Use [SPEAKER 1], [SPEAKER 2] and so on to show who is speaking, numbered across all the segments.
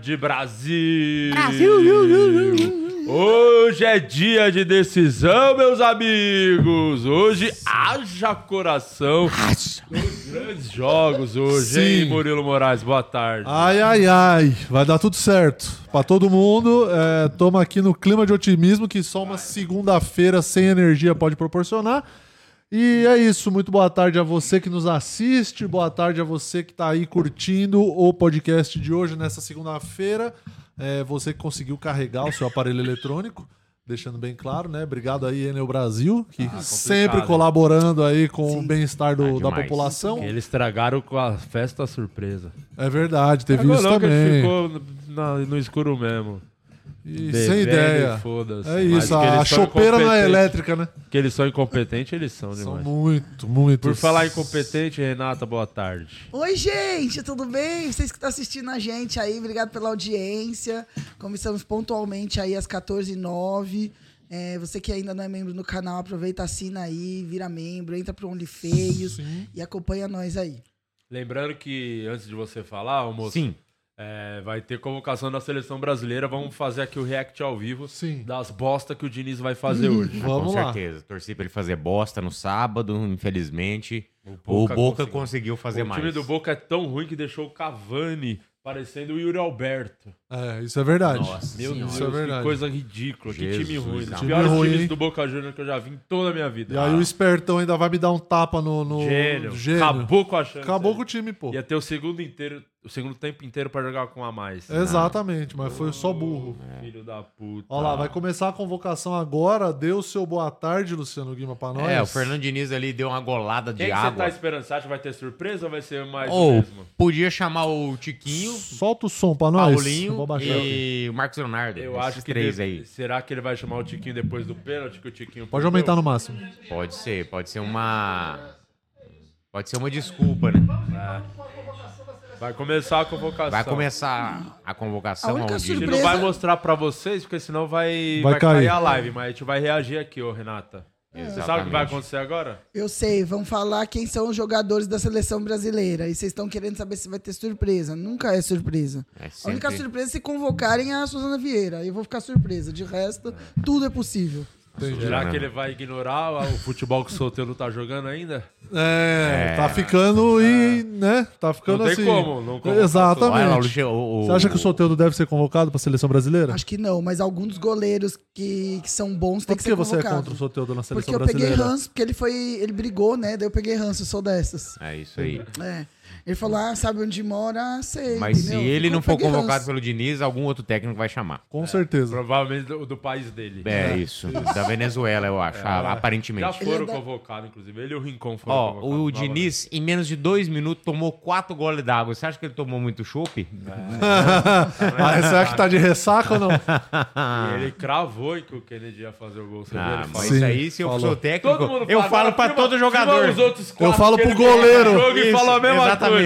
[SPEAKER 1] de Brasil! Brasil! Hoje é dia de decisão, meus amigos! Hoje haja coração! Os grandes jogos hoje, hein,
[SPEAKER 2] Sim.
[SPEAKER 1] Murilo Moraes? Boa tarde.
[SPEAKER 2] Ai, ai, ai, vai dar tudo certo. Pra todo mundo, é, toma aqui no clima de otimismo que só uma segunda-feira sem energia pode proporcionar. E é isso, muito boa tarde a você que nos assiste, boa tarde a você que tá aí curtindo o podcast de hoje nessa segunda-feira. É, você que conseguiu carregar o seu aparelho eletrônico, deixando bem claro, né? Obrigado aí, Enel Brasil,
[SPEAKER 1] Ah,
[SPEAKER 2] que sempre colaborando aí com o bem-estar do- da
[SPEAKER 3] demais.
[SPEAKER 2] população.
[SPEAKER 1] Eles estragaram com a festa surpresa.
[SPEAKER 2] É verdade, teve isso
[SPEAKER 1] não, que
[SPEAKER 2] também.
[SPEAKER 1] ele ficou na- no escuro mesmo.
[SPEAKER 2] E
[SPEAKER 1] Bebendo
[SPEAKER 2] sem
[SPEAKER 1] e
[SPEAKER 2] ideia.
[SPEAKER 1] foda-se.
[SPEAKER 2] É
[SPEAKER 1] Mas
[SPEAKER 2] isso,
[SPEAKER 1] que
[SPEAKER 2] a,
[SPEAKER 1] eles são
[SPEAKER 2] chopeira não é
[SPEAKER 1] incompetentes.
[SPEAKER 2] elétrica, né?
[SPEAKER 1] Que eles são incompetentes, eles são
[SPEAKER 2] São
[SPEAKER 1] demais.
[SPEAKER 2] muito, muito.
[SPEAKER 1] Por falar incompetente, Renata, boa tarde.
[SPEAKER 4] Oi, gente, tudo bem? Vocês que estão assistindo a gente aí, obrigado pela audiência. Começamos pontualmente aí às 14h09. É, você que ainda não é membro do canal, aproveita, assina aí, vira membro, entra pro OnlyFeios e acompanha nós aí.
[SPEAKER 1] Lembrando que, antes de você falar, ô moço,
[SPEAKER 3] Sim.
[SPEAKER 1] é, vai ter convocação da seleção brasileira. Vamos fazer aqui o react ao vivo
[SPEAKER 2] Sim.
[SPEAKER 1] das bosta que o Diniz vai fazer hoje.
[SPEAKER 2] Vamos
[SPEAKER 3] ah, com
[SPEAKER 2] lá.
[SPEAKER 3] certeza. Torci pra ele fazer bosta no sábado, infelizmente. O
[SPEAKER 1] Boca
[SPEAKER 3] Boca,
[SPEAKER 1] conseguiu.
[SPEAKER 3] conseguiu. fazer
[SPEAKER 1] o
[SPEAKER 3] mais.
[SPEAKER 1] time do Boca é tão ruim que deixou o Cavani parecendo o Yuri Alberto.
[SPEAKER 2] É, isso é verdade.
[SPEAKER 3] Nossa
[SPEAKER 1] Meu
[SPEAKER 3] senhora.
[SPEAKER 2] Isso é
[SPEAKER 1] Deus, que
[SPEAKER 2] verdade.
[SPEAKER 1] coisa ridícula. que time
[SPEAKER 3] Jesus,
[SPEAKER 1] ruim. Os
[SPEAKER 3] não.
[SPEAKER 1] piores
[SPEAKER 2] Time ruim,
[SPEAKER 1] times
[SPEAKER 2] hein?
[SPEAKER 1] do Boca Juniors que eu já vi em toda a minha vida. Ah,
[SPEAKER 2] E aí o espertão ainda vai me dar um tapa no. no
[SPEAKER 1] Gênio.
[SPEAKER 2] gênio. Acabou,
[SPEAKER 1] Acabou com é a chance.
[SPEAKER 2] com o time, pô.
[SPEAKER 1] Ia ter o segundo inteiro, o segundo tempo inteiro pra jogar com um a mais.
[SPEAKER 2] Exatamente, mas foi só burro.
[SPEAKER 1] Filho da puta.
[SPEAKER 2] Olha lá, vai começar a convocação agora. Dê o seu boa tarde, Luciano Guima, pra nós.
[SPEAKER 3] É, o Fernando Diniz ali deu uma golada de
[SPEAKER 1] Quem que você tá
[SPEAKER 3] água.
[SPEAKER 1] esperando? Você acha que vai ter surpresa ou vai ser mais o
[SPEAKER 3] Ou
[SPEAKER 1] mesmo?
[SPEAKER 3] podia chamar o Tiquinho,
[SPEAKER 2] Solta o som pra nós.
[SPEAKER 3] Paulinho
[SPEAKER 2] Vou baixar aqui.
[SPEAKER 3] e o Marcos Leonardo.
[SPEAKER 1] Eu
[SPEAKER 3] Esses
[SPEAKER 1] acho que
[SPEAKER 3] três
[SPEAKER 1] de-
[SPEAKER 3] aí.
[SPEAKER 1] Será que ele vai chamar o Tiquinho depois do pênalti que o Tiquinho
[SPEAKER 2] Pode aumentar
[SPEAKER 1] perdeu?
[SPEAKER 2] no máximo.
[SPEAKER 3] Pode ser, pode ser uma. Pode ser uma desculpa, né?
[SPEAKER 1] Vai começar É. a convocação.
[SPEAKER 3] Vai começar a convocação
[SPEAKER 4] A única
[SPEAKER 1] A
[SPEAKER 3] aonde?
[SPEAKER 1] gente
[SPEAKER 4] surpresa-
[SPEAKER 1] não vai mostrar pra vocês, porque senão vai,
[SPEAKER 2] Vai cair.
[SPEAKER 1] a live, mas a gente vai reagir aqui, ô Renata. Você sabe o que vai acontecer agora?
[SPEAKER 4] Eu sei, vão falar quem são os jogadores da seleção brasileira e vocês estão querendo saber se vai ter surpresa. Nunca é surpresa.
[SPEAKER 3] É
[SPEAKER 4] a única
[SPEAKER 3] sempre-
[SPEAKER 4] surpresa é se convocarem a Suzana Vieira. Eu vou ficar surpresa. De resto, tudo é possível.
[SPEAKER 1] Será
[SPEAKER 3] né?
[SPEAKER 1] que ele vai ignorar o futebol que o solteiro tá jogando ainda?
[SPEAKER 2] É, tá ficando e, né? Tá ficando
[SPEAKER 1] É. Não tem
[SPEAKER 2] assim.
[SPEAKER 1] como, não convocar
[SPEAKER 3] Olha lá, o
[SPEAKER 2] Exatamente.
[SPEAKER 3] Luxem- o- o-
[SPEAKER 2] Você acha que o Soteldo deve ser convocado pra seleção brasileira?
[SPEAKER 4] Acho que não, mas alguns dos goleiros que, que são bons têm
[SPEAKER 2] Mas por
[SPEAKER 4] que ser
[SPEAKER 2] que você é
[SPEAKER 4] convocados.
[SPEAKER 2] contra o Soteldo na
[SPEAKER 4] Porque
[SPEAKER 2] seleção
[SPEAKER 4] eu peguei
[SPEAKER 2] brasileira?
[SPEAKER 4] ranço, porque ele foi. Ele brigou, né? Daí eu peguei ranço, eu sou dessas.
[SPEAKER 3] É isso aí.
[SPEAKER 4] É. Ele falou: ah, sabe onde mora? Ah, Sei.
[SPEAKER 3] Mas se
[SPEAKER 4] entendeu?
[SPEAKER 3] ele
[SPEAKER 4] Eu
[SPEAKER 3] não for
[SPEAKER 4] peguei
[SPEAKER 3] convocado
[SPEAKER 4] ranço.
[SPEAKER 3] pelo Diniz, algum outro técnico vai chamar.
[SPEAKER 2] Com certeza.
[SPEAKER 1] Provavelmente do, do país dele.
[SPEAKER 3] É, isso. Da Venezuela, eu acho, a-
[SPEAKER 1] É. Já
[SPEAKER 3] aparentemente.
[SPEAKER 1] foram
[SPEAKER 4] Ele é da-
[SPEAKER 1] convocados, inclusive. Ele e o Rincon foram
[SPEAKER 3] Ó,
[SPEAKER 1] convocados.
[SPEAKER 3] o
[SPEAKER 1] novamente.
[SPEAKER 3] Diniz, em menos de dois minutos, tomou quatro goles d'água. Você acha que ele tomou muito chope? É.
[SPEAKER 2] Ah, será que tá de ressaca ou não?
[SPEAKER 1] E Ele cravou que o Kennedy ia fazer o gol. Você viu
[SPEAKER 3] Ah,
[SPEAKER 1] ele
[SPEAKER 3] mas
[SPEAKER 1] falando?
[SPEAKER 2] Sim,
[SPEAKER 3] isso aí, se eu
[SPEAKER 2] falou.
[SPEAKER 3] sou técnico,
[SPEAKER 1] Todo mundo
[SPEAKER 3] eu
[SPEAKER 1] fala,
[SPEAKER 3] falo pra
[SPEAKER 1] filma-
[SPEAKER 3] todo
[SPEAKER 1] filma
[SPEAKER 3] jogador.
[SPEAKER 1] os outros quatro
[SPEAKER 2] falo
[SPEAKER 1] que
[SPEAKER 2] pro
[SPEAKER 1] ele coloca
[SPEAKER 2] goleiro.
[SPEAKER 1] no jogo E
[SPEAKER 3] Isso,
[SPEAKER 1] fala a mesma
[SPEAKER 3] exatamente.
[SPEAKER 1] coisa.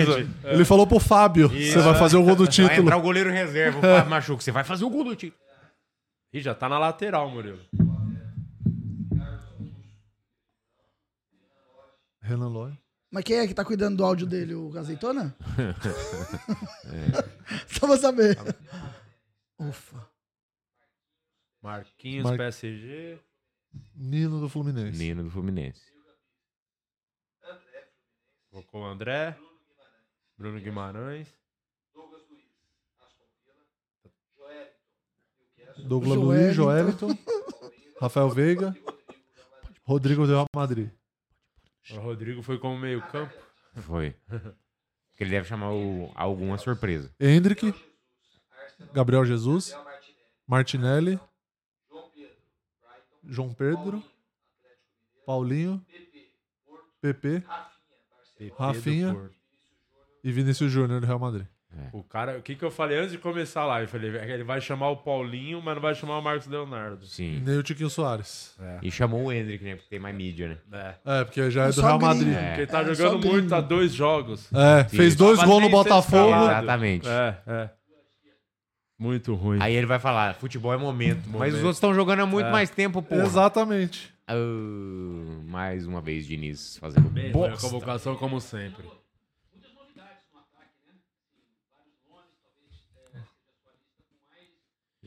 [SPEAKER 2] Ele falou pro Fábio: você vai fazer o gol do
[SPEAKER 3] Vai entrar
[SPEAKER 2] título.
[SPEAKER 3] o goleiro reserva, o Fábio Machuca. Você vai fazer o gol do título.
[SPEAKER 1] Ih, já tá na lateral, Murilo.
[SPEAKER 3] um
[SPEAKER 2] Renan Lóia.
[SPEAKER 4] Mas quem é que tá cuidando do áudio dele? O azeitona?
[SPEAKER 2] É.
[SPEAKER 4] Só pra saber.
[SPEAKER 2] Tá
[SPEAKER 4] Ufa.
[SPEAKER 1] Marquinhos,
[SPEAKER 2] Mar-
[SPEAKER 1] PSG.
[SPEAKER 2] Nino do Fluminense.
[SPEAKER 3] Nino do Fluminense.
[SPEAKER 1] Colocou o André. Bruno Guimarães.
[SPEAKER 2] Douglas
[SPEAKER 4] Joelito.
[SPEAKER 2] Luiz, Joelito. Rafael Veiga. Rodrigo do Real Madrid.
[SPEAKER 1] O Rodrigo foi como meio campo.
[SPEAKER 3] Foi. Porque ele deve chamar o- alguma surpresa.
[SPEAKER 2] Hendrick. Gabriel Jesus. Martinelli. João Pedro. Paulinho. PP.
[SPEAKER 1] PP do
[SPEAKER 2] Rafinha.
[SPEAKER 1] Porto.
[SPEAKER 2] E Vinícius Júnior do Real Madrid.
[SPEAKER 1] O cara, o que que eu falei antes de começar lá? Eu falei, é que ele vai chamar o Paulinho, mas não vai chamar o Marcos Leonardo.
[SPEAKER 2] E
[SPEAKER 3] Sim.
[SPEAKER 2] nem o Tiquinho Soares.
[SPEAKER 3] E chamou o Hendrick, né? Porque tem mais mídia, né?
[SPEAKER 1] É.
[SPEAKER 2] É, porque já é do
[SPEAKER 4] Só
[SPEAKER 2] Real
[SPEAKER 4] gringo.
[SPEAKER 2] Madrid.
[SPEAKER 1] Porque ele tá
[SPEAKER 4] É, só
[SPEAKER 1] jogando
[SPEAKER 4] gringo.
[SPEAKER 1] muito há dois jogos.
[SPEAKER 2] É, fez
[SPEAKER 3] Isso.
[SPEAKER 2] dois
[SPEAKER 1] Tava
[SPEAKER 2] gols no
[SPEAKER 1] nem sendo
[SPEAKER 2] Botafogo.
[SPEAKER 1] escalado.
[SPEAKER 3] Exatamente.
[SPEAKER 1] É, é. Muito ruim.
[SPEAKER 3] Aí ele vai falar, futebol é momento. Mas
[SPEAKER 1] Momento. É.
[SPEAKER 3] os outros estão jogando há muito mais tempo, pô.
[SPEAKER 2] Exatamente.
[SPEAKER 3] Ah, mais uma vez, Diniz fazendo
[SPEAKER 1] Boa
[SPEAKER 3] bosta.
[SPEAKER 1] convocação como sempre.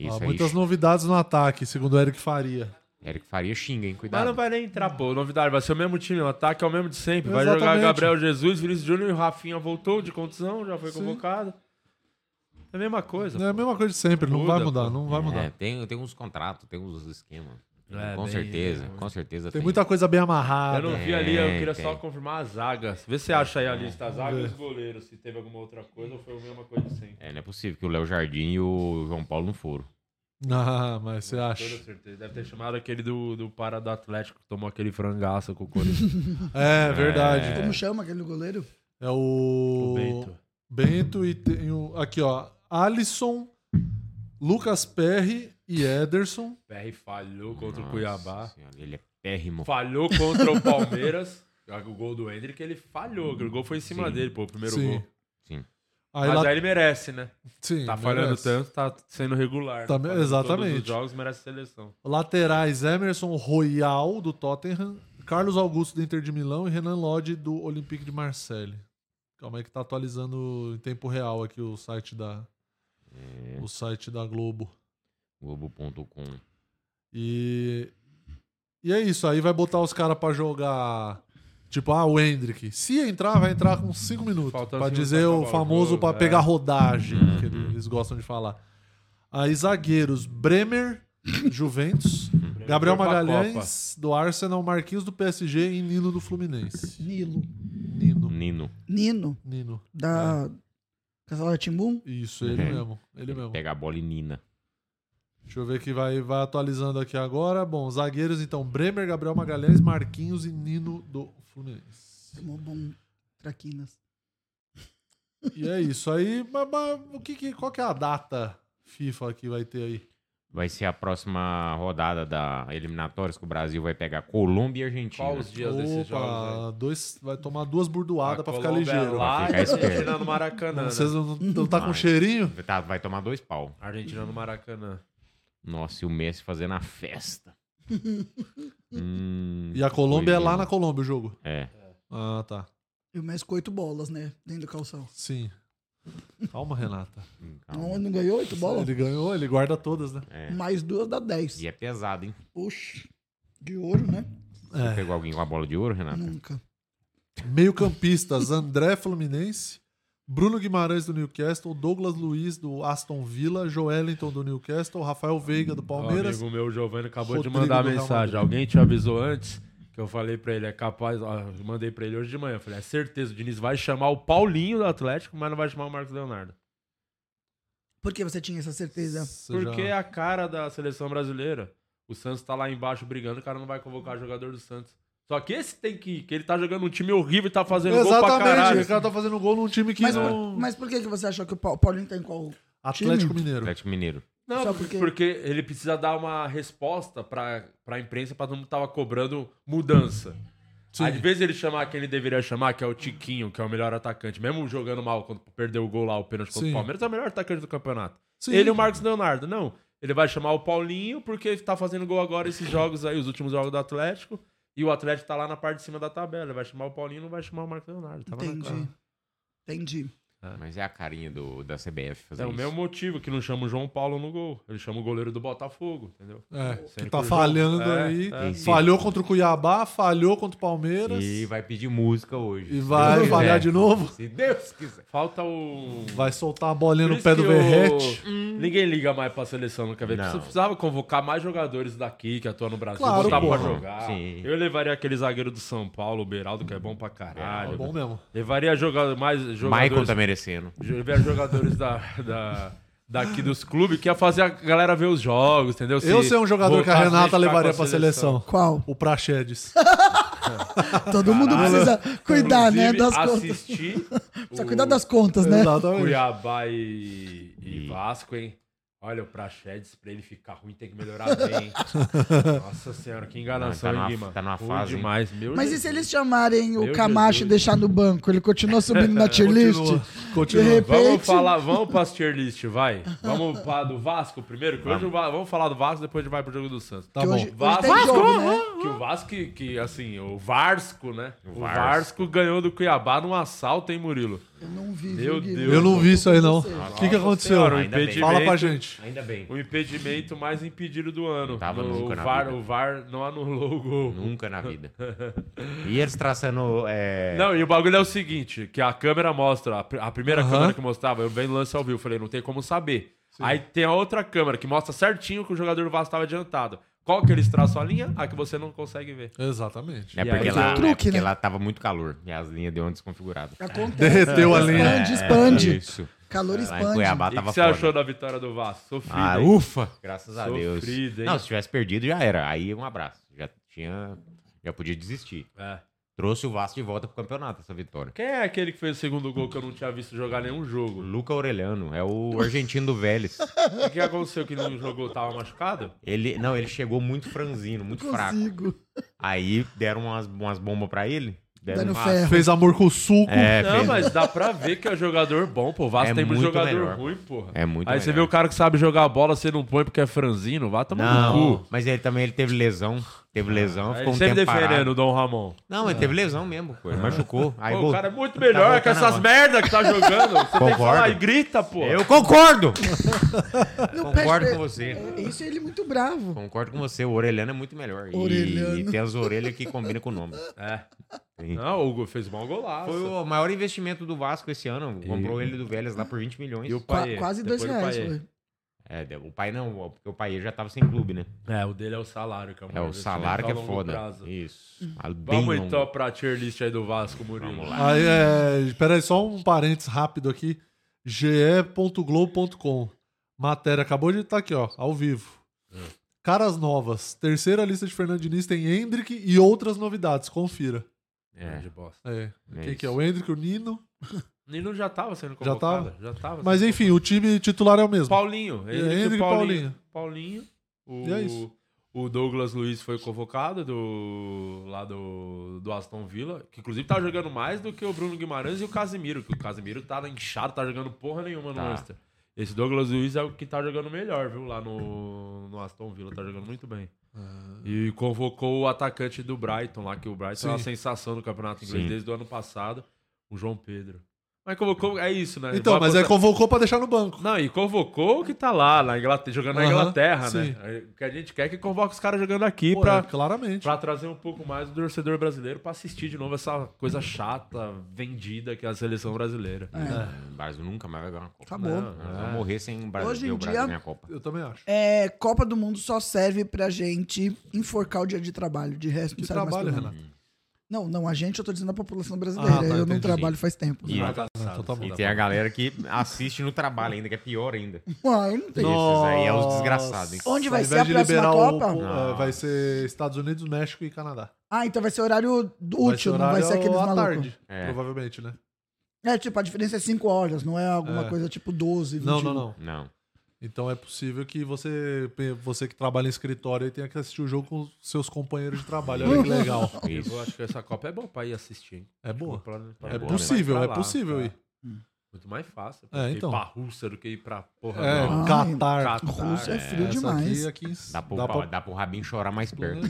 [SPEAKER 3] Isso
[SPEAKER 2] Ó,
[SPEAKER 3] aí.
[SPEAKER 2] muitas novidades no ataque, segundo o Eric Faria.
[SPEAKER 3] Eric Faria xinga, hein?
[SPEAKER 1] Mas não
[SPEAKER 3] Cuidado.
[SPEAKER 1] vai nem entrar, pô. Novidade, vai ser o mesmo time. O ataque é o mesmo de sempre. Vai jogar
[SPEAKER 2] Exatamente.
[SPEAKER 1] Gabriel Jesus, Vinícius Júnior e o Rafinha voltou de contusão, já foi convocado. É a mesma coisa.
[SPEAKER 2] É a mesma coisa de sempre, não
[SPEAKER 1] Muda,
[SPEAKER 2] vai mudar,
[SPEAKER 1] pô.
[SPEAKER 2] não vai mudar.
[SPEAKER 3] É, tem, tem uns contratos, tem uns esquemas.
[SPEAKER 1] É,
[SPEAKER 3] com
[SPEAKER 1] bem-
[SPEAKER 3] certeza, com certeza
[SPEAKER 2] Tem muita coisa bem
[SPEAKER 1] Eu
[SPEAKER 2] amarrada.
[SPEAKER 1] não vi ali, eu queria
[SPEAKER 3] É, Tem,
[SPEAKER 1] só
[SPEAKER 3] tem.
[SPEAKER 1] confirmar a zaga. Vê se você acha aí a lista, a zaga e os goleiros, se teve alguma outra coisa ou foi a mesma coisa de sempre.
[SPEAKER 3] É, não é possível que o Léo Jardim e o João Paulo não foram.
[SPEAKER 2] Ah, mas você
[SPEAKER 1] Com toda
[SPEAKER 2] acha.
[SPEAKER 1] certeza. Deve ter chamado aquele do, do para do Atlético que tomou aquele frangaço com o Corinthians.
[SPEAKER 2] É, verdade.
[SPEAKER 4] Como chama aquele goleiro?
[SPEAKER 2] É o.
[SPEAKER 1] O Bento.
[SPEAKER 2] Bento e tem o. Aqui, ó. Alisson, Lucas Perry e Ederson.
[SPEAKER 1] O PR falhou contra o
[SPEAKER 3] Nossa
[SPEAKER 1] Cuiabá.
[SPEAKER 3] Senhora, ele é pérrimo.
[SPEAKER 1] Falhou contra o Palmeiras. O gol do Hendrick, ele falhou. O gol foi em cima
[SPEAKER 3] Sim.
[SPEAKER 1] dele, pô, o primeiro
[SPEAKER 2] Sim.
[SPEAKER 1] gol.
[SPEAKER 3] Sim.
[SPEAKER 2] Aí
[SPEAKER 1] Mas
[SPEAKER 2] lá-
[SPEAKER 1] aí ele merece, né?
[SPEAKER 2] sim,
[SPEAKER 1] Tá falhando
[SPEAKER 2] merece.
[SPEAKER 1] tanto, tá sendo regular.
[SPEAKER 2] Tá-
[SPEAKER 1] falhando
[SPEAKER 2] exatamente.
[SPEAKER 1] Todos os jogos merece seleção.
[SPEAKER 2] Laterais: Emerson Royal, do Tottenham, Carlos Augusto, do Inter de Milão e Renan Lodge, do Olympique de Marseille. Calma aí que tá atualizando em tempo real aqui o site da. O site da Globo.
[SPEAKER 3] Globo.com.
[SPEAKER 2] E. E é isso. Aí vai botar os caras pra jogar. Tipo, ah, o Hendrick. Se entrar, vai entrar com 5 minutos.
[SPEAKER 1] Faltando
[SPEAKER 2] pra
[SPEAKER 1] cinco
[SPEAKER 2] dizer
[SPEAKER 1] pra
[SPEAKER 2] o
[SPEAKER 1] acabar o
[SPEAKER 2] famoso
[SPEAKER 1] um jogo,
[SPEAKER 2] pra
[SPEAKER 1] é.
[SPEAKER 2] pegar rodagem, que eles gostam de falar. Aí zagueiros: Bremer, Juventus. Gabriel
[SPEAKER 1] Foi pra
[SPEAKER 2] Magalhães, do Arsenal. Marquinhos, do PSG. E Nino, do Fluminense.
[SPEAKER 4] Nilo.
[SPEAKER 1] Uhum.
[SPEAKER 2] Nino.
[SPEAKER 3] Nino.
[SPEAKER 4] Nino,
[SPEAKER 2] Nino.
[SPEAKER 4] da
[SPEAKER 2] É.
[SPEAKER 4] Casal Timbum.
[SPEAKER 2] Isso, ele
[SPEAKER 3] Uhum.
[SPEAKER 2] mesmo. Ele
[SPEAKER 1] Então-
[SPEAKER 2] mesmo.
[SPEAKER 3] Pega a bola e nina.
[SPEAKER 2] Deixa eu ver que vai, vai atualizando aqui agora. Bom, zagueiros então, Bremer, Gabriel Magalhães, Marquinhos e Nino do Fluminense.
[SPEAKER 4] Tomou bom traquinas.
[SPEAKER 2] E é isso aí. Mas, mas o que, que- qual que é a data FIFA que vai ter aí?
[SPEAKER 3] Vai ser a próxima rodada da eliminatórias que o Brasil vai pegar Colômbia e Argentina.
[SPEAKER 1] Qual os dias desses jogos?
[SPEAKER 2] Opa, dois, vai tomar duas burdoadas
[SPEAKER 1] Nada
[SPEAKER 2] pra ficar ligeiro.
[SPEAKER 1] é Lá,
[SPEAKER 3] Pra
[SPEAKER 1] e
[SPEAKER 3] ficar
[SPEAKER 1] a
[SPEAKER 3] esperto.
[SPEAKER 1] Argentina no Maracanã. né?
[SPEAKER 2] Vocês não, não tá com
[SPEAKER 3] Vai.
[SPEAKER 2] cheirinho?
[SPEAKER 3] Tá, vai tomar dois pau.
[SPEAKER 1] Argentina no Maracanã.
[SPEAKER 3] Nossa, e o Messi fazendo a festa. Hum,
[SPEAKER 2] E a Colômbia é
[SPEAKER 3] coisa.
[SPEAKER 2] lá na Colômbia o jogo.
[SPEAKER 3] É.
[SPEAKER 2] Ah, tá.
[SPEAKER 4] E o Messi com oito bolas, né? Dentro do calção.
[SPEAKER 2] Sim. Calma, Renata.
[SPEAKER 4] Não,
[SPEAKER 3] Calma.
[SPEAKER 4] ele não ganhou oito bolas?
[SPEAKER 2] Ele ganhou, ele guarda todas, né?
[SPEAKER 3] É.
[SPEAKER 4] Mais duas dá dez.
[SPEAKER 3] E é pesado, hein?
[SPEAKER 4] Oxe. De ouro, né?
[SPEAKER 2] É.
[SPEAKER 3] Pegou alguém com a bola de ouro,
[SPEAKER 1] Ah.
[SPEAKER 3] Renato?
[SPEAKER 4] Nunca.
[SPEAKER 2] Meio-campistas: André Fluminense, Bruno Guimarães do Newcastle, Douglas Luiz do Aston Villa, Joelinton do Newcastle, Rafael Veiga do Palmeiras.
[SPEAKER 1] O amigo meu, o Giovanni, acabou
[SPEAKER 2] Rodrigo
[SPEAKER 1] de mandar
[SPEAKER 2] do Real
[SPEAKER 1] mensagem.
[SPEAKER 2] Madrid.
[SPEAKER 1] Alguém te avisou antes? Que eu falei pra ele, é capaz. ó, eu mandei pra ele hoje de manhã. Eu falei, é certeza, o Diniz vai chamar o Paulinho do Atlético, mas não vai chamar o Marcos Leonardo.
[SPEAKER 4] Por que você tinha essa certeza?
[SPEAKER 2] Você
[SPEAKER 1] Porque é
[SPEAKER 2] já-
[SPEAKER 1] a cara da seleção brasileira. O Santos tá lá embaixo brigando, o cara não vai convocar jogador do Santos. Só que esse tem que ir, que ele tá jogando um time horrível e tá fazendo gol pra
[SPEAKER 2] Exatamente,
[SPEAKER 1] caralho.
[SPEAKER 2] o cara tá fazendo gol num time que
[SPEAKER 4] Mas,
[SPEAKER 2] não.
[SPEAKER 4] mas por que, que você achou que o Pau- Paulinho tá em qual?
[SPEAKER 2] Atlético Mineiro.
[SPEAKER 3] Atlético Mineiro.
[SPEAKER 1] Não,
[SPEAKER 4] Só
[SPEAKER 1] porque...
[SPEAKER 4] porque-
[SPEAKER 1] porque ele precisa dar uma resposta pra, pra imprensa, pra todo mundo que tava cobrando mudança.
[SPEAKER 2] Sim.
[SPEAKER 1] Às vezes ele chamar quem ele deveria chamar, que é o Tiquinho, que é o melhor atacante, mesmo jogando mal quando perdeu o gol lá, o pênalti contra
[SPEAKER 2] Sim.
[SPEAKER 1] o Palmeiras, é o melhor atacante do campeonato.
[SPEAKER 2] Sim.
[SPEAKER 1] Ele e o Marcos Leonardo, não. Ele vai chamar o Paulinho porque tá fazendo gol agora esses jogos aí, os últimos jogos do Atlético. E o Atlético tá lá na parte de cima da tabela. Ele vai chamar o Paulinho não vai chamar o Marcos Leonardo. Tava na cara.
[SPEAKER 4] Entendi. Entendi.
[SPEAKER 3] Mas é a carinha do, da CBF fazer
[SPEAKER 1] É o
[SPEAKER 3] isso.
[SPEAKER 1] mesmo motivo que não chama o João Paulo no gol. Ele chama o goleiro do Botafogo, entendeu?
[SPEAKER 2] É, que
[SPEAKER 1] Sempre
[SPEAKER 2] tá
[SPEAKER 1] o jogo.
[SPEAKER 2] falhando
[SPEAKER 1] É,
[SPEAKER 2] aí.
[SPEAKER 1] é.
[SPEAKER 2] Falhou contra o Cuiabá, falhou contra o Palmeiras.
[SPEAKER 3] E vai pedir música hoje.
[SPEAKER 2] E vai
[SPEAKER 3] Se
[SPEAKER 2] falhar
[SPEAKER 3] quiser.
[SPEAKER 2] de novo.
[SPEAKER 3] Se Deus quiser.
[SPEAKER 1] Falta o.
[SPEAKER 2] Vai soltar a bolinha
[SPEAKER 1] Por
[SPEAKER 2] no
[SPEAKER 1] isso
[SPEAKER 2] pé do
[SPEAKER 1] que o-
[SPEAKER 2] Verrete.
[SPEAKER 1] Ninguém liga mais pra seleção no KV.
[SPEAKER 3] Não.
[SPEAKER 1] Precisava convocar mais jogadores daqui que atuam no Brasil,
[SPEAKER 2] Claro,
[SPEAKER 1] botar pra
[SPEAKER 2] porra.
[SPEAKER 1] jogar.
[SPEAKER 3] Sim.
[SPEAKER 1] Eu levaria aquele zagueiro do São Paulo, o Beraldo, que é bom pra caralho.
[SPEAKER 3] Beraldo.
[SPEAKER 2] Bom mesmo.
[SPEAKER 1] Levaria joga- mais
[SPEAKER 3] Michael
[SPEAKER 1] jogadores.
[SPEAKER 3] tá merecendo.
[SPEAKER 1] Levaria jogadores da, da- daqui dos clubes que ia fazer a galera ver os jogos, entendeu?
[SPEAKER 2] Eu ser um jogador que a
[SPEAKER 1] voltasse
[SPEAKER 2] Renata
[SPEAKER 1] identificar
[SPEAKER 2] levaria
[SPEAKER 1] com a
[SPEAKER 2] pra seleção.
[SPEAKER 4] Qual?
[SPEAKER 2] O Praxedes.
[SPEAKER 4] Todo mundo precisa cuidar, né?
[SPEAKER 1] Inclusive,
[SPEAKER 4] Das contas.
[SPEAKER 1] assistir
[SPEAKER 4] Precisa
[SPEAKER 1] o
[SPEAKER 4] cuidar das contas, né?
[SPEAKER 2] Exatamente.
[SPEAKER 1] Cuiabá e, e Vasco, hein? Olha, o Praxedes, pra ele ficar ruim, tem que melhorar bem. hein? Nossa senhora, que enganação,
[SPEAKER 3] Não, tá
[SPEAKER 1] hein,
[SPEAKER 3] numa-
[SPEAKER 1] Guima?
[SPEAKER 3] tá numa
[SPEAKER 1] Ruim
[SPEAKER 3] fase, hein?
[SPEAKER 1] demais, meu
[SPEAKER 4] Mas e
[SPEAKER 1] Jesus.
[SPEAKER 4] se eles chamarem o
[SPEAKER 1] Meu
[SPEAKER 4] Camacho
[SPEAKER 1] Jesus.
[SPEAKER 4] e deixar no banco? Ele continua subindo na tier list?
[SPEAKER 2] Continua.
[SPEAKER 4] De
[SPEAKER 2] Continua.
[SPEAKER 4] repente.
[SPEAKER 1] Vamos falar, vamos pra tier list, vai. Vamos pra do Vasco primeiro, que hoje o Va- vamos falar do Vasco, depois a gente vai pro jogo do Santos.
[SPEAKER 2] Tá
[SPEAKER 4] que
[SPEAKER 2] bom.
[SPEAKER 4] hoje, hoje
[SPEAKER 1] Vasco,
[SPEAKER 4] tem jogo, né?
[SPEAKER 1] que o Vasco, que, que, assim, o Varsco, né? O
[SPEAKER 3] Vasco.
[SPEAKER 1] Varsco ganhou do Cuiabá num assalto, hein, Murilo?
[SPEAKER 4] Eu não vi,
[SPEAKER 1] Meu então.
[SPEAKER 4] viu, Gui?
[SPEAKER 1] Deus.
[SPEAKER 2] Eu não vi isso aí, não. O
[SPEAKER 3] Nossa
[SPEAKER 2] que, que aconteceu?
[SPEAKER 1] senhora, o
[SPEAKER 3] Ainda bem.
[SPEAKER 2] Fala pra
[SPEAKER 1] impedimento-
[SPEAKER 2] gente.
[SPEAKER 3] Ainda bem.
[SPEAKER 1] O impedimento mais impedido do ano.
[SPEAKER 3] Não tava
[SPEAKER 1] No-
[SPEAKER 3] nunca
[SPEAKER 1] o,
[SPEAKER 3] na
[SPEAKER 1] VAR,
[SPEAKER 3] vida.
[SPEAKER 1] o VAR não anulou o gol.
[SPEAKER 3] Nunca na vida. E eles traçando. É...
[SPEAKER 1] Não, e o bagulho é o seguinte, que a câmera mostra, a, pr- a primeira
[SPEAKER 2] Aham.
[SPEAKER 1] câmera que mostrava, eu venho lance ao vivo, falei, não tem como saber. Aí tem a outra câmera que mostra certinho que o jogador do Vasco estava adiantado. Qual que eles traçam a linha? A que você não consegue ver.
[SPEAKER 2] Exatamente.
[SPEAKER 3] É
[SPEAKER 1] E
[SPEAKER 3] porque,
[SPEAKER 1] aí-
[SPEAKER 3] lá,
[SPEAKER 4] É um truque,
[SPEAKER 3] é porque
[SPEAKER 4] né?
[SPEAKER 3] lá tava muito calor e as linhas deu uma desconfigurada.
[SPEAKER 4] Acontece.
[SPEAKER 2] Derreteu
[SPEAKER 1] É,
[SPEAKER 2] a linha.
[SPEAKER 4] Expande, expande.
[SPEAKER 3] Isso.
[SPEAKER 4] Calor
[SPEAKER 3] Lá em
[SPEAKER 4] expande.
[SPEAKER 3] Cuiabá
[SPEAKER 1] E o que
[SPEAKER 3] Ah, tava
[SPEAKER 1] você
[SPEAKER 3] foda.
[SPEAKER 1] achou da vitória do Vasco? Sofrido,
[SPEAKER 3] Ah,
[SPEAKER 1] hein?
[SPEAKER 3] ufa! Graças a Deus.
[SPEAKER 1] Sofrido, hein?
[SPEAKER 3] Não, se tivesse perdido já era. Aí um abraço. Já tinha. Já podia desistir.
[SPEAKER 1] É.
[SPEAKER 3] Trouxe o Vasco de volta pro campeonato essa vitória.
[SPEAKER 1] Quem é aquele que fez o segundo gol que eu não tinha visto jogar nenhum
[SPEAKER 3] O
[SPEAKER 1] jogo?
[SPEAKER 3] Luca Aureliano é o argentino do Vélez.
[SPEAKER 1] O que aconteceu que não jogou, tava machucado?
[SPEAKER 3] Ele, não, ele chegou muito franzino, muito fraco.
[SPEAKER 4] Consigo.
[SPEAKER 3] Aí deram umas, umas bombas pra ele. Deram
[SPEAKER 4] Dando
[SPEAKER 3] umas-
[SPEAKER 4] ferro.
[SPEAKER 2] Fez amor com o suco.
[SPEAKER 3] É,
[SPEAKER 1] não,
[SPEAKER 3] fez-
[SPEAKER 1] mas dá pra ver que é jogador bom, pô. O Vasco
[SPEAKER 3] É
[SPEAKER 1] tem muito
[SPEAKER 3] muito
[SPEAKER 1] jogador
[SPEAKER 3] melhor.
[SPEAKER 1] ruim, porra.
[SPEAKER 3] É muito
[SPEAKER 1] Aí você vê
[SPEAKER 3] melhor.
[SPEAKER 1] o cara que sabe jogar bola, você não põe porque é franzino, vá tomar no
[SPEAKER 3] Não,
[SPEAKER 1] cu. Ah,
[SPEAKER 3] mas ele também ele teve lesão. Teve lesão,
[SPEAKER 1] Aí
[SPEAKER 3] ficou
[SPEAKER 1] ele
[SPEAKER 3] um
[SPEAKER 1] sempre
[SPEAKER 3] tempo
[SPEAKER 1] defendendo
[SPEAKER 3] parado.
[SPEAKER 1] o Dom Ramon.
[SPEAKER 3] Não, ele teve lesão mesmo, pô. Ele machucou. Aí
[SPEAKER 1] Pô,
[SPEAKER 3] vol-
[SPEAKER 1] o cara é muito
[SPEAKER 3] Tá
[SPEAKER 1] melhor
[SPEAKER 3] voltando
[SPEAKER 1] que essas
[SPEAKER 3] agora.
[SPEAKER 1] merda que tá jogando. Você tem que
[SPEAKER 3] Concordo.
[SPEAKER 1] falar e grita, pô.
[SPEAKER 3] Eu concordo!
[SPEAKER 4] Não,
[SPEAKER 3] Concordo
[SPEAKER 4] pede-
[SPEAKER 3] com você.
[SPEAKER 4] É, Isso ele muito bravo.
[SPEAKER 3] Concordo com você, o orelhano é muito melhor. E-
[SPEAKER 4] Orelhano.
[SPEAKER 3] E, tem as orelhas que combinam com o nome.
[SPEAKER 1] É.
[SPEAKER 3] Sim.
[SPEAKER 1] Não, o Hugo fez um bom golaço.
[SPEAKER 3] Foi o maior investimento do Vasco esse ano. Comprou ele do Vélez lá por 20 milhões.
[SPEAKER 1] E o
[SPEAKER 4] Qua-
[SPEAKER 1] Paê,
[SPEAKER 4] quase dois
[SPEAKER 1] depois do
[SPEAKER 4] reais,
[SPEAKER 1] Paê.
[SPEAKER 4] foi.
[SPEAKER 3] É, de- o pai não, porque o pai já tava sem clube, né?
[SPEAKER 1] É, o dele é o salário. Que é, o
[SPEAKER 3] É,
[SPEAKER 1] maior
[SPEAKER 3] o salário que é
[SPEAKER 1] investimento a longo
[SPEAKER 3] foda.
[SPEAKER 1] prazo.
[SPEAKER 3] Isso. Ah, bem
[SPEAKER 1] Vamos
[SPEAKER 3] longo.
[SPEAKER 1] então pra tier list aí do Vasco, Murilo.
[SPEAKER 3] Vamos lá.
[SPEAKER 2] Aí, é, peraí, só um parênteses rápido aqui. ge.globo.com. Matéria acabou de estar aqui, ó, ao vivo.
[SPEAKER 1] É.
[SPEAKER 2] Caras novas. Terceira lista de Fernando Diniz tem Hendrick e outras novidades. Confira.
[SPEAKER 3] É.
[SPEAKER 1] De bosta.
[SPEAKER 2] É.
[SPEAKER 3] É
[SPEAKER 2] Quem que é?
[SPEAKER 3] isso.
[SPEAKER 2] O Hendrick, o Nino.
[SPEAKER 1] Nino já tava sendo
[SPEAKER 2] Já tava?
[SPEAKER 1] convocado. Já tava?
[SPEAKER 2] Mas
[SPEAKER 1] sendo
[SPEAKER 2] enfim, o time titular é o mesmo.
[SPEAKER 1] Paulinho. Ele
[SPEAKER 2] Hendrick e
[SPEAKER 1] e Paulinho. Paulinho. o,
[SPEAKER 2] E é isso.
[SPEAKER 1] O Douglas Luiz foi convocado do, lá do, do Aston Villa, que inclusive tá jogando mais do que o Bruno Guimarães e o Casimiro, que o Casimiro tá inchado, tá jogando porra nenhuma no
[SPEAKER 3] Tá.
[SPEAKER 1] Manchester. Esse Douglas Luiz é o que tá jogando melhor, viu? Lá no, no Aston Villa, tá jogando muito bem. E convocou o atacante do Brighton lá, que o Brighton é uma
[SPEAKER 2] Sim.
[SPEAKER 1] sensação no campeonato inglês
[SPEAKER 3] Sim.
[SPEAKER 1] desde o ano passado, o João Pedro. Mas convocou, é isso, né?
[SPEAKER 2] Então,
[SPEAKER 1] Vai
[SPEAKER 2] mas é
[SPEAKER 1] botar-
[SPEAKER 2] convocou pra deixar no banco.
[SPEAKER 1] não, e convocou o que tá lá, na Inglaterra, jogando na
[SPEAKER 2] Aham,
[SPEAKER 1] Inglaterra,
[SPEAKER 2] sim.
[SPEAKER 1] né? O que a gente quer é que convoque os caras jogando aqui
[SPEAKER 2] Pô, é,
[SPEAKER 1] pra,
[SPEAKER 2] claramente.
[SPEAKER 1] pra trazer um pouco mais do torcedor brasileiro pra assistir de novo essa coisa chata, vendida que é a seleção brasileira.
[SPEAKER 2] É,
[SPEAKER 3] O Brasil nunca mais vai ganhar uma Copa.
[SPEAKER 4] Acabou.
[SPEAKER 1] Não. é.
[SPEAKER 3] Nós vamos morrer sem o Brasil,
[SPEAKER 4] Hoje em
[SPEAKER 3] ver o Brasil
[SPEAKER 4] dia-
[SPEAKER 3] ganhar a Copa.
[SPEAKER 2] Eu também acho.
[SPEAKER 4] É, Copa do Mundo só serve pra gente enforcar o dia de trabalho. De resto, não
[SPEAKER 2] Que
[SPEAKER 4] serve mais
[SPEAKER 2] trabalho,
[SPEAKER 4] pra nada.
[SPEAKER 2] Renato.
[SPEAKER 4] Não, não, a gente, eu tô dizendo a população brasileira.
[SPEAKER 2] Ah, tá,
[SPEAKER 4] eu não
[SPEAKER 2] entendi.
[SPEAKER 4] trabalho faz tempo.
[SPEAKER 3] E,
[SPEAKER 1] Ah, tá,
[SPEAKER 2] então tá bom.
[SPEAKER 3] e tem a galera que assiste no trabalho ainda, que é pior ainda.
[SPEAKER 4] Ah, eu não tenho.
[SPEAKER 3] Esses aí é os desgraçados, hein? Ah.
[SPEAKER 4] Onde vai
[SPEAKER 2] Ao
[SPEAKER 4] ser
[SPEAKER 2] invés de
[SPEAKER 4] a
[SPEAKER 2] liberar
[SPEAKER 4] próxima
[SPEAKER 2] o-
[SPEAKER 4] Copa?
[SPEAKER 2] o- é,
[SPEAKER 3] Não.
[SPEAKER 2] vai ser Estados Unidos, México e Canadá.
[SPEAKER 4] Ah, então vai ser horário útil,
[SPEAKER 2] ser
[SPEAKER 4] não vai
[SPEAKER 2] horário
[SPEAKER 4] ser aqueles
[SPEAKER 2] à
[SPEAKER 4] malucos.
[SPEAKER 2] tarde,
[SPEAKER 3] É.
[SPEAKER 2] provavelmente, né?
[SPEAKER 4] É, tipo, a diferença é 5 horas, não é alguma
[SPEAKER 2] É.
[SPEAKER 4] coisa tipo 12, 20.
[SPEAKER 2] Não, não, não.
[SPEAKER 3] Não.
[SPEAKER 2] Então é possível que você, você que trabalha em escritório aí tenha que assistir o jogo com os seus companheiros de trabalho. Olha que legal.
[SPEAKER 3] Isso.
[SPEAKER 1] Eu acho que essa Copa é bom pra ir assistir, hein?
[SPEAKER 2] É boa.
[SPEAKER 1] É,
[SPEAKER 3] É
[SPEAKER 2] É
[SPEAKER 3] boa,
[SPEAKER 2] possível, é
[SPEAKER 3] tá.
[SPEAKER 2] possível ir.
[SPEAKER 1] tá? Muito mais fácil.
[SPEAKER 2] É,
[SPEAKER 1] ir
[SPEAKER 2] então.
[SPEAKER 1] pra Rússia do que ir pra porra
[SPEAKER 2] É,
[SPEAKER 1] do-
[SPEAKER 4] Ai,
[SPEAKER 2] Catar.
[SPEAKER 4] Rússia é frio
[SPEAKER 2] Essa
[SPEAKER 4] demais.
[SPEAKER 2] Aqui, aqui, em-
[SPEAKER 3] Dá pro,
[SPEAKER 2] dá pra Uhum.
[SPEAKER 3] dá pro Rabinho chorar mais perto.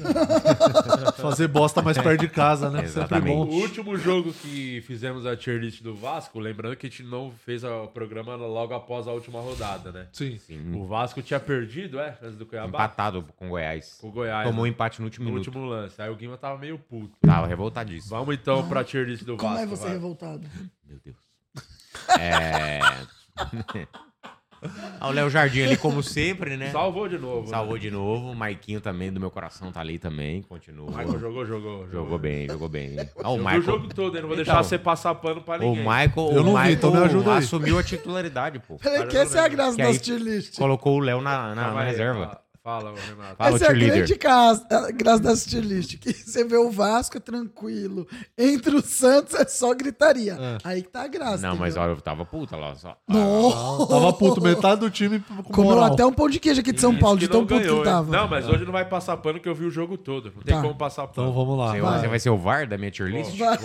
[SPEAKER 2] fazer bosta mais perto de casa, né?
[SPEAKER 3] Exatamente.
[SPEAKER 1] O
[SPEAKER 2] Sempre bom.
[SPEAKER 1] último jogo que fizemos a tier list do Vasco, lembrando que a gente não fez a- o programa logo após a última rodada, né?
[SPEAKER 2] Sim.
[SPEAKER 3] Hum.
[SPEAKER 1] O Vasco tinha perdido, é? Antes do Cuiabá.
[SPEAKER 3] Assim, um Empatado com o Goiás.
[SPEAKER 1] Com o Goiás. né?
[SPEAKER 3] Tomou um empate no último
[SPEAKER 1] no
[SPEAKER 3] minuto.
[SPEAKER 1] último lance. Aí o Guima tava meio puto.
[SPEAKER 3] Tava revoltadíssimo.
[SPEAKER 1] Vamos então pra tier list do
[SPEAKER 4] Como
[SPEAKER 1] Vasco.
[SPEAKER 4] é você
[SPEAKER 1] vai.
[SPEAKER 4] revoltado?
[SPEAKER 3] Meu Deus. É. Ah, o Léo Jardim ali, como sempre, né?
[SPEAKER 1] Salvou de novo.
[SPEAKER 3] Salvou de novo. O Maiquinho também, do meu coração, tá ali também. Continua.
[SPEAKER 1] Né? Michael jogou, jogou.
[SPEAKER 3] Jogou bem, jogou bem. Ah, o
[SPEAKER 1] Jogou
[SPEAKER 3] Michael.
[SPEAKER 1] o jogo todo, eu não vou
[SPEAKER 3] Então,
[SPEAKER 1] deixar você passar pano pra
[SPEAKER 3] O
[SPEAKER 1] ninguém.
[SPEAKER 3] Michael,
[SPEAKER 2] Eu não
[SPEAKER 3] o
[SPEAKER 2] vi, então me ajuda
[SPEAKER 3] Michael
[SPEAKER 2] aí.
[SPEAKER 3] assumiu a titularidade, pô.
[SPEAKER 4] Peraí,
[SPEAKER 1] Cara,
[SPEAKER 4] que essa é a graça
[SPEAKER 2] né?
[SPEAKER 3] que
[SPEAKER 4] das
[SPEAKER 3] aí-
[SPEAKER 4] tier list.
[SPEAKER 3] Colocou o Léo na, na- na
[SPEAKER 1] Calma aí,
[SPEAKER 3] reserva.
[SPEAKER 1] Fala, fala, ô, Renato.
[SPEAKER 3] Fala,
[SPEAKER 4] Essa é a
[SPEAKER 3] cheerleader.
[SPEAKER 4] grande casa, a graça da tier list. Que você vê o Vasco tranquilo. Entre o Santos é só gritaria. Aí que tá a graça.
[SPEAKER 3] Não, mas
[SPEAKER 4] entendeu?
[SPEAKER 3] ó, eu tava puta lá. Só.
[SPEAKER 4] Nossa!
[SPEAKER 2] Tava puto, metade do time com
[SPEAKER 4] Comeu
[SPEAKER 2] moral.
[SPEAKER 4] até um pão de queijo aqui de São
[SPEAKER 1] Isso
[SPEAKER 4] Paulo,
[SPEAKER 1] que
[SPEAKER 4] de tão
[SPEAKER 1] não
[SPEAKER 4] puto
[SPEAKER 1] ganhou,
[SPEAKER 4] que
[SPEAKER 1] hein?
[SPEAKER 4] tava.
[SPEAKER 1] Não, mas
[SPEAKER 3] Ah.
[SPEAKER 1] hoje não vai passar pano que eu vi o jogo todo. Não tem
[SPEAKER 4] Tá.
[SPEAKER 1] como passar pano.
[SPEAKER 2] Então vamos lá.
[SPEAKER 3] Você,
[SPEAKER 2] Vai.
[SPEAKER 3] você vai ser o VAR da minha tier list?
[SPEAKER 4] Vai.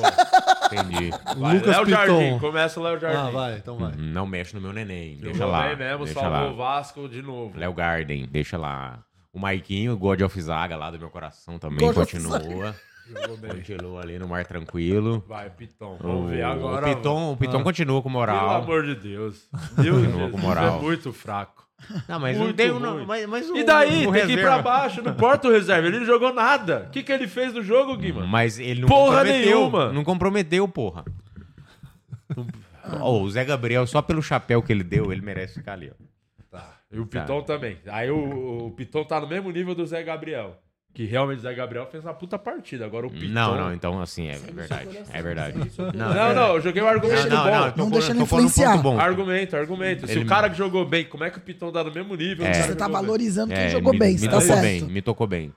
[SPEAKER 3] Entendi.
[SPEAKER 1] Vai,
[SPEAKER 2] Lucas
[SPEAKER 1] Léo Jardim,
[SPEAKER 2] Piton.
[SPEAKER 1] começa o Léo Jardim.
[SPEAKER 2] Ah, vai, então vai.
[SPEAKER 3] Não mexe no meu neném.
[SPEAKER 1] Jogou
[SPEAKER 3] Deixa lá.
[SPEAKER 1] bem mesmo,
[SPEAKER 3] deixa
[SPEAKER 1] salvou o
[SPEAKER 3] lá.
[SPEAKER 1] Vasco de novo.
[SPEAKER 3] Léo Garden, deixa lá. O Maiquinho, God of Zaga lá do meu coração também,
[SPEAKER 4] God of
[SPEAKER 3] continua.
[SPEAKER 1] Jogou bem.
[SPEAKER 3] Continua ali no mar tranquilo.
[SPEAKER 1] Vai, Piton.
[SPEAKER 3] O-
[SPEAKER 1] Vamos ver agora.
[SPEAKER 3] O Piton, o Piton continua com
[SPEAKER 1] Pelo
[SPEAKER 3] moral.
[SPEAKER 1] amor de Deus. Deus
[SPEAKER 3] Continua com
[SPEAKER 1] Jesus,
[SPEAKER 3] moral.
[SPEAKER 1] é muito fraco.
[SPEAKER 3] Não, mas
[SPEAKER 1] Muito
[SPEAKER 3] não tem um. não,
[SPEAKER 1] ruim.
[SPEAKER 3] Mas, mas o-
[SPEAKER 1] E daí,
[SPEAKER 3] o
[SPEAKER 1] tem que ir pra
[SPEAKER 3] reserva-
[SPEAKER 1] baixo, não importa o reserva. Ele não jogou nada. O que, que ele fez no jogo, Guima?
[SPEAKER 3] Mas ele não
[SPEAKER 1] Porra
[SPEAKER 3] comprometeu.
[SPEAKER 1] nenhuma.
[SPEAKER 3] Não comprometeu, porra. Ó, o Zé Gabriel, só pelo chapéu que ele deu, ele merece ficar
[SPEAKER 1] Hum.
[SPEAKER 3] ali, ó.
[SPEAKER 1] E o Piton também. Aí o, o Piton tá no mesmo nível do Zé Gabriel. Que realmente o Zé Gabriel fez uma puta partida. Agora o Piton.
[SPEAKER 3] Não, não, então assim, é verdade. É verdade. Não,
[SPEAKER 1] Não, não, eu joguei o argumento
[SPEAKER 3] não, não,
[SPEAKER 1] bom.
[SPEAKER 3] não, tô
[SPEAKER 4] Não
[SPEAKER 3] falando-
[SPEAKER 4] deixa ele
[SPEAKER 3] tô falando um ponto
[SPEAKER 4] influenciar.
[SPEAKER 3] bom.
[SPEAKER 1] Argumento, argumento. Se
[SPEAKER 3] Ele-
[SPEAKER 1] o cara que jogou bem, como é que o Piton dá no mesmo nível?
[SPEAKER 3] É.
[SPEAKER 1] O cara
[SPEAKER 4] Você tá
[SPEAKER 1] jogou bem.
[SPEAKER 4] valorizando quem
[SPEAKER 3] É,
[SPEAKER 4] jogou
[SPEAKER 3] me-
[SPEAKER 4] bem,
[SPEAKER 3] me
[SPEAKER 4] você tá
[SPEAKER 3] tocou
[SPEAKER 4] certo.
[SPEAKER 3] bem, me tocou bem.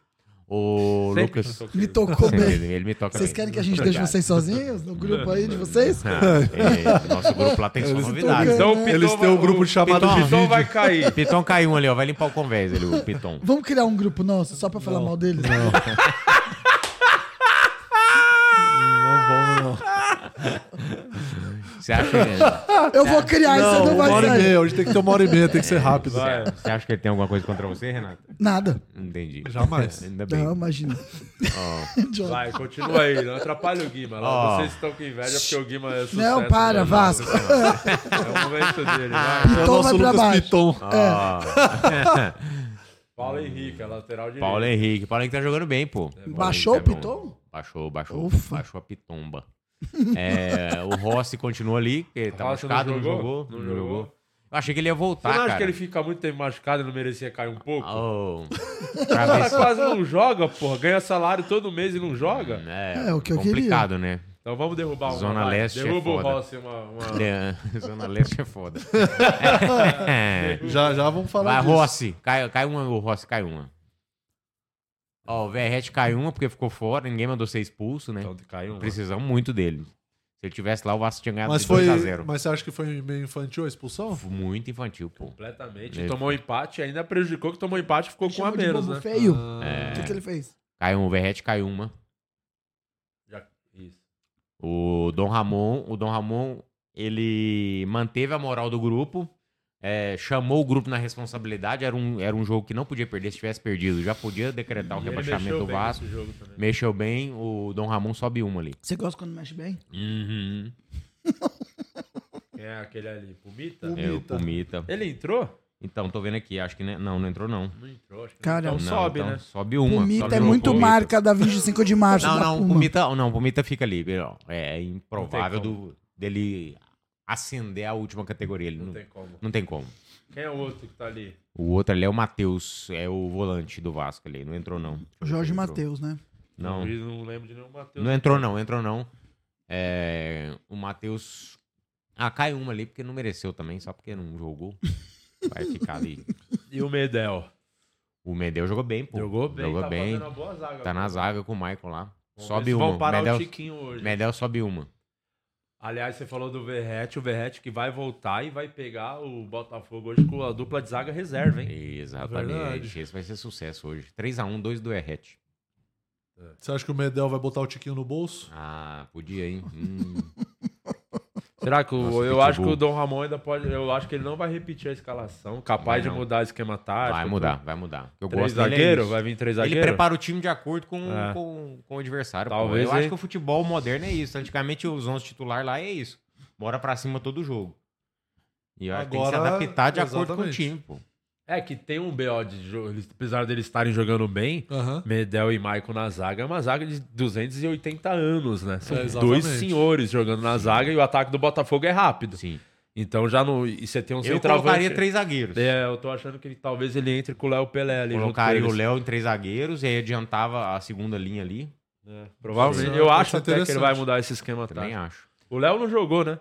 [SPEAKER 3] O
[SPEAKER 1] Sempre
[SPEAKER 3] Lucas.
[SPEAKER 1] tocou.
[SPEAKER 4] Me tocou
[SPEAKER 3] Sempre,
[SPEAKER 4] bem.
[SPEAKER 3] ele, ele me toca
[SPEAKER 4] Vocês
[SPEAKER 3] bem.
[SPEAKER 4] querem que a gente deixe
[SPEAKER 3] Obrigado.
[SPEAKER 4] vocês sozinhos no grupo aí de vocês?
[SPEAKER 3] Ah, é, nosso grupo lá tem só novidades.
[SPEAKER 1] Então o
[SPEAKER 4] Eles
[SPEAKER 1] Piton
[SPEAKER 2] têm
[SPEAKER 1] vai-
[SPEAKER 2] um grupo chamado
[SPEAKER 1] Piton,
[SPEAKER 3] de
[SPEAKER 1] Piton
[SPEAKER 2] vídeo.
[SPEAKER 1] vai cair.
[SPEAKER 3] Piton caiu ali, ó. Vai limpar o convés ali, o Piton.
[SPEAKER 4] Vamos criar um grupo nosso só pra falar mal deles?
[SPEAKER 2] Não vamos, não.
[SPEAKER 3] Você acha, que-
[SPEAKER 4] Eu vou criar, isso não
[SPEAKER 2] Não, uma
[SPEAKER 4] vai
[SPEAKER 2] hora e
[SPEAKER 4] sair.
[SPEAKER 2] meia. Hoje tem que ter uma hora e meia, tem que ser rápido.
[SPEAKER 1] Vai.
[SPEAKER 3] você acha que ele tem alguma coisa contra você, Renato?
[SPEAKER 4] Nada.
[SPEAKER 3] Entendi.
[SPEAKER 2] Jamais.
[SPEAKER 3] Ainda bem.
[SPEAKER 4] Não, imagina. Idiota.
[SPEAKER 1] Vai, continua aí. Não atrapalha o Guima. Lá,
[SPEAKER 3] Ó.
[SPEAKER 1] Vocês estão com inveja porque o Guima é sucesso.
[SPEAKER 4] Não, para,
[SPEAKER 1] né?
[SPEAKER 4] Vasco.
[SPEAKER 1] É o momento dele. Vai.
[SPEAKER 2] É o
[SPEAKER 4] Piton
[SPEAKER 2] nosso
[SPEAKER 4] vai pra
[SPEAKER 2] Lucas
[SPEAKER 4] baixo.
[SPEAKER 2] Piton.
[SPEAKER 3] Ó,
[SPEAKER 1] Paulo Henrique, a lateral direito.
[SPEAKER 3] Paulo Henrique. Paulo Henrique tá jogando bem, pô.
[SPEAKER 1] É
[SPEAKER 4] Baixou
[SPEAKER 3] Paulo Henrique
[SPEAKER 4] o
[SPEAKER 3] tá bom.
[SPEAKER 4] Piton?
[SPEAKER 3] Baixou, baixou.
[SPEAKER 4] Ufa.
[SPEAKER 3] Baixou a pitomba. É, o Rossi continua ali, que tá
[SPEAKER 1] Rossi não
[SPEAKER 3] machucado, não
[SPEAKER 1] jogou?
[SPEAKER 3] jogou.
[SPEAKER 1] Não
[SPEAKER 3] Não
[SPEAKER 1] jogou.
[SPEAKER 3] jogou. Eu achei que ele ia
[SPEAKER 1] Você
[SPEAKER 3] voltar,
[SPEAKER 1] não
[SPEAKER 3] tá, cara.
[SPEAKER 1] acha que ele fica muito tempo machucado e não merecia cair um pouco?
[SPEAKER 3] Oh.
[SPEAKER 1] O cara
[SPEAKER 3] Travessa-
[SPEAKER 1] quase não joga, porra. Ganha salário todo mês e não joga.
[SPEAKER 3] É,
[SPEAKER 4] É, o que eu queria.
[SPEAKER 3] complicado, né?
[SPEAKER 1] Então vamos derrubar uma.
[SPEAKER 3] Zona
[SPEAKER 1] vai.
[SPEAKER 3] Leste é
[SPEAKER 1] Derruba o
[SPEAKER 3] foda.
[SPEAKER 1] Rossi uma. uma-
[SPEAKER 3] É, Zona Leste é foda.
[SPEAKER 2] Já, já vamos falar
[SPEAKER 3] Vai,
[SPEAKER 2] disso.
[SPEAKER 3] Rossi. Cai, cai uma, o Rossi cai uma. Ó, o Verrete caiu uma porque ficou fora, ninguém mandou ser expulso, né?
[SPEAKER 1] Então caiu uma.
[SPEAKER 3] Precisamos muito dele. Se ele tivesse lá, o Vasco tinha ganhado
[SPEAKER 2] Mas,
[SPEAKER 3] de 2 a
[SPEAKER 2] foi,
[SPEAKER 3] 0
[SPEAKER 2] mas você acha que foi meio infantil a expulsão?
[SPEAKER 3] Muito infantil, pô.
[SPEAKER 1] Completamente.
[SPEAKER 3] Ele-
[SPEAKER 1] Tomou um empate, ainda prejudicou que tomou empate e ficou com um a
[SPEAKER 4] Chamou de
[SPEAKER 1] menos,
[SPEAKER 4] bobo
[SPEAKER 1] né?
[SPEAKER 4] feio. O
[SPEAKER 2] Ah,
[SPEAKER 3] É.
[SPEAKER 4] que, que ele fez?
[SPEAKER 3] Caiu um, o Verrete caiu uma.
[SPEAKER 1] Já- Isso.
[SPEAKER 3] O Dom Ramon, o Dom Ramon, ele manteve a moral do grupo, é, chamou o grupo na responsabilidade, era um, era um jogo que não podia perder, se tivesse perdido, já podia decretar o
[SPEAKER 1] E ele
[SPEAKER 3] rebaixamento
[SPEAKER 1] mexeu
[SPEAKER 3] do
[SPEAKER 1] bem né?
[SPEAKER 3] Vasco.
[SPEAKER 1] nesse jogo também.
[SPEAKER 3] Mexeu bem, o Dom Ramon sobe uma ali.
[SPEAKER 4] Você gosta quando mexe bem?
[SPEAKER 3] Uhum.
[SPEAKER 1] É aquele ali, Pumita?
[SPEAKER 2] Pumita.
[SPEAKER 3] É, o Pumita.
[SPEAKER 1] Ele entrou?
[SPEAKER 3] Então, tô vendo aqui, acho que né- não, não entrou não.
[SPEAKER 1] Não entrou, acho que
[SPEAKER 4] Cara,
[SPEAKER 1] não.
[SPEAKER 3] Não,
[SPEAKER 1] Então sobe,
[SPEAKER 3] então
[SPEAKER 1] né?
[SPEAKER 3] Sobe uma.
[SPEAKER 4] Pumita
[SPEAKER 3] sobe
[SPEAKER 4] é
[SPEAKER 3] uma,
[SPEAKER 4] muito
[SPEAKER 3] Pumita.
[SPEAKER 4] marca da 25 de março.
[SPEAKER 3] Não,
[SPEAKER 4] da
[SPEAKER 3] não, o
[SPEAKER 4] Puma.
[SPEAKER 3] Pumita, não, o Pumita fica ali. ó, É
[SPEAKER 1] Não
[SPEAKER 3] improvável
[SPEAKER 1] tem
[SPEAKER 3] do, dele ascender à última categoria. Ele
[SPEAKER 1] Não
[SPEAKER 3] não,
[SPEAKER 1] tem como.
[SPEAKER 3] não tem como.
[SPEAKER 1] Quem é o outro que tá ali?
[SPEAKER 3] O outro ali é o Matheus, é o volante do Vasco ali. Não entrou, não. Deixa eu ver
[SPEAKER 4] Jorge
[SPEAKER 3] se entrou.
[SPEAKER 4] Matheus, né?
[SPEAKER 3] Não,
[SPEAKER 1] Eu não é? lembro de nenhum Matheus.
[SPEAKER 3] não entrou, não, entrou, não. É, o Matheus. Ah, cai uma ali porque não mereceu também, só porque não jogou. Vai ficar ali.
[SPEAKER 1] E o Medel?
[SPEAKER 3] O Medeu jogou bem, pô.
[SPEAKER 1] Jogou bem,
[SPEAKER 3] Jogou
[SPEAKER 1] tá um.
[SPEAKER 3] bem.
[SPEAKER 1] fazendo uma boa zaga.
[SPEAKER 3] Tá na
[SPEAKER 1] agora.
[SPEAKER 3] zaga com o Michael lá.
[SPEAKER 1] Vamos ver
[SPEAKER 3] sobe
[SPEAKER 1] se
[SPEAKER 3] uma.
[SPEAKER 1] Vão parar
[SPEAKER 3] Medel,
[SPEAKER 1] o Tiquinho hoje.
[SPEAKER 3] Medel sobe uma.
[SPEAKER 1] Aliás, você falou do Verrete, o Verrete que vai voltar e vai pegar o Botafogo hoje com a dupla de zaga reserva, hein?
[SPEAKER 3] Exatamente.
[SPEAKER 1] Verdade.
[SPEAKER 3] Esse vai ser sucesso hoje. 3x1, 2 do Errete.
[SPEAKER 2] Você acha que o Medel vai botar o Tiquinho no bolso?
[SPEAKER 3] Ah, podia, hein? Hum.
[SPEAKER 1] Será que o-
[SPEAKER 3] Nossa,
[SPEAKER 1] eu
[SPEAKER 3] pitbull.
[SPEAKER 1] acho que o Dom Ramon ainda pode, eu acho que ele não vai repetir a escalação, capaz
[SPEAKER 3] Vai
[SPEAKER 1] de
[SPEAKER 3] não.
[SPEAKER 1] mudar o esquema tático.
[SPEAKER 3] vai mudar, vai mudar. Eu
[SPEAKER 1] Três
[SPEAKER 3] dele é
[SPEAKER 1] zagueiro,
[SPEAKER 3] isso.
[SPEAKER 1] vai vir três
[SPEAKER 3] Ele
[SPEAKER 1] zagueiro.
[SPEAKER 3] prepara o time de acordo com,
[SPEAKER 1] É.
[SPEAKER 3] com, com o adversário. pô.
[SPEAKER 1] Talvez
[SPEAKER 3] Eu
[SPEAKER 1] aí-
[SPEAKER 3] acho que o futebol moderno é isso. Antigamente os 11 titular lá é isso. Bora pra cima todo jogo. E eu acho que tem que se
[SPEAKER 2] Agora,
[SPEAKER 3] adaptar de acordo com o
[SPEAKER 2] exatamente.
[SPEAKER 3] time, pô.
[SPEAKER 1] É que tem um BO de jogo, eles- apesar deles estarem jogando bem,
[SPEAKER 2] Aham.
[SPEAKER 1] Medel e Maicon na zaga é uma zaga de 280 anos, né? São
[SPEAKER 2] É, exatamente.
[SPEAKER 1] dois senhores jogando na zaga e o ataque do Botafogo é rápido.
[SPEAKER 3] Sim.
[SPEAKER 1] Então já não. E você tem um
[SPEAKER 3] Eu
[SPEAKER 1] centroavante.
[SPEAKER 3] colocaria três zagueiros.
[SPEAKER 1] É, eu tô achando que ele- talvez ele entre com o Léo Pelé ali. junto
[SPEAKER 3] Colocaria
[SPEAKER 1] com
[SPEAKER 3] o
[SPEAKER 1] eles.
[SPEAKER 3] Léo em três zagueiros e aí adiantava a segunda linha ali.
[SPEAKER 1] É, provavelmente.
[SPEAKER 2] Sim.
[SPEAKER 1] eu
[SPEAKER 2] Isso
[SPEAKER 1] acho
[SPEAKER 2] é
[SPEAKER 1] até que ele
[SPEAKER 2] interessante.
[SPEAKER 1] vai mudar esse esquema
[SPEAKER 3] Também
[SPEAKER 1] tá?
[SPEAKER 3] acho.
[SPEAKER 1] O Léo não jogou, né?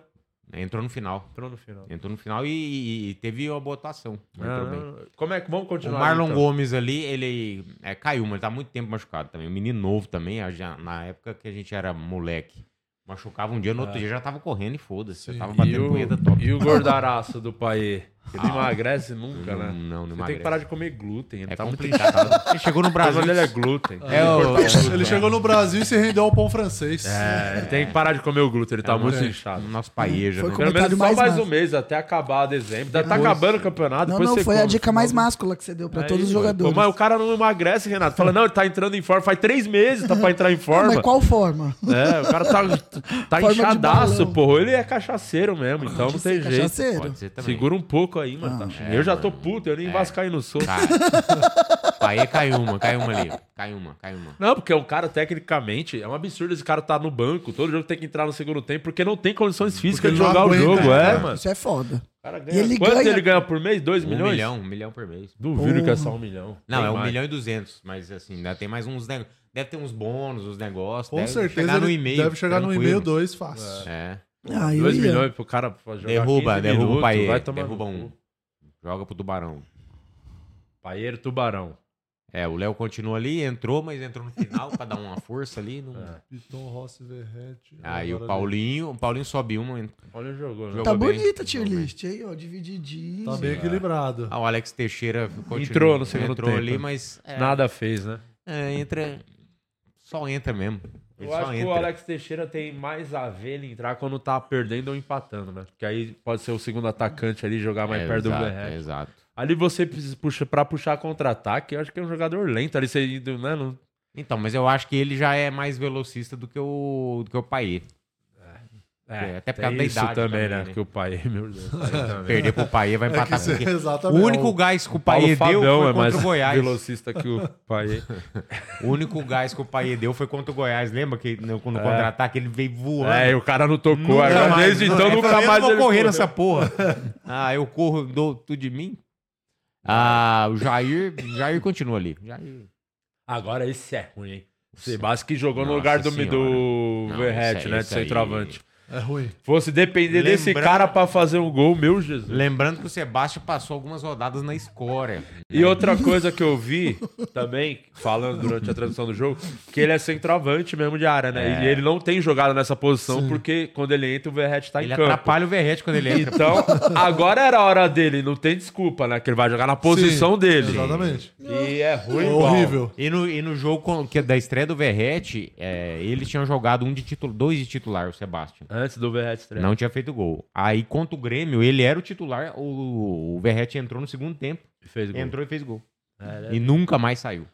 [SPEAKER 3] Entrou no final.
[SPEAKER 1] Entrou no final.
[SPEAKER 3] Entrou no final e, e- e teve uma botação. Entrou
[SPEAKER 1] Ah,
[SPEAKER 3] bem.
[SPEAKER 1] Como é que vamos
[SPEAKER 3] O
[SPEAKER 1] continuar?
[SPEAKER 3] Marlon
[SPEAKER 1] então?
[SPEAKER 3] Gomes ali, ele é, caiu, mas ele tá muito tempo machucado também. Um menino novo também, a- já- na época que a gente era moleque. Machucava um dia, no outro dia já tava correndo e foda-se. Já
[SPEAKER 2] Sim.
[SPEAKER 3] tava
[SPEAKER 1] Ah. E
[SPEAKER 3] batendo
[SPEAKER 1] o,
[SPEAKER 3] punheta top.
[SPEAKER 1] e o gordaraço do Paê? Porque não emagrece nunca,
[SPEAKER 3] Não,
[SPEAKER 1] né?
[SPEAKER 3] não, não
[SPEAKER 1] Você tem
[SPEAKER 3] emagrece.
[SPEAKER 1] que parar de comer glúten. Ele
[SPEAKER 3] É
[SPEAKER 1] tá muito-
[SPEAKER 3] complicado. Ele chegou no
[SPEAKER 1] O
[SPEAKER 3] Brasil.
[SPEAKER 1] problema dele é glúten.
[SPEAKER 3] É, o-
[SPEAKER 2] Ele chegou no Brasil e se rendeu ao pão francês.
[SPEAKER 1] É, ele tem que parar de comer o glúten, ele tá
[SPEAKER 3] É,
[SPEAKER 1] muito
[SPEAKER 2] moleque.
[SPEAKER 1] inchado.
[SPEAKER 3] no nosso país.
[SPEAKER 4] Foi
[SPEAKER 3] né?
[SPEAKER 1] Pelo menos
[SPEAKER 4] Comentário
[SPEAKER 1] só
[SPEAKER 4] mais
[SPEAKER 1] mais, um
[SPEAKER 4] massa.
[SPEAKER 1] mês até acabar dezembro. Tá
[SPEAKER 4] Depois-
[SPEAKER 1] acabando o
[SPEAKER 3] Ah,
[SPEAKER 1] campeonato.
[SPEAKER 4] Não,
[SPEAKER 1] depois
[SPEAKER 4] não,
[SPEAKER 1] você
[SPEAKER 4] foi a
[SPEAKER 1] come.
[SPEAKER 4] dica mais máscula que você deu pra
[SPEAKER 1] Aí,
[SPEAKER 4] todos os
[SPEAKER 1] pô,
[SPEAKER 4] jogadores.
[SPEAKER 1] É Mas o cara não emagrece, Renato. Fala, não, ele tá entrando em forma. Faz três meses, tá pra entrar em
[SPEAKER 4] Ah,
[SPEAKER 1] forma.
[SPEAKER 4] mas qual forma?
[SPEAKER 1] É, o cara tá, tá
[SPEAKER 4] Forma de
[SPEAKER 1] inchadaço,
[SPEAKER 4] balão.
[SPEAKER 1] porra. Ele é cachaceiro mesmo, então não
[SPEAKER 4] Pode
[SPEAKER 1] tem
[SPEAKER 4] ser
[SPEAKER 1] jeito.
[SPEAKER 4] cachaceiro. é,
[SPEAKER 3] Pode ser também.
[SPEAKER 1] Segura um pouco aí, mano. tá? eu já tô puto, eu nem vascaíno sou.
[SPEAKER 3] Tá. Aí caiu uma, caiu uma ali. Caiu uma, caiu uma.
[SPEAKER 1] Não, porque o cara, tecnicamente, é um absurdo esse cara tá no banco. Todo jogo tem que entrar no segundo tempo, porque não tem condições físicas de
[SPEAKER 2] ele não
[SPEAKER 1] jogar o
[SPEAKER 2] aguenta,
[SPEAKER 1] jogo,
[SPEAKER 2] né?
[SPEAKER 1] é,
[SPEAKER 2] É.
[SPEAKER 1] mano.
[SPEAKER 4] Isso é foda.
[SPEAKER 1] O cara ganha-
[SPEAKER 4] E ele
[SPEAKER 1] Quanto
[SPEAKER 4] ganha-
[SPEAKER 1] ele ganha por mês? Dois
[SPEAKER 3] Um
[SPEAKER 1] milhões?
[SPEAKER 3] milhão, um milhão por mês.
[SPEAKER 1] Duvido que é só um milhão.
[SPEAKER 3] Não,
[SPEAKER 1] Tem
[SPEAKER 3] é um
[SPEAKER 1] mais.
[SPEAKER 3] milhão e duzentos, mas assim, ainda tem mais uns negócios. Deve ter uns bônus, uns negócios.
[SPEAKER 2] Com
[SPEAKER 3] deve
[SPEAKER 2] certeza
[SPEAKER 3] chegar no
[SPEAKER 2] ele
[SPEAKER 3] e-mail.
[SPEAKER 2] deve chegar no
[SPEAKER 3] tranquilo.
[SPEAKER 2] e-mail 2 fácil.
[SPEAKER 3] É.
[SPEAKER 4] Ah, eu
[SPEAKER 1] Dois
[SPEAKER 4] ia.
[SPEAKER 1] milhões pro cara pra jogar
[SPEAKER 3] Derruba,
[SPEAKER 1] 15
[SPEAKER 3] derruba
[SPEAKER 1] minutos,
[SPEAKER 3] o Paier,
[SPEAKER 1] vai tomar no
[SPEAKER 3] derruba um.
[SPEAKER 1] cu.
[SPEAKER 3] Joga pro Tubarão.
[SPEAKER 1] Paeiro Tubarão.
[SPEAKER 3] É, o Léo continua ali, entrou, mas entrou no final pra dar uma força ali. não-
[SPEAKER 1] É,
[SPEAKER 3] Ah,
[SPEAKER 2] Piton, Rossi, Verrete.
[SPEAKER 3] Aí o
[SPEAKER 2] Agora
[SPEAKER 3] Paulinho, o Paulinho sobe uma. ent-
[SPEAKER 1] Olha o jogo, né?
[SPEAKER 3] Jogou
[SPEAKER 4] Tá
[SPEAKER 3] bem,
[SPEAKER 4] bonita a tier
[SPEAKER 3] jogou bem.
[SPEAKER 4] list aí, ó. Divididinho.
[SPEAKER 2] Tá bem equilibrado.
[SPEAKER 3] Ah, o Alex Teixeira continua,
[SPEAKER 1] Entrou no segundo
[SPEAKER 3] entrou
[SPEAKER 1] tempo.
[SPEAKER 3] ali, mas é,
[SPEAKER 1] Nada fez, né?
[SPEAKER 3] é, entra, só entra mesmo. Ele
[SPEAKER 1] Eu
[SPEAKER 3] só
[SPEAKER 1] acho que o
[SPEAKER 3] entra.
[SPEAKER 1] Alex Teixeira tem mais a ver ele entrar quando tá perdendo ou empatando, né? Porque aí pode ser o segundo atacante ali jogar tá mais
[SPEAKER 3] é,
[SPEAKER 1] perto
[SPEAKER 3] exato,
[SPEAKER 1] do Verret.
[SPEAKER 3] é, exato.
[SPEAKER 1] Ali você precisa puxa, pra puxar contra-ataque, eu acho que é um jogador lento. Ali você indo, né? Não...
[SPEAKER 3] Então, mas eu acho que ele já é mais velocista do que o, do que o Paê. É, até por
[SPEAKER 1] tem
[SPEAKER 3] causa da
[SPEAKER 1] isso
[SPEAKER 3] idade
[SPEAKER 1] também,
[SPEAKER 3] também,
[SPEAKER 1] né?
[SPEAKER 3] né?
[SPEAKER 1] Que o pai, meu Deus. aí também.
[SPEAKER 3] Perder pro Paê vai
[SPEAKER 2] É que
[SPEAKER 3] empatar
[SPEAKER 2] cê-
[SPEAKER 3] com quem?
[SPEAKER 2] exatamente.
[SPEAKER 3] tá O único gás que o
[SPEAKER 1] Tá Paulo
[SPEAKER 3] Paê deu
[SPEAKER 1] Fabião
[SPEAKER 3] foi
[SPEAKER 1] é mais
[SPEAKER 3] contra o Goiás.
[SPEAKER 1] velocista que o pai.
[SPEAKER 3] O único gás que o Paê deu foi contra o Goiás. Lembra que no, no contra-ataque ele veio voando?
[SPEAKER 1] É, e o cara não tocou.
[SPEAKER 3] Nunca
[SPEAKER 1] agora,
[SPEAKER 3] mais, É,
[SPEAKER 1] desde então,
[SPEAKER 3] Ele
[SPEAKER 1] nunca
[SPEAKER 3] falou, "Eu
[SPEAKER 1] mais
[SPEAKER 3] não
[SPEAKER 1] ele
[SPEAKER 3] vou correr
[SPEAKER 1] correu.
[SPEAKER 3] nessa porra. ah, eu corro, dou tudo de mim. Ah, o Jair, Jair continua ali. Jair.
[SPEAKER 1] Agora esse é ruim, hein? Sebastião que jogou no
[SPEAKER 3] Nossa
[SPEAKER 1] lugar do, do
[SPEAKER 3] Senhora. Não,
[SPEAKER 1] Verret,
[SPEAKER 3] esse aí-
[SPEAKER 1] né? De
[SPEAKER 3] esse aí-
[SPEAKER 1] centroavante.
[SPEAKER 2] É ruim.
[SPEAKER 1] Fosse depender desse
[SPEAKER 3] Lembrando-
[SPEAKER 1] cara pra fazer um gol, meu Jesus.
[SPEAKER 3] Lembrando que o Sebastião passou algumas rodadas na escória.
[SPEAKER 1] E outra coisa que eu vi também, falando durante a transmissão do jogo, que ele é centroavante mesmo de área, né? E ele não tem jogado nessa posição, porque quando ele entra, o Verret tá
[SPEAKER 3] Ele
[SPEAKER 1] em campo.
[SPEAKER 3] atrapalha o Verrete quando ele entra.
[SPEAKER 1] Então, agora era a hora dele, não tem desculpa, né? Que ele vai jogar na posição
[SPEAKER 2] Sim,
[SPEAKER 1] dele.
[SPEAKER 2] Exatamente.
[SPEAKER 1] E é ruim,
[SPEAKER 2] É
[SPEAKER 1] igual.
[SPEAKER 2] horrível.
[SPEAKER 3] E no, e no jogo com- que é da estreia do Verrete, é, eles tinham jogado um de titul, dois de titular, o Sebastião.
[SPEAKER 1] Antes do Verret estrear.
[SPEAKER 3] Não tinha feito gol. Aí contra o Grêmio, ele era o titular, o, o Verrete entrou no segundo tempo.
[SPEAKER 1] Fez gol.
[SPEAKER 3] Entrou e fez gol. E nunca mais saiu.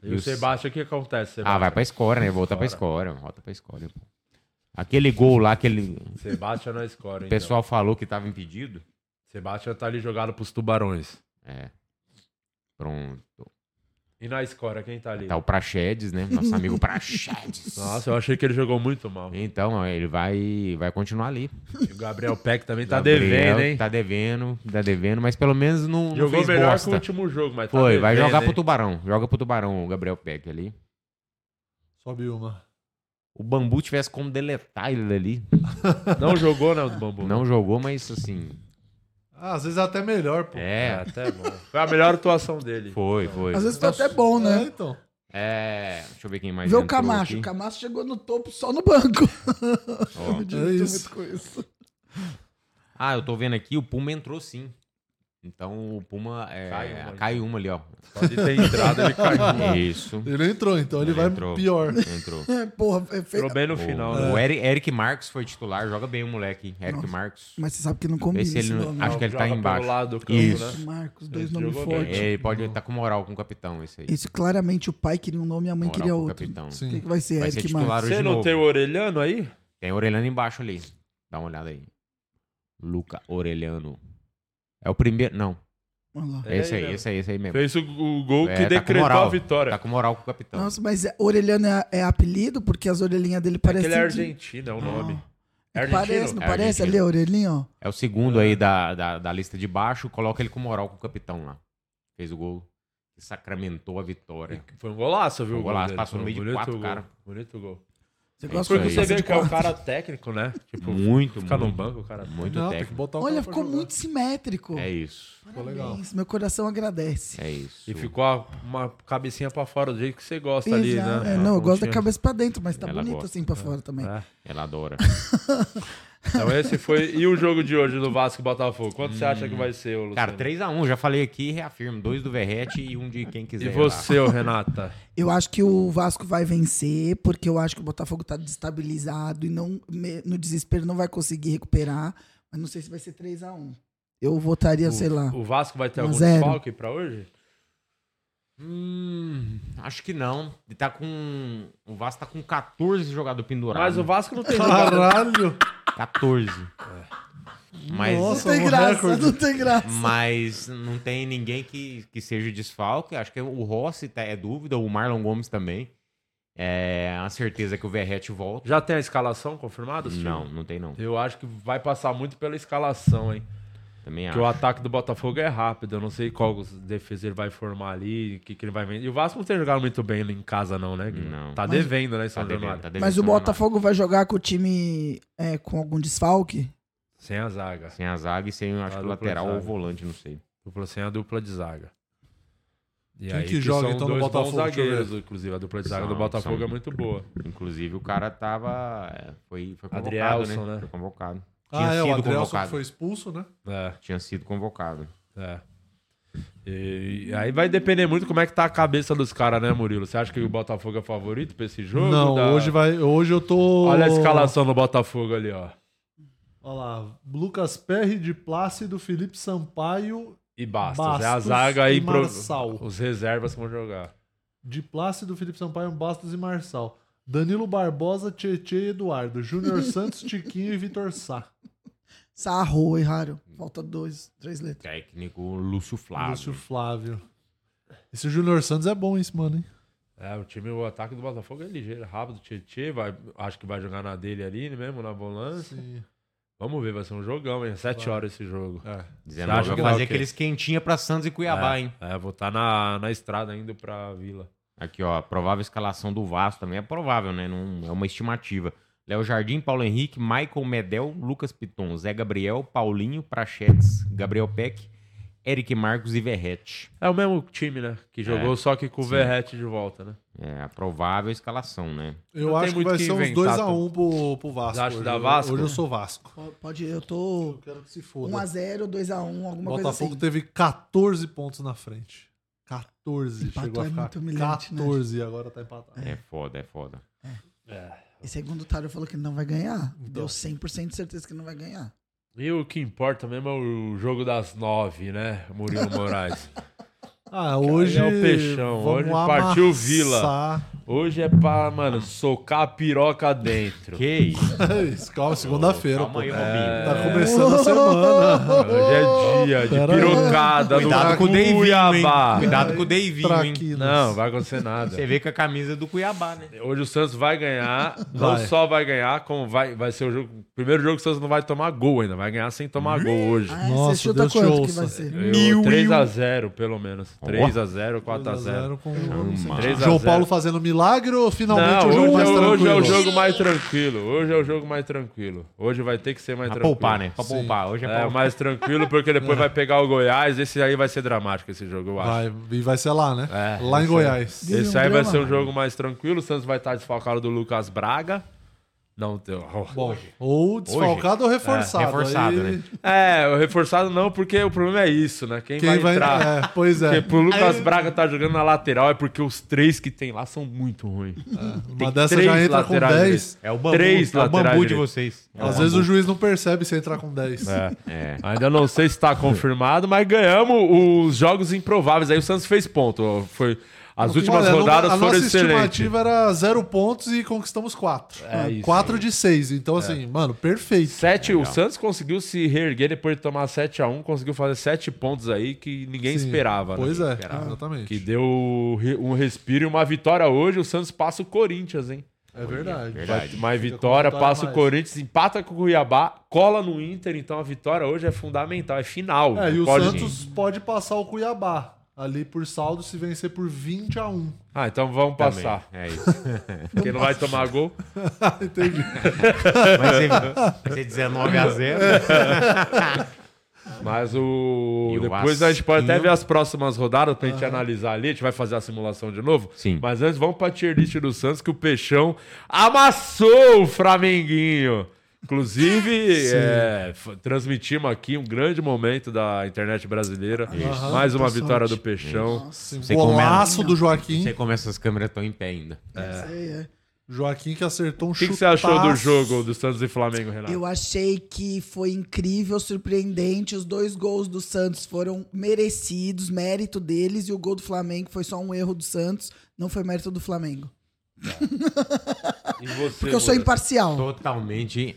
[SPEAKER 1] E o Sebastião, o que acontece?
[SPEAKER 3] Ah,
[SPEAKER 1] Sebastião?
[SPEAKER 3] vai pra escória, né? Volta pra escória. Volta pra escória, pô. Aquele gol lá que ele-
[SPEAKER 1] Sebastião não escora,
[SPEAKER 3] o
[SPEAKER 1] então.
[SPEAKER 3] pessoal falou que tava impedido.
[SPEAKER 1] Sebastião tá ali jogado pros tubarões.
[SPEAKER 3] É. Pronto.
[SPEAKER 1] E na escora, quem tá ali?
[SPEAKER 3] Tá o Praxedes, né? Nosso amigo Praxedes.
[SPEAKER 1] Nossa, eu achei que ele jogou muito mal.
[SPEAKER 3] Então, ó, ele vai, vai continuar ali.
[SPEAKER 1] E o Gabriel Peck também tá
[SPEAKER 3] Gabriel
[SPEAKER 1] devendo, hein?
[SPEAKER 3] Tá devendo, tá devendo, mas pelo menos não, não
[SPEAKER 1] Jogou
[SPEAKER 3] fez
[SPEAKER 1] melhor
[SPEAKER 3] bosta.
[SPEAKER 1] que o último jogo, mas tá
[SPEAKER 3] Foi, vai
[SPEAKER 1] devendo,
[SPEAKER 3] jogar pro
[SPEAKER 1] hein?
[SPEAKER 3] Tubarão. Joga pro Tubarão o Gabriel Peck ali.
[SPEAKER 2] Sobe uma.
[SPEAKER 3] O Bambu tivesse como deletar ele ali.
[SPEAKER 1] Não jogou, né, o do Bambu?
[SPEAKER 3] Não jogou, mas assim...
[SPEAKER 2] Ah, às vezes é até melhor, pô.
[SPEAKER 1] É,
[SPEAKER 3] É,
[SPEAKER 1] até bom. Foi a melhor atuação dele.
[SPEAKER 3] foi, foi.
[SPEAKER 4] Às vezes foi até bom,
[SPEAKER 2] É,
[SPEAKER 4] né?
[SPEAKER 2] então.
[SPEAKER 3] É, deixa eu ver quem mais
[SPEAKER 4] Vê o
[SPEAKER 3] entrou
[SPEAKER 4] Camacho.
[SPEAKER 3] aqui.
[SPEAKER 4] O Camacho chegou no topo só no banco.
[SPEAKER 3] Ó.
[SPEAKER 4] Me divirto
[SPEAKER 2] É isso.
[SPEAKER 4] muito com isso.
[SPEAKER 3] Ah, eu tô vendo aqui, o Puma entrou sim. Então o Puma é,
[SPEAKER 1] Caiu
[SPEAKER 3] caiu,
[SPEAKER 1] uma,
[SPEAKER 3] uma, ali, ó.
[SPEAKER 1] Pode ter entrado, ele caiu.
[SPEAKER 4] Ah.
[SPEAKER 3] Isso.
[SPEAKER 2] Ele entrou, então ele,
[SPEAKER 3] Ele
[SPEAKER 2] vai
[SPEAKER 3] entrou.
[SPEAKER 2] pior.
[SPEAKER 3] Entrou.
[SPEAKER 4] É, porra, é feio.
[SPEAKER 1] Entrou bem no
[SPEAKER 3] O,
[SPEAKER 1] final, né?
[SPEAKER 3] o Eric, Eric Marques foi titular, joga bem o moleque. hein? Eric
[SPEAKER 4] Nossa.
[SPEAKER 3] Marques.
[SPEAKER 4] Mas você sabe que não combina
[SPEAKER 3] Vê se ele
[SPEAKER 4] esse
[SPEAKER 3] não-
[SPEAKER 4] nome.
[SPEAKER 3] acho que ele tá
[SPEAKER 1] Joga pelo
[SPEAKER 3] embaixo.
[SPEAKER 1] lado do campo,
[SPEAKER 3] Isso.
[SPEAKER 1] né?
[SPEAKER 4] Marcos, dois
[SPEAKER 1] Esse
[SPEAKER 4] nomes
[SPEAKER 1] Ah. jogou bem.
[SPEAKER 4] fortes.
[SPEAKER 3] É, Ele pode estar com moral com o capitão, esse aí.
[SPEAKER 4] Isso, claramente, o pai queria um nome e a mãe
[SPEAKER 3] É. Moral
[SPEAKER 4] queria
[SPEAKER 3] com o
[SPEAKER 4] outro.
[SPEAKER 3] capitão.
[SPEAKER 4] O que
[SPEAKER 2] Sim.
[SPEAKER 4] que vai ser,
[SPEAKER 3] Vai ser
[SPEAKER 4] Eric
[SPEAKER 3] titular
[SPEAKER 4] Marcos?
[SPEAKER 3] hoje
[SPEAKER 1] Você
[SPEAKER 3] de
[SPEAKER 1] não
[SPEAKER 3] novo.
[SPEAKER 1] tem o Orelhano aí?
[SPEAKER 3] Tem Orelhano é embaixo ali. Dá uma olhada aí. Luca Orelhano. É o primeiro. Não.
[SPEAKER 4] Olha lá.
[SPEAKER 1] É
[SPEAKER 3] É esse
[SPEAKER 1] ele
[SPEAKER 3] aí,
[SPEAKER 1] mesmo.
[SPEAKER 3] esse aí, esse aí mesmo.
[SPEAKER 1] Fez o, o gol
[SPEAKER 3] É,
[SPEAKER 1] que
[SPEAKER 3] tá com
[SPEAKER 1] decretou
[SPEAKER 3] moral.
[SPEAKER 1] a vitória.
[SPEAKER 3] Tá com moral com o capitão.
[SPEAKER 1] Então.
[SPEAKER 4] Nossa, mas é- Orelhano é, é apelido porque as orelhinhas dele parecem.
[SPEAKER 1] Aquele é
[SPEAKER 4] de-
[SPEAKER 1] argentino, é o nome. É argentino?
[SPEAKER 4] Parece, não
[SPEAKER 3] É
[SPEAKER 4] parece?
[SPEAKER 3] argentino.
[SPEAKER 4] Ali a orelhinha, ó.
[SPEAKER 3] É o segundo aí da, da, da lista de baixo. Coloca ele com moral com o capitão lá. Fez o gol que sacramentou a vitória.
[SPEAKER 1] Foi um golaço, viu?
[SPEAKER 3] Foi um
[SPEAKER 1] o gol
[SPEAKER 3] golaço,
[SPEAKER 1] dele.
[SPEAKER 3] passou no
[SPEAKER 1] Foi um
[SPEAKER 3] meio de
[SPEAKER 1] bonito
[SPEAKER 3] quatro,
[SPEAKER 1] gol.
[SPEAKER 3] cara.
[SPEAKER 1] Bonito gol.
[SPEAKER 4] Você
[SPEAKER 3] É
[SPEAKER 4] gosta
[SPEAKER 1] Porque
[SPEAKER 3] isso
[SPEAKER 4] quando
[SPEAKER 3] aí.
[SPEAKER 1] você vê
[SPEAKER 4] passa de
[SPEAKER 1] que é um
[SPEAKER 4] quatro.
[SPEAKER 1] cara técnico, né? Tipo,
[SPEAKER 3] Muito,
[SPEAKER 1] ficar no
[SPEAKER 3] muito.
[SPEAKER 1] banco, o cara.
[SPEAKER 3] Muito
[SPEAKER 2] Não, tem que
[SPEAKER 3] técnico.
[SPEAKER 2] botar o
[SPEAKER 4] Olha,
[SPEAKER 1] é
[SPEAKER 2] cara pra
[SPEAKER 4] ficou
[SPEAKER 2] jogar.
[SPEAKER 4] muito simétrico.
[SPEAKER 3] É isso.
[SPEAKER 2] Ficou
[SPEAKER 4] Parabéns,
[SPEAKER 2] legal.
[SPEAKER 4] Meu coração agradece.
[SPEAKER 3] É isso.
[SPEAKER 1] E ficou a- uma cabecinha pra fora do jeito que você gosta ali,
[SPEAKER 4] Exato.
[SPEAKER 1] né?
[SPEAKER 4] É, não, eu gosto
[SPEAKER 1] Pontinha.
[SPEAKER 4] da
[SPEAKER 1] né?
[SPEAKER 4] cabeça pra dentro, mas tá
[SPEAKER 3] Ela
[SPEAKER 4] bonito
[SPEAKER 3] gosta.
[SPEAKER 4] assim pra fora também.
[SPEAKER 1] É.
[SPEAKER 3] Ela adora.
[SPEAKER 1] Então esse foi. E o jogo de hoje do Vasco e Botafogo? Quanto você acha que vai ser, ô, Luciano?
[SPEAKER 3] Hum. Cara, 3x1, já falei aqui, reafirmo. Dois do Verrete e um de quem quiser.
[SPEAKER 1] E
[SPEAKER 3] lá.
[SPEAKER 1] você, ô, Renata?
[SPEAKER 4] Eu acho que o Vasco vai vencer, porque eu acho que o Botafogo tá destabilizado e não, me- no desespero não vai conseguir recuperar. Mas não sei se vai ser 3x1. Eu votaria, sei lá.
[SPEAKER 1] O Vasco vai ter
[SPEAKER 4] Um
[SPEAKER 1] algum
[SPEAKER 4] zero.
[SPEAKER 1] desfalque pra hoje?
[SPEAKER 3] Hum, acho que não. Ele tá com. O Vasco tá com 14 jogadores pendurados.
[SPEAKER 1] Mas o Vasco não tem jogador.
[SPEAKER 2] Caralho!
[SPEAKER 3] 14. É. Mas,
[SPEAKER 2] Nossa.
[SPEAKER 4] Não tem
[SPEAKER 2] um
[SPEAKER 4] graça,
[SPEAKER 2] recorde.
[SPEAKER 4] não tem graça.
[SPEAKER 3] mas não tem ninguém que, que seja desfalque. Acho que o Rossi tá- é dúvida, o Marlon Gomes também. É a certeza que o Verrete volta.
[SPEAKER 1] Já tem a escalação confirmada? Silvio?
[SPEAKER 3] Não, não tem não.
[SPEAKER 1] Eu acho que vai passar muito pela escalação, hein?
[SPEAKER 3] Também
[SPEAKER 1] Porque
[SPEAKER 3] acho.
[SPEAKER 1] o ataque do Botafogo é rápido. Eu não sei qual os defesa ele vai formar ali, o que, que ele vai vender. E o Vasco não tem jogado muito bem em casa, não, né? Guilherme?
[SPEAKER 3] Não.
[SPEAKER 1] Tá
[SPEAKER 4] Mas-
[SPEAKER 1] devendo, né, em São
[SPEAKER 3] Tá devendo,
[SPEAKER 1] Januário?
[SPEAKER 3] tá devendo
[SPEAKER 4] Mas o
[SPEAKER 3] semana.
[SPEAKER 4] Botafogo vai jogar com o time é, com algum desfalque?
[SPEAKER 1] Sem a zaga.
[SPEAKER 3] Sem a zaga e sem,
[SPEAKER 1] Tá
[SPEAKER 3] acho que, o
[SPEAKER 1] dupla de
[SPEAKER 3] lateral ou o
[SPEAKER 1] zaga.
[SPEAKER 3] volante, não sei.
[SPEAKER 1] Dupla sem a dupla de zaga. E
[SPEAKER 2] Quem que joga, então, no
[SPEAKER 1] dois bons
[SPEAKER 2] Botafogo? Deixa eu ver.
[SPEAKER 1] zagueiros, inclusive. A dupla de zaga do
[SPEAKER 3] São-
[SPEAKER 1] Botafogo
[SPEAKER 3] são-
[SPEAKER 1] é muito boa.
[SPEAKER 3] Inclusive, o cara tava. é, Foi, foi convocado,
[SPEAKER 1] Adrielson,
[SPEAKER 3] né?
[SPEAKER 1] né?
[SPEAKER 3] Foi convocado. Tinha
[SPEAKER 2] Ah, é,
[SPEAKER 3] sido
[SPEAKER 2] o Adrielson que
[SPEAKER 3] convocado.
[SPEAKER 2] foi expulso, né?
[SPEAKER 1] É,
[SPEAKER 3] Tinha sido convocado.
[SPEAKER 1] é. E aí vai depender muito como é que tá a cabeça dos caras, né, Murilo? Você acha que o Botafogo é favorito pra esse jogo?
[SPEAKER 2] Não,
[SPEAKER 1] Da-
[SPEAKER 2] hoje, vai, hoje eu tô.
[SPEAKER 1] Olha a escalação do Botafogo ali, ó.
[SPEAKER 2] Olha lá. Lucas Perry de Plácido, Felipe Sampaio.
[SPEAKER 1] E Bastos. é a
[SPEAKER 2] Bastos
[SPEAKER 1] zaga aí
[SPEAKER 2] e
[SPEAKER 1] pro...
[SPEAKER 2] Marçal.
[SPEAKER 1] Os reservas que vão jogar.
[SPEAKER 2] De Plácido, Felipe Sampaio, Bastos e Marçal. Danilo Barbosa, Tietê e Eduardo. Júnior Santos, Tiquinho e Vitor Sá.
[SPEAKER 4] Sarro, erraram.
[SPEAKER 2] Hum.
[SPEAKER 4] Falta dois, três letras.
[SPEAKER 3] Técnico Lúcio Flávio.
[SPEAKER 2] Lúcio Flávio. Esse Júnior Santos é bom, esse mano, hein?
[SPEAKER 1] É, o time, o ataque do Botafogo é ligeiro, rápido. Tietê, vai, acho que vai jogar na dele ali mesmo, na volância.
[SPEAKER 2] Sim.
[SPEAKER 1] Vamos ver, vai ser um jogão, hein? Sete horas esse jogo.
[SPEAKER 3] Dizendo
[SPEAKER 1] Você acha
[SPEAKER 3] que
[SPEAKER 1] que dá
[SPEAKER 3] vai fazer
[SPEAKER 1] o quê?
[SPEAKER 3] aqueles quentinha pra Santos e Cuiabá,
[SPEAKER 1] é,
[SPEAKER 3] hein?
[SPEAKER 1] É, vou estar na, na estrada indo pra vila.
[SPEAKER 3] Aqui, ó. Provável escalação do Vasco também. É provável, né? Não, é uma estimativa. Léo Jardim, Paulo Henrique, Michael Medel, Lucas Piton, Zé Gabriel, Paulinho, Prachetes, Gabriel Peck, Eric Marcos e Verrete.
[SPEAKER 1] É o mesmo time, né? Que
[SPEAKER 2] É.
[SPEAKER 1] jogou, só que com o Verrete de volta, né?
[SPEAKER 3] É a provável escalação, né?
[SPEAKER 2] Eu
[SPEAKER 1] Não tem
[SPEAKER 2] acho que
[SPEAKER 1] muito
[SPEAKER 2] vai
[SPEAKER 1] que
[SPEAKER 2] ser uns
[SPEAKER 1] inventar,
[SPEAKER 2] 2x1
[SPEAKER 1] tá?
[SPEAKER 2] um pro, pro Vasco.
[SPEAKER 1] Acho
[SPEAKER 2] hoje.
[SPEAKER 1] da Vasco?
[SPEAKER 2] Hoje eu sou Vasco.
[SPEAKER 4] Po- Pode, eu tô
[SPEAKER 2] Eu quero que se foda.
[SPEAKER 4] 1x0, 2x1,
[SPEAKER 2] O
[SPEAKER 4] alguma
[SPEAKER 2] Botafogo
[SPEAKER 4] coisa assim.
[SPEAKER 2] teve 14 pontos na frente. 14.
[SPEAKER 4] Empatou
[SPEAKER 2] chegou a
[SPEAKER 4] é
[SPEAKER 2] ficar
[SPEAKER 4] muito humilhante, né?
[SPEAKER 2] 14 e agora tá empatado.
[SPEAKER 3] É foda, é foda.
[SPEAKER 4] E segundo o Tário falou que ele não vai ganhar.
[SPEAKER 2] Então.
[SPEAKER 4] Deu 100% de certeza que ele não vai ganhar.
[SPEAKER 1] E o que importa mesmo é o jogo das nove, né, Murilo Moraes?
[SPEAKER 2] Ah, hoje.
[SPEAKER 1] é o peixão, hoje partiu Vila. Hoje é pra, mano, socar a piroca dentro.
[SPEAKER 3] Que isso?
[SPEAKER 2] Vila. calma, segunda-feira, pô.
[SPEAKER 3] Calma aí, Robinho.
[SPEAKER 2] Tá começando a semana.
[SPEAKER 1] Hoje é dia de
[SPEAKER 2] Pera aí.
[SPEAKER 1] pirocada
[SPEAKER 3] Cuidado
[SPEAKER 1] do
[SPEAKER 3] com o Deivinho,
[SPEAKER 1] Cuiabá.
[SPEAKER 3] hein? Cuidado com o Deivinho, hein?
[SPEAKER 2] Traquinas.
[SPEAKER 1] Não, vai acontecer nada.
[SPEAKER 3] Você vê com a camisa do Cuiabá, né?
[SPEAKER 1] Hoje o Santos vai ganhar, não
[SPEAKER 2] Vai.
[SPEAKER 1] só vai ganhar, como vai, vai ser o jogo, primeiro jogo que o Santos não vai tomar gol ainda, vai ganhar sem tomar gol hoje.
[SPEAKER 4] Ah,
[SPEAKER 2] Nossa,
[SPEAKER 4] você chuta
[SPEAKER 2] Deus te
[SPEAKER 4] quanto que
[SPEAKER 2] ouça.
[SPEAKER 4] vai ser?
[SPEAKER 3] um.
[SPEAKER 1] Eu, 3x0, pelo menos. 3x0, 4x0.
[SPEAKER 2] 2x0 com-
[SPEAKER 3] um. é
[SPEAKER 1] 3 a
[SPEAKER 2] João
[SPEAKER 1] 0.
[SPEAKER 2] Paulo fazendo milagre ou
[SPEAKER 1] Não,
[SPEAKER 2] finalmente o
[SPEAKER 1] hoje,
[SPEAKER 2] jogo
[SPEAKER 1] é,
[SPEAKER 2] mais
[SPEAKER 1] o- hoje
[SPEAKER 2] tranquilo?
[SPEAKER 1] é o jogo mais tranquilo. Hoje é o jogo mais tranquilo. Hoje vai ter que ser mais
[SPEAKER 3] Pra
[SPEAKER 1] tranquilo.
[SPEAKER 3] poupar, né? Pra poupar. Hoje é pra
[SPEAKER 1] É,
[SPEAKER 3] poupar.
[SPEAKER 1] mais tranquilo, porque depois vai pegar o Goiás. Esse aí vai ser dramático, esse jogo, eu acho.
[SPEAKER 2] É. Vai, e vai ser lá, né?
[SPEAKER 1] É,
[SPEAKER 2] lá em
[SPEAKER 1] isso
[SPEAKER 2] Goiás.
[SPEAKER 1] Esse aí vai
[SPEAKER 4] Drama.
[SPEAKER 1] ser um jogo mais tranquilo. O Santos vai estar desfalcado do Lucas Braga. Não, tem.
[SPEAKER 2] Bom, ou desfalcado ou reforçado.
[SPEAKER 3] É, reforçado,
[SPEAKER 2] aí-
[SPEAKER 3] né?
[SPEAKER 1] É, o reforçado não, porque o problema é isso, né? Quem,
[SPEAKER 2] Quem
[SPEAKER 1] vai
[SPEAKER 2] vai
[SPEAKER 1] entrar.
[SPEAKER 2] é, pois é.
[SPEAKER 1] Porque pro Lucas Braga tá jogando na lateral é porque os três que tem lá são muito ruins.
[SPEAKER 2] Uma dessa já entra com 10.
[SPEAKER 3] É o bambu,
[SPEAKER 1] Três
[SPEAKER 3] é o
[SPEAKER 1] laterais
[SPEAKER 3] bambu de
[SPEAKER 1] direitos.
[SPEAKER 3] vocês. É
[SPEAKER 2] Às
[SPEAKER 3] o
[SPEAKER 2] vezes o juiz não percebe se entrar com 10.
[SPEAKER 3] É.
[SPEAKER 1] Ainda não sei se tá confirmado, mas ganhamos os jogos improváveis. Aí o Santos fez ponto. Foi, as últimas
[SPEAKER 2] Olha, é, não-
[SPEAKER 1] rodadas
[SPEAKER 2] a
[SPEAKER 1] foram
[SPEAKER 2] nossa
[SPEAKER 1] excelentes.
[SPEAKER 2] estimativa era 0 pontos e conquistamos 4.
[SPEAKER 1] É isso É.
[SPEAKER 2] 4 de 6. Então, assim, mano, perfeito.
[SPEAKER 1] Sete, o Santos conseguiu se reerguer depois de tomar 7x1, conseguiu fazer sete pontos aí que ninguém
[SPEAKER 2] Sim.
[SPEAKER 1] esperava. né?
[SPEAKER 2] Pois é,
[SPEAKER 3] Esperava.
[SPEAKER 2] exatamente.
[SPEAKER 1] Que deu re- um respiro e uma vitória hoje. O Santos passa o Corinthians, hein?
[SPEAKER 2] É verdade.
[SPEAKER 1] Vai,
[SPEAKER 3] Verdade.
[SPEAKER 1] mais
[SPEAKER 2] Fica com
[SPEAKER 1] vitória,
[SPEAKER 2] vitória
[SPEAKER 1] passa
[SPEAKER 2] mais.
[SPEAKER 1] o Corinthians, empata com o Cuiabá, cola no Inter. Então a vitória hoje é fundamental, é final.
[SPEAKER 2] É, e
[SPEAKER 1] Não
[SPEAKER 2] o
[SPEAKER 1] pode-
[SPEAKER 2] Santos pode passar o Cuiabá ali por saldo se vencer por 20 a 1.
[SPEAKER 1] Ah, então vamos passar.
[SPEAKER 3] É isso.
[SPEAKER 1] Porque não vai tomar gol.
[SPEAKER 2] Entendi.
[SPEAKER 3] Vai ser, vai ser 19 a 0.
[SPEAKER 1] Mas o.
[SPEAKER 3] E o
[SPEAKER 1] Depois a gente pode até
[SPEAKER 3] Vasquinho.
[SPEAKER 1] ver as próximas rodadas pra gente analisar ali. A gente vai fazer a simulação de novo.
[SPEAKER 3] Sim.
[SPEAKER 1] Mas antes, vamos pra tier list do Santos, que o Peixão amassou o Flamenguinho. Inclusive, é, f- transmitimos aqui um grande momento da internet brasileira.
[SPEAKER 2] Isso.
[SPEAKER 1] Mais uma
[SPEAKER 2] Aham,
[SPEAKER 1] vitória do
[SPEAKER 2] interessante.
[SPEAKER 1] Peixão.
[SPEAKER 2] Nossa,
[SPEAKER 3] Sei como é.
[SPEAKER 2] golaço do
[SPEAKER 3] Não
[SPEAKER 2] Joaquim.
[SPEAKER 3] sei como essas câmeras estão em pé ainda.
[SPEAKER 4] Sei, é.
[SPEAKER 2] Joaquim que acertou um
[SPEAKER 1] O
[SPEAKER 2] chute.
[SPEAKER 1] que, que você achou do jogo do Santos e Flamengo, Renato?
[SPEAKER 4] Eu achei que foi incrível, surpreendente. Os dois gols do Santos foram merecidos, mérito deles, e o gol do Flamengo foi só um erro do Santos, não foi mérito do Flamengo.
[SPEAKER 1] E você,
[SPEAKER 4] Porque eu sou
[SPEAKER 1] Moura?
[SPEAKER 4] imparcial.
[SPEAKER 3] Totalmente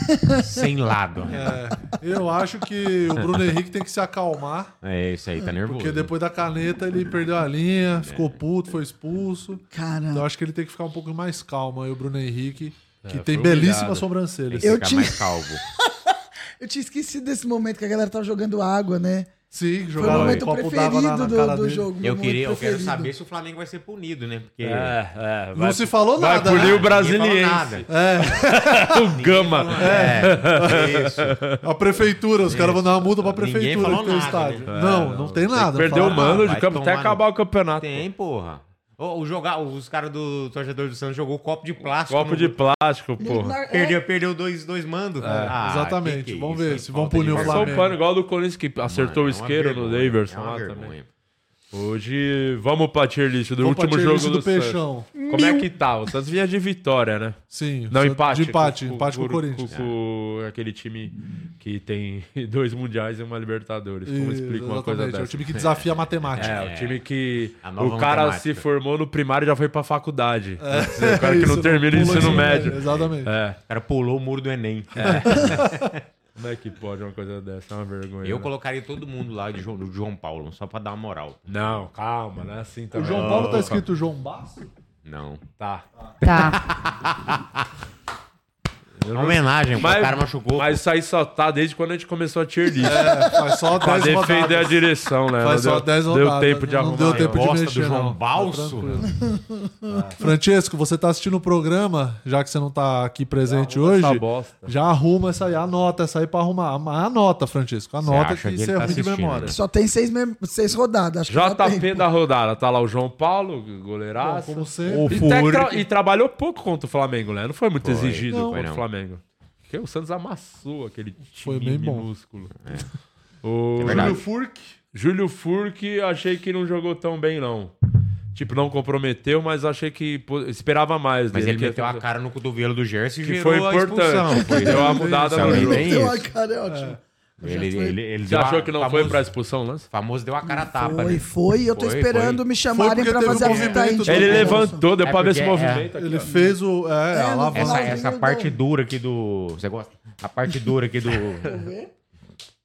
[SPEAKER 3] sem lado.
[SPEAKER 1] É.
[SPEAKER 2] É, Eu acho que o Bruno Henrique tem que se acalmar,
[SPEAKER 3] É, isso aí, tá nervoso.
[SPEAKER 2] porque depois da caneta ele perdeu a
[SPEAKER 1] É.
[SPEAKER 2] linha, ficou puto, foi expulso.
[SPEAKER 4] Cara,
[SPEAKER 2] Eu acho que ele tem que ficar um pouco mais calmo aí, o Bruno Henrique, que
[SPEAKER 1] É,
[SPEAKER 2] tem
[SPEAKER 1] foi
[SPEAKER 2] belíssima
[SPEAKER 1] humilhado.
[SPEAKER 2] sobrancelha.
[SPEAKER 3] Tem que
[SPEAKER 4] Eu
[SPEAKER 3] ficar
[SPEAKER 4] te-
[SPEAKER 3] mais calvo.
[SPEAKER 4] eu tinha esquecido desse momento que a galera tava jogando água, né?
[SPEAKER 2] Sim,
[SPEAKER 4] Foi o
[SPEAKER 2] jogava
[SPEAKER 4] momento
[SPEAKER 2] copo d'água na,
[SPEAKER 4] preferido
[SPEAKER 2] na
[SPEAKER 4] do,
[SPEAKER 2] cara
[SPEAKER 4] do
[SPEAKER 2] dele.
[SPEAKER 4] jogo. meu
[SPEAKER 3] Eu,
[SPEAKER 4] momento
[SPEAKER 3] queria, eu quero
[SPEAKER 4] preferido.
[SPEAKER 3] saber se o Flamengo vai ser punido, né? Porque.
[SPEAKER 1] É, é,
[SPEAKER 2] Não
[SPEAKER 1] vai-
[SPEAKER 2] se falou
[SPEAKER 1] vai
[SPEAKER 2] nada.
[SPEAKER 1] punir
[SPEAKER 2] né? É.
[SPEAKER 1] o brasiliense.
[SPEAKER 3] Ninguém falou nada.
[SPEAKER 1] o Gama.
[SPEAKER 3] né? É, isso.
[SPEAKER 2] A prefeitura, os caras vão dar uma multa pra
[SPEAKER 3] Ninguém
[SPEAKER 2] prefeitura
[SPEAKER 3] falou
[SPEAKER 2] que tem o
[SPEAKER 3] nada,
[SPEAKER 2] estádio.
[SPEAKER 3] né?
[SPEAKER 2] Não,
[SPEAKER 3] É,
[SPEAKER 2] não
[SPEAKER 3] não.
[SPEAKER 2] tem nada. não
[SPEAKER 1] Perdeu
[SPEAKER 2] fala
[SPEAKER 1] o mano de
[SPEAKER 3] vai
[SPEAKER 1] campo até
[SPEAKER 3] tomar no-
[SPEAKER 1] acabar o campeonato.
[SPEAKER 3] É. Tem, porra. O, o jogar, os caras do torcedor do Santos jogou copo de plástico.
[SPEAKER 1] Copo
[SPEAKER 3] no-
[SPEAKER 1] de É. plástico,
[SPEAKER 4] No-
[SPEAKER 1] porra.
[SPEAKER 4] na- é,
[SPEAKER 3] Perdeu, perdeu dois, dois mandos. Ah,
[SPEAKER 2] exatamente.
[SPEAKER 3] que que é
[SPEAKER 2] Vamos
[SPEAKER 3] isso,
[SPEAKER 2] ver
[SPEAKER 3] hein?
[SPEAKER 2] se vão
[SPEAKER 3] Falta de
[SPEAKER 2] punir o
[SPEAKER 3] vergonha.
[SPEAKER 1] Passou
[SPEAKER 2] Flamengo.
[SPEAKER 1] o um pano igual do Corinthians que acertou
[SPEAKER 3] Mano,
[SPEAKER 1] o
[SPEAKER 3] é uma
[SPEAKER 1] isqueiro no
[SPEAKER 3] vergonha,
[SPEAKER 1] Daverson
[SPEAKER 3] é uma
[SPEAKER 1] lá
[SPEAKER 3] vergonha.
[SPEAKER 1] também. Hoje vamos pra tier list do
[SPEAKER 2] Vamos pra
[SPEAKER 1] último
[SPEAKER 2] tier
[SPEAKER 1] jogo
[SPEAKER 2] list
[SPEAKER 1] do,
[SPEAKER 2] do
[SPEAKER 1] Peixão.
[SPEAKER 2] Peixão.
[SPEAKER 1] Como é que tá? O Santos vinha de vitória, né?
[SPEAKER 2] Sim.
[SPEAKER 1] Não,
[SPEAKER 2] só-
[SPEAKER 1] empate.
[SPEAKER 2] De empate,
[SPEAKER 1] com-
[SPEAKER 2] empate com o Corinthians.
[SPEAKER 1] Com, com é aquele time que tem dois mundiais e uma Libertadores. Como
[SPEAKER 2] Isso,
[SPEAKER 1] explica uma coisa
[SPEAKER 2] exatamente,
[SPEAKER 1] dessa?
[SPEAKER 2] É o time que desafia a matemática.
[SPEAKER 1] É, o time que
[SPEAKER 3] A nova
[SPEAKER 1] o cara
[SPEAKER 3] matemática.
[SPEAKER 1] se formou no primário e já foi pra faculdade. Quer dizer, O cara que não
[SPEAKER 2] É, Isso,
[SPEAKER 1] termina o
[SPEAKER 2] pula
[SPEAKER 1] ensino
[SPEAKER 2] esse-
[SPEAKER 1] médio.
[SPEAKER 2] Exatamente.
[SPEAKER 1] É.
[SPEAKER 3] O cara pulou o muro do Enem.
[SPEAKER 1] Como é que pode uma coisa dessa? É uma vergonha.
[SPEAKER 3] Eu
[SPEAKER 1] né?
[SPEAKER 3] colocaria todo mundo lá de João, do João Paulo, só pra dar uma moral.
[SPEAKER 1] Não, calma, não é assim
[SPEAKER 2] O
[SPEAKER 1] também.
[SPEAKER 2] João Paulo tá escrito João Basso?
[SPEAKER 3] Não.
[SPEAKER 1] Tá.
[SPEAKER 5] Tá.
[SPEAKER 3] Uma homenagem, pô, o cara machucou.
[SPEAKER 1] Mas isso aí só tá desde quando a gente começou a tier list.
[SPEAKER 2] É, Faz só
[SPEAKER 1] pra
[SPEAKER 2] 10
[SPEAKER 1] defender a
[SPEAKER 2] rodadas.
[SPEAKER 1] direção, né?
[SPEAKER 2] Faz
[SPEAKER 1] Não
[SPEAKER 2] só
[SPEAKER 1] deu-
[SPEAKER 2] 10
[SPEAKER 1] Deu
[SPEAKER 2] rodadas. né?
[SPEAKER 1] tempo de
[SPEAKER 2] Não
[SPEAKER 1] arrumar.
[SPEAKER 2] deu tempo de
[SPEAKER 3] bosta do
[SPEAKER 2] mexer,
[SPEAKER 3] João
[SPEAKER 2] não. Tá
[SPEAKER 3] Balso.
[SPEAKER 2] tranquilo. Francesco, você tá assistindo o programa, já que você não tá aqui presente
[SPEAKER 1] Arruma
[SPEAKER 2] hoje.
[SPEAKER 1] essa bosta.
[SPEAKER 2] Já arruma essa aí, anota essa aí pra arrumar. Ama- Anota, Francisco. Anota
[SPEAKER 3] acha
[SPEAKER 2] que
[SPEAKER 3] que
[SPEAKER 2] você é
[SPEAKER 3] ele tá
[SPEAKER 2] ruim de
[SPEAKER 3] assistindo,
[SPEAKER 2] memória.
[SPEAKER 3] né?
[SPEAKER 4] Só tem seis, mem- seis rodadas. Acho que dá
[SPEAKER 1] JP
[SPEAKER 4] tempo.
[SPEAKER 1] da rodada, tá lá o João Paulo, goleiraço.
[SPEAKER 2] Bom, como sempre.
[SPEAKER 1] e, tecra- e trabalhou pouco contra o Flamengo, né? Não foi muito
[SPEAKER 3] Foi.
[SPEAKER 1] exigido
[SPEAKER 3] Não.
[SPEAKER 1] contra
[SPEAKER 3] Foi
[SPEAKER 1] o
[SPEAKER 3] não.
[SPEAKER 1] Flamengo. Porque o Santos amassou aquele time
[SPEAKER 2] Foi bem bom.
[SPEAKER 1] minúsculo. O
[SPEAKER 3] É verdade.
[SPEAKER 2] Júlio Furk.
[SPEAKER 1] Júlio Furque, achei que não jogou tão bem, não. Tipo, não comprometeu, mas achei que pô, esperava mais.
[SPEAKER 3] Mas
[SPEAKER 1] dele,
[SPEAKER 3] ele
[SPEAKER 1] que-
[SPEAKER 3] meteu a cara no cotovelo do Gerson e
[SPEAKER 1] Que
[SPEAKER 3] gerou
[SPEAKER 1] foi
[SPEAKER 3] a expulsão.
[SPEAKER 1] importante. Deu uma mudada
[SPEAKER 3] Isso
[SPEAKER 1] no
[SPEAKER 3] aí
[SPEAKER 1] jogo.
[SPEAKER 3] tem
[SPEAKER 4] Deu a
[SPEAKER 3] isso.
[SPEAKER 4] cara, é ótimo.
[SPEAKER 3] Ele, ele, ele
[SPEAKER 1] Você
[SPEAKER 3] deu a-
[SPEAKER 1] achou que não
[SPEAKER 3] famoso-
[SPEAKER 1] foi pra expulsão, Lance?
[SPEAKER 3] famoso deu a cara a tapa.
[SPEAKER 4] Foi,
[SPEAKER 3] né?
[SPEAKER 4] foi. Eu tô
[SPEAKER 3] Foi,
[SPEAKER 4] esperando
[SPEAKER 3] foi.
[SPEAKER 4] me chamarem
[SPEAKER 2] porque
[SPEAKER 4] pra
[SPEAKER 2] teve um
[SPEAKER 4] fazer a fita
[SPEAKER 2] movimento
[SPEAKER 4] íntima.
[SPEAKER 2] do
[SPEAKER 1] Ele
[SPEAKER 2] Nossa.
[SPEAKER 1] levantou, deu
[SPEAKER 3] É
[SPEAKER 1] pra ver esse
[SPEAKER 3] porque, é,
[SPEAKER 1] movimento. aqui,
[SPEAKER 2] Ele
[SPEAKER 1] ó.
[SPEAKER 2] fez o. É, a
[SPEAKER 4] não
[SPEAKER 2] alavanca.
[SPEAKER 4] fala
[SPEAKER 3] Essa,
[SPEAKER 4] Ronaldinho
[SPEAKER 3] essa
[SPEAKER 4] não.
[SPEAKER 3] parte dura aqui do. Você gosta? A parte dura aqui do.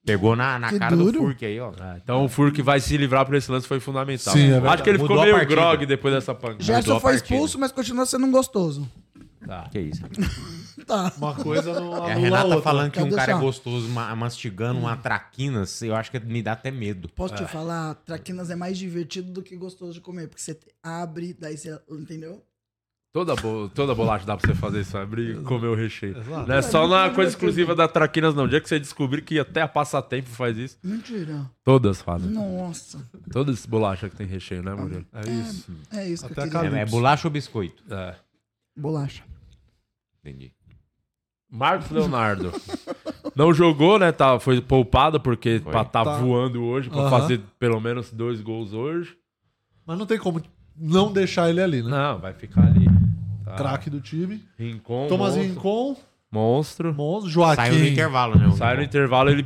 [SPEAKER 3] Pegou na, na
[SPEAKER 4] Que
[SPEAKER 3] cara
[SPEAKER 4] duro.
[SPEAKER 3] do Furk aí, ó.
[SPEAKER 1] Então o Furk vai se livrar por esse lance, foi fundamental.
[SPEAKER 2] Sim, é verdade.
[SPEAKER 1] Acho que ele
[SPEAKER 3] Mudou
[SPEAKER 1] ficou
[SPEAKER 3] a
[SPEAKER 1] meio
[SPEAKER 3] partida.
[SPEAKER 1] grog depois dessa pancada.
[SPEAKER 3] Mudou
[SPEAKER 4] Gerson
[SPEAKER 3] a
[SPEAKER 4] foi
[SPEAKER 3] partida.
[SPEAKER 4] expulso, mas continua sendo um gostoso.
[SPEAKER 3] Que isso.
[SPEAKER 4] Tá.
[SPEAKER 2] Uma coisa não
[SPEAKER 3] É
[SPEAKER 2] anula
[SPEAKER 3] a Renata
[SPEAKER 2] outra. né?
[SPEAKER 3] falando que um
[SPEAKER 4] Cadê
[SPEAKER 3] cara é
[SPEAKER 4] só?
[SPEAKER 3] gostoso ma- mastigando uma traquinas, eu acho que me dá até medo.
[SPEAKER 4] Posso te falar, traquinas é mais divertido do que gostoso de comer, porque você abre, daí você. Entendeu?
[SPEAKER 1] Toda, bo- toda bolacha dá pra você fazer isso, abrir e comer o recheio.
[SPEAKER 2] Exato.
[SPEAKER 1] Não é só na coisa exclusiva da Traquinas, não. O dia que você descobrir que até a passatempo faz isso,
[SPEAKER 4] Mentira.
[SPEAKER 1] todas fazem.
[SPEAKER 4] Nossa.
[SPEAKER 1] Todas bolachas que tem recheio, né, Murilo?
[SPEAKER 2] É isso.
[SPEAKER 4] É isso que
[SPEAKER 2] Até
[SPEAKER 4] eu
[SPEAKER 2] a
[SPEAKER 4] queria.
[SPEAKER 2] cabeça.
[SPEAKER 3] É, é
[SPEAKER 2] Lips.
[SPEAKER 3] bolacha ou biscoito?
[SPEAKER 1] É.
[SPEAKER 4] Bolacha.
[SPEAKER 3] Entendi.
[SPEAKER 1] Marcos Leonardo. Não jogou, né? Tá, foi poupado porque
[SPEAKER 3] Foi.
[SPEAKER 1] pra tá,
[SPEAKER 2] Tá.
[SPEAKER 1] voando hoje, pra
[SPEAKER 2] Aham.
[SPEAKER 1] fazer pelo menos dois gols hoje.
[SPEAKER 2] Mas não tem como não deixar ele ali, né?
[SPEAKER 1] Não, vai ficar ali. Tá.
[SPEAKER 2] Craque do time.
[SPEAKER 1] Rincon,
[SPEAKER 2] Thomas
[SPEAKER 1] monstro.
[SPEAKER 2] Rincon,
[SPEAKER 1] monstro.
[SPEAKER 2] Monzo,
[SPEAKER 3] Saiu no
[SPEAKER 2] Joaquim.
[SPEAKER 3] intervalo, né? o-
[SPEAKER 1] Saiu Ah. no intervalo, ele.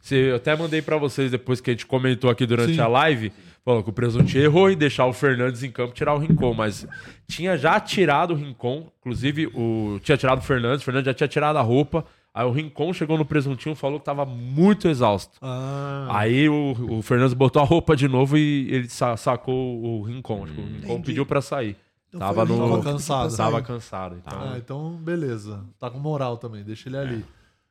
[SPEAKER 1] se- Eu até mandei pra vocês depois que a gente comentou aqui durante
[SPEAKER 2] Sim.
[SPEAKER 1] a live. Falou que o Presuntinho errou em deixar o Fernandes em campo e tirar o Rincon, mas tinha já tirado o Rincon, inclusive o tinha tirado o Fernandes, o Fernandes já tinha tirado a roupa. Aí o Rincon chegou no Presuntinho e falou que tava muito exausto.
[SPEAKER 2] Ah,
[SPEAKER 1] Aí o, o Fernandes botou a roupa de novo e ele sa- sacou o Rincon. Acho que o Rincon
[SPEAKER 4] Entendi.
[SPEAKER 1] pediu pra sair.
[SPEAKER 4] Então
[SPEAKER 1] tava
[SPEAKER 4] foi o
[SPEAKER 1] no.
[SPEAKER 4] Rincon
[SPEAKER 2] que pediu pra sair.
[SPEAKER 1] Tava cansado. Então.
[SPEAKER 2] ah, então beleza. Tá com moral também, deixa ele ali.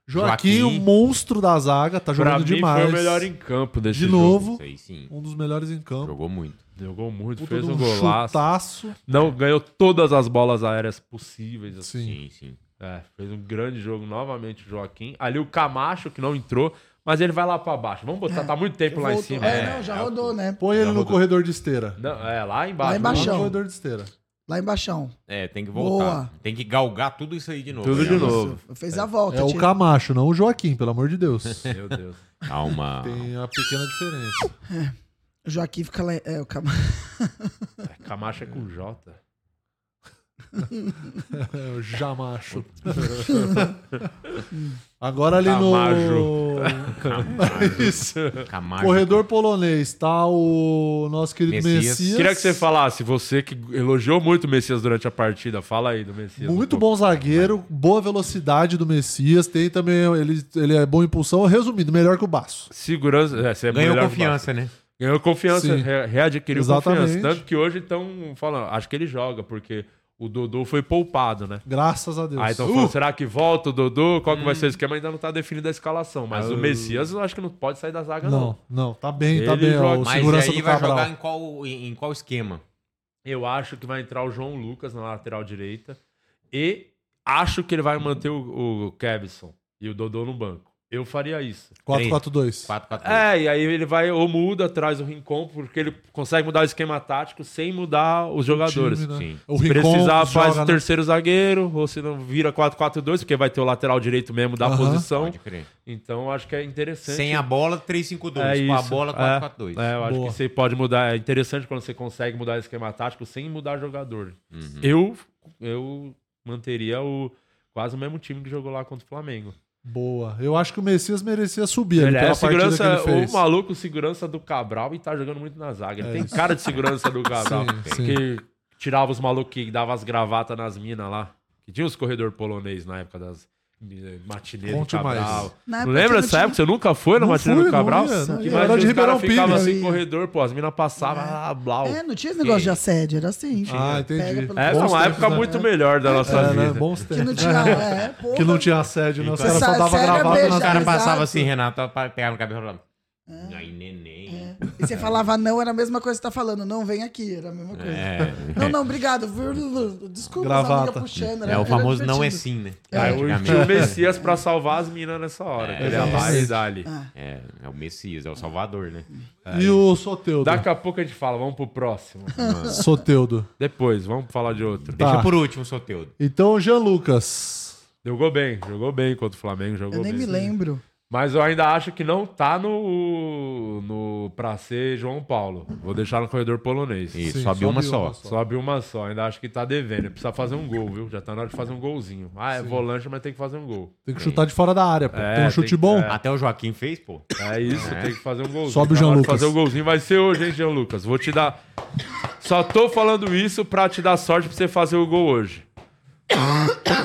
[SPEAKER 2] Joaquim,
[SPEAKER 3] Joaquim.
[SPEAKER 2] o monstro da zaga,
[SPEAKER 1] pra
[SPEAKER 2] tá jogando
[SPEAKER 1] mim
[SPEAKER 2] demais.
[SPEAKER 1] foi o melhor em campo desse
[SPEAKER 2] De
[SPEAKER 1] jogo.
[SPEAKER 2] novo,
[SPEAKER 3] Isso aí sim.
[SPEAKER 2] um dos melhores em campo.
[SPEAKER 3] Jogou muito.
[SPEAKER 1] Jogou muito,
[SPEAKER 2] Puta
[SPEAKER 1] fez
[SPEAKER 2] de
[SPEAKER 1] um golaço.
[SPEAKER 2] chutaço.
[SPEAKER 1] Não, ganhou todas as bolas aéreas possíveis. assim.
[SPEAKER 2] Sim.
[SPEAKER 3] Sim, sim.
[SPEAKER 1] É, fez um grande jogo novamente o Joaquim. Ali o Camacho, que não entrou, mas ele vai lá pra baixo. Vamos botar, tá muito tempo lá em
[SPEAKER 4] Voltou.
[SPEAKER 1] cima.
[SPEAKER 4] É, não, já rodou, né?
[SPEAKER 2] Põe ele no
[SPEAKER 1] rodou.
[SPEAKER 2] corredor de esteira.
[SPEAKER 1] Não, é, lá embaixo.
[SPEAKER 4] Lá
[SPEAKER 2] Põe
[SPEAKER 4] embaixo.
[SPEAKER 2] ele
[SPEAKER 4] Baixão.
[SPEAKER 2] No corredor de esteira.
[SPEAKER 4] Lá em Baixão.
[SPEAKER 3] É, tem que voltar.
[SPEAKER 4] Boa.
[SPEAKER 3] Tem que galgar tudo isso aí de novo.
[SPEAKER 1] Tudo de
[SPEAKER 3] né?
[SPEAKER 1] novo.
[SPEAKER 4] Isso, Fez a volta.
[SPEAKER 2] É o
[SPEAKER 4] tio.
[SPEAKER 2] Camacho, não o Joaquim, pelo amor de Deus.
[SPEAKER 1] Meu Deus.
[SPEAKER 3] Calma.
[SPEAKER 2] Tem uma pequena diferença.
[SPEAKER 4] O Joaquim fica lá. É, o Cam...
[SPEAKER 1] Camacho é com J.
[SPEAKER 2] É o Jamacho. Agora ali no. Isso.
[SPEAKER 3] Camargo.
[SPEAKER 2] Corredor polonês, tá o nosso querido
[SPEAKER 3] Messias.
[SPEAKER 2] Messias.
[SPEAKER 1] Queria que você falasse, você que elogiou muito o Messias durante a partida, fala aí do Messias. um
[SPEAKER 2] Muito bom zagueiro, boa velocidade do Messias. Tem também. Ele, ele é bom em impulsão. Resumindo, melhor que o Baço.
[SPEAKER 1] Segurança. É, você é
[SPEAKER 3] Ganhou
[SPEAKER 1] melhor que o
[SPEAKER 3] confiança, né?
[SPEAKER 1] Ganhou confiança,
[SPEAKER 2] Sim.
[SPEAKER 1] re- readquiriu
[SPEAKER 2] Exatamente.
[SPEAKER 1] confiança. Tanto que hoje estão falando, acho que ele joga, porque o Dodô foi poupado, né?
[SPEAKER 2] Graças a Deus.
[SPEAKER 1] Aí estão
[SPEAKER 2] Uh! Hum.
[SPEAKER 1] falando, será que volta o Dodô? Qual que vai ser o esquema? Ainda não tá definida a escalação, mas o
[SPEAKER 2] Ah.
[SPEAKER 1] Messias eu acho que não pode sair da zaga, não.
[SPEAKER 2] Não, não, tá bem, tá
[SPEAKER 1] Ele
[SPEAKER 2] bem. ó,
[SPEAKER 1] joga-
[SPEAKER 2] o
[SPEAKER 3] Mas
[SPEAKER 2] segurança
[SPEAKER 3] aí
[SPEAKER 2] do
[SPEAKER 3] vai
[SPEAKER 2] Cabral.
[SPEAKER 3] jogar em qual, em, em qual esquema?
[SPEAKER 1] Eu acho que vai entrar o João Lucas na lateral direita e acho que ele vai manter o, o Kevson e o Dodô no banco. Eu faria isso.
[SPEAKER 2] 4-4-2.
[SPEAKER 3] 4-4-2.
[SPEAKER 1] É, e aí ele vai ou muda, traz o Rincon, porque ele consegue mudar o esquema tático sem mudar os jogadores.
[SPEAKER 2] time, né?
[SPEAKER 3] Sim.
[SPEAKER 2] O
[SPEAKER 1] Se
[SPEAKER 2] Rincon
[SPEAKER 1] precisar, faz
[SPEAKER 2] joga,
[SPEAKER 1] o
[SPEAKER 2] né?
[SPEAKER 1] terceiro zagueiro, ou se não vira 4-4-2, porque vai ter o lateral direito mesmo da
[SPEAKER 2] Aham.
[SPEAKER 1] posição.
[SPEAKER 3] Pode crer.
[SPEAKER 1] Então acho que é interessante.
[SPEAKER 3] Sem a bola, 3-5-2.
[SPEAKER 1] É
[SPEAKER 3] Com a
[SPEAKER 1] isso.
[SPEAKER 3] bola,
[SPEAKER 1] É.
[SPEAKER 3] 4-4-2.
[SPEAKER 1] É, eu acho
[SPEAKER 2] Boa.
[SPEAKER 1] que você pode mudar. É interessante quando você consegue mudar o esquema tático sem mudar jogador.
[SPEAKER 3] Uhum.
[SPEAKER 1] Eu, eu manteria o quase o mesmo time que jogou lá contra o Flamengo.
[SPEAKER 2] Boa. Eu acho que o Messias merecia subir ali
[SPEAKER 1] Ele é
[SPEAKER 2] pela partida que ele
[SPEAKER 1] segurança,
[SPEAKER 2] fez.
[SPEAKER 1] o maluco segurança do Cabral e tá jogando muito na zaga. Ele
[SPEAKER 2] É
[SPEAKER 1] tem
[SPEAKER 2] isso.
[SPEAKER 1] cara de segurança do Cabral.
[SPEAKER 2] Sim, sim.
[SPEAKER 1] que tirava os malucos que dava as gravatas nas minas lá. Que tinha os corredor polonês na época das eh, matinês do
[SPEAKER 2] Conte mais.
[SPEAKER 1] Cabral. Não
[SPEAKER 4] Na época
[SPEAKER 1] lembra
[SPEAKER 4] que
[SPEAKER 1] dessa época?
[SPEAKER 4] tinha-
[SPEAKER 1] Você nunca foi na
[SPEAKER 2] Não
[SPEAKER 1] matinê
[SPEAKER 2] fui,
[SPEAKER 1] do Cabral?
[SPEAKER 2] não ia, não
[SPEAKER 1] Que
[SPEAKER 2] ia.
[SPEAKER 1] imagina,
[SPEAKER 2] Era de
[SPEAKER 1] os cara
[SPEAKER 2] Ribeirão
[SPEAKER 1] ficava
[SPEAKER 2] Pires,
[SPEAKER 1] assim,
[SPEAKER 4] né?
[SPEAKER 1] corredor, pô, as minas passavam, ah, blau.
[SPEAKER 4] É, não tinha esse negócio de assédio, era assim.
[SPEAKER 2] Ah, entendi.
[SPEAKER 4] Pega pelo
[SPEAKER 1] É,
[SPEAKER 2] Bons
[SPEAKER 1] foi uma
[SPEAKER 2] tempos,
[SPEAKER 1] época
[SPEAKER 2] né?
[SPEAKER 1] muito melhor da nossa
[SPEAKER 2] É, né?
[SPEAKER 1] vida.
[SPEAKER 2] Bons
[SPEAKER 4] Que não
[SPEAKER 2] tempos.
[SPEAKER 4] tinha. É, porra.
[SPEAKER 2] Que não tinha assédio, né? Os
[SPEAKER 3] Então,
[SPEAKER 2] caras só
[SPEAKER 4] essa- é
[SPEAKER 2] dava
[SPEAKER 4] sério,
[SPEAKER 2] gravata
[SPEAKER 4] beijo.
[SPEAKER 2] na
[SPEAKER 3] O cara
[SPEAKER 4] Exato.
[SPEAKER 3] passava assim, Renato, pa- pegava no cabelo e falava...
[SPEAKER 2] É.
[SPEAKER 3] Ai, neném.
[SPEAKER 4] E você falava não, era a mesma coisa que você tá falando. Não, vem aqui, era a mesma coisa.
[SPEAKER 3] É.
[SPEAKER 4] Não, não, obrigado. Desculpa,
[SPEAKER 2] Gravata.
[SPEAKER 4] amiga puxando. né?
[SPEAKER 3] É,
[SPEAKER 4] era-
[SPEAKER 3] o
[SPEAKER 4] era
[SPEAKER 3] famoso não é
[SPEAKER 4] divertido.
[SPEAKER 3] sim, né?
[SPEAKER 1] Aí eu
[SPEAKER 3] Antigamente.
[SPEAKER 1] tinha
[SPEAKER 2] é
[SPEAKER 1] o Messias pra salvar as minas nessa hora. que ele é a
[SPEAKER 2] exatamente.
[SPEAKER 1] mais dali.
[SPEAKER 3] É, é o Messias, é o Salvador, né?
[SPEAKER 2] E o Soteudo.
[SPEAKER 1] Daqui a pouco a gente fala, vamos pro próximo.
[SPEAKER 2] Soteudo.
[SPEAKER 1] Depois, vamos falar de outro.
[SPEAKER 2] Tá.
[SPEAKER 3] Deixa por último, Soteudo.
[SPEAKER 2] Então, Jean Lucas.
[SPEAKER 1] Jogou bem, jogou bem contra o Flamengo, jogou
[SPEAKER 4] Eu nem
[SPEAKER 1] bem.
[SPEAKER 4] me
[SPEAKER 1] assim.
[SPEAKER 4] lembro.
[SPEAKER 1] Mas eu ainda acho que não tá no, no pra ser João Paulo. Vou deixar no corredor polonês.
[SPEAKER 3] Isso,
[SPEAKER 2] Sim,
[SPEAKER 3] sobe uma só.
[SPEAKER 1] Sobe uma só, ainda acho que tá devendo. Precisa fazer um gol, viu? Já tá na hora de fazer um golzinho. Ah, é volante, mas tem que fazer um gol.
[SPEAKER 2] Tem que chutar de fora da área, pô.
[SPEAKER 1] É,
[SPEAKER 2] tem um
[SPEAKER 1] tem
[SPEAKER 2] chute
[SPEAKER 1] que-
[SPEAKER 2] bom.
[SPEAKER 1] é.
[SPEAKER 3] Até o Joaquim fez, pô.
[SPEAKER 1] É isso, tem que fazer um golzinho.
[SPEAKER 2] Sobe o
[SPEAKER 1] Tá na hora de
[SPEAKER 2] Jean Lucas.
[SPEAKER 1] Fazer o golzinho vai ser hoje, hein, Jean Lucas? Vou te dar. Só tô falando isso pra te dar sorte pra você fazer o gol hoje.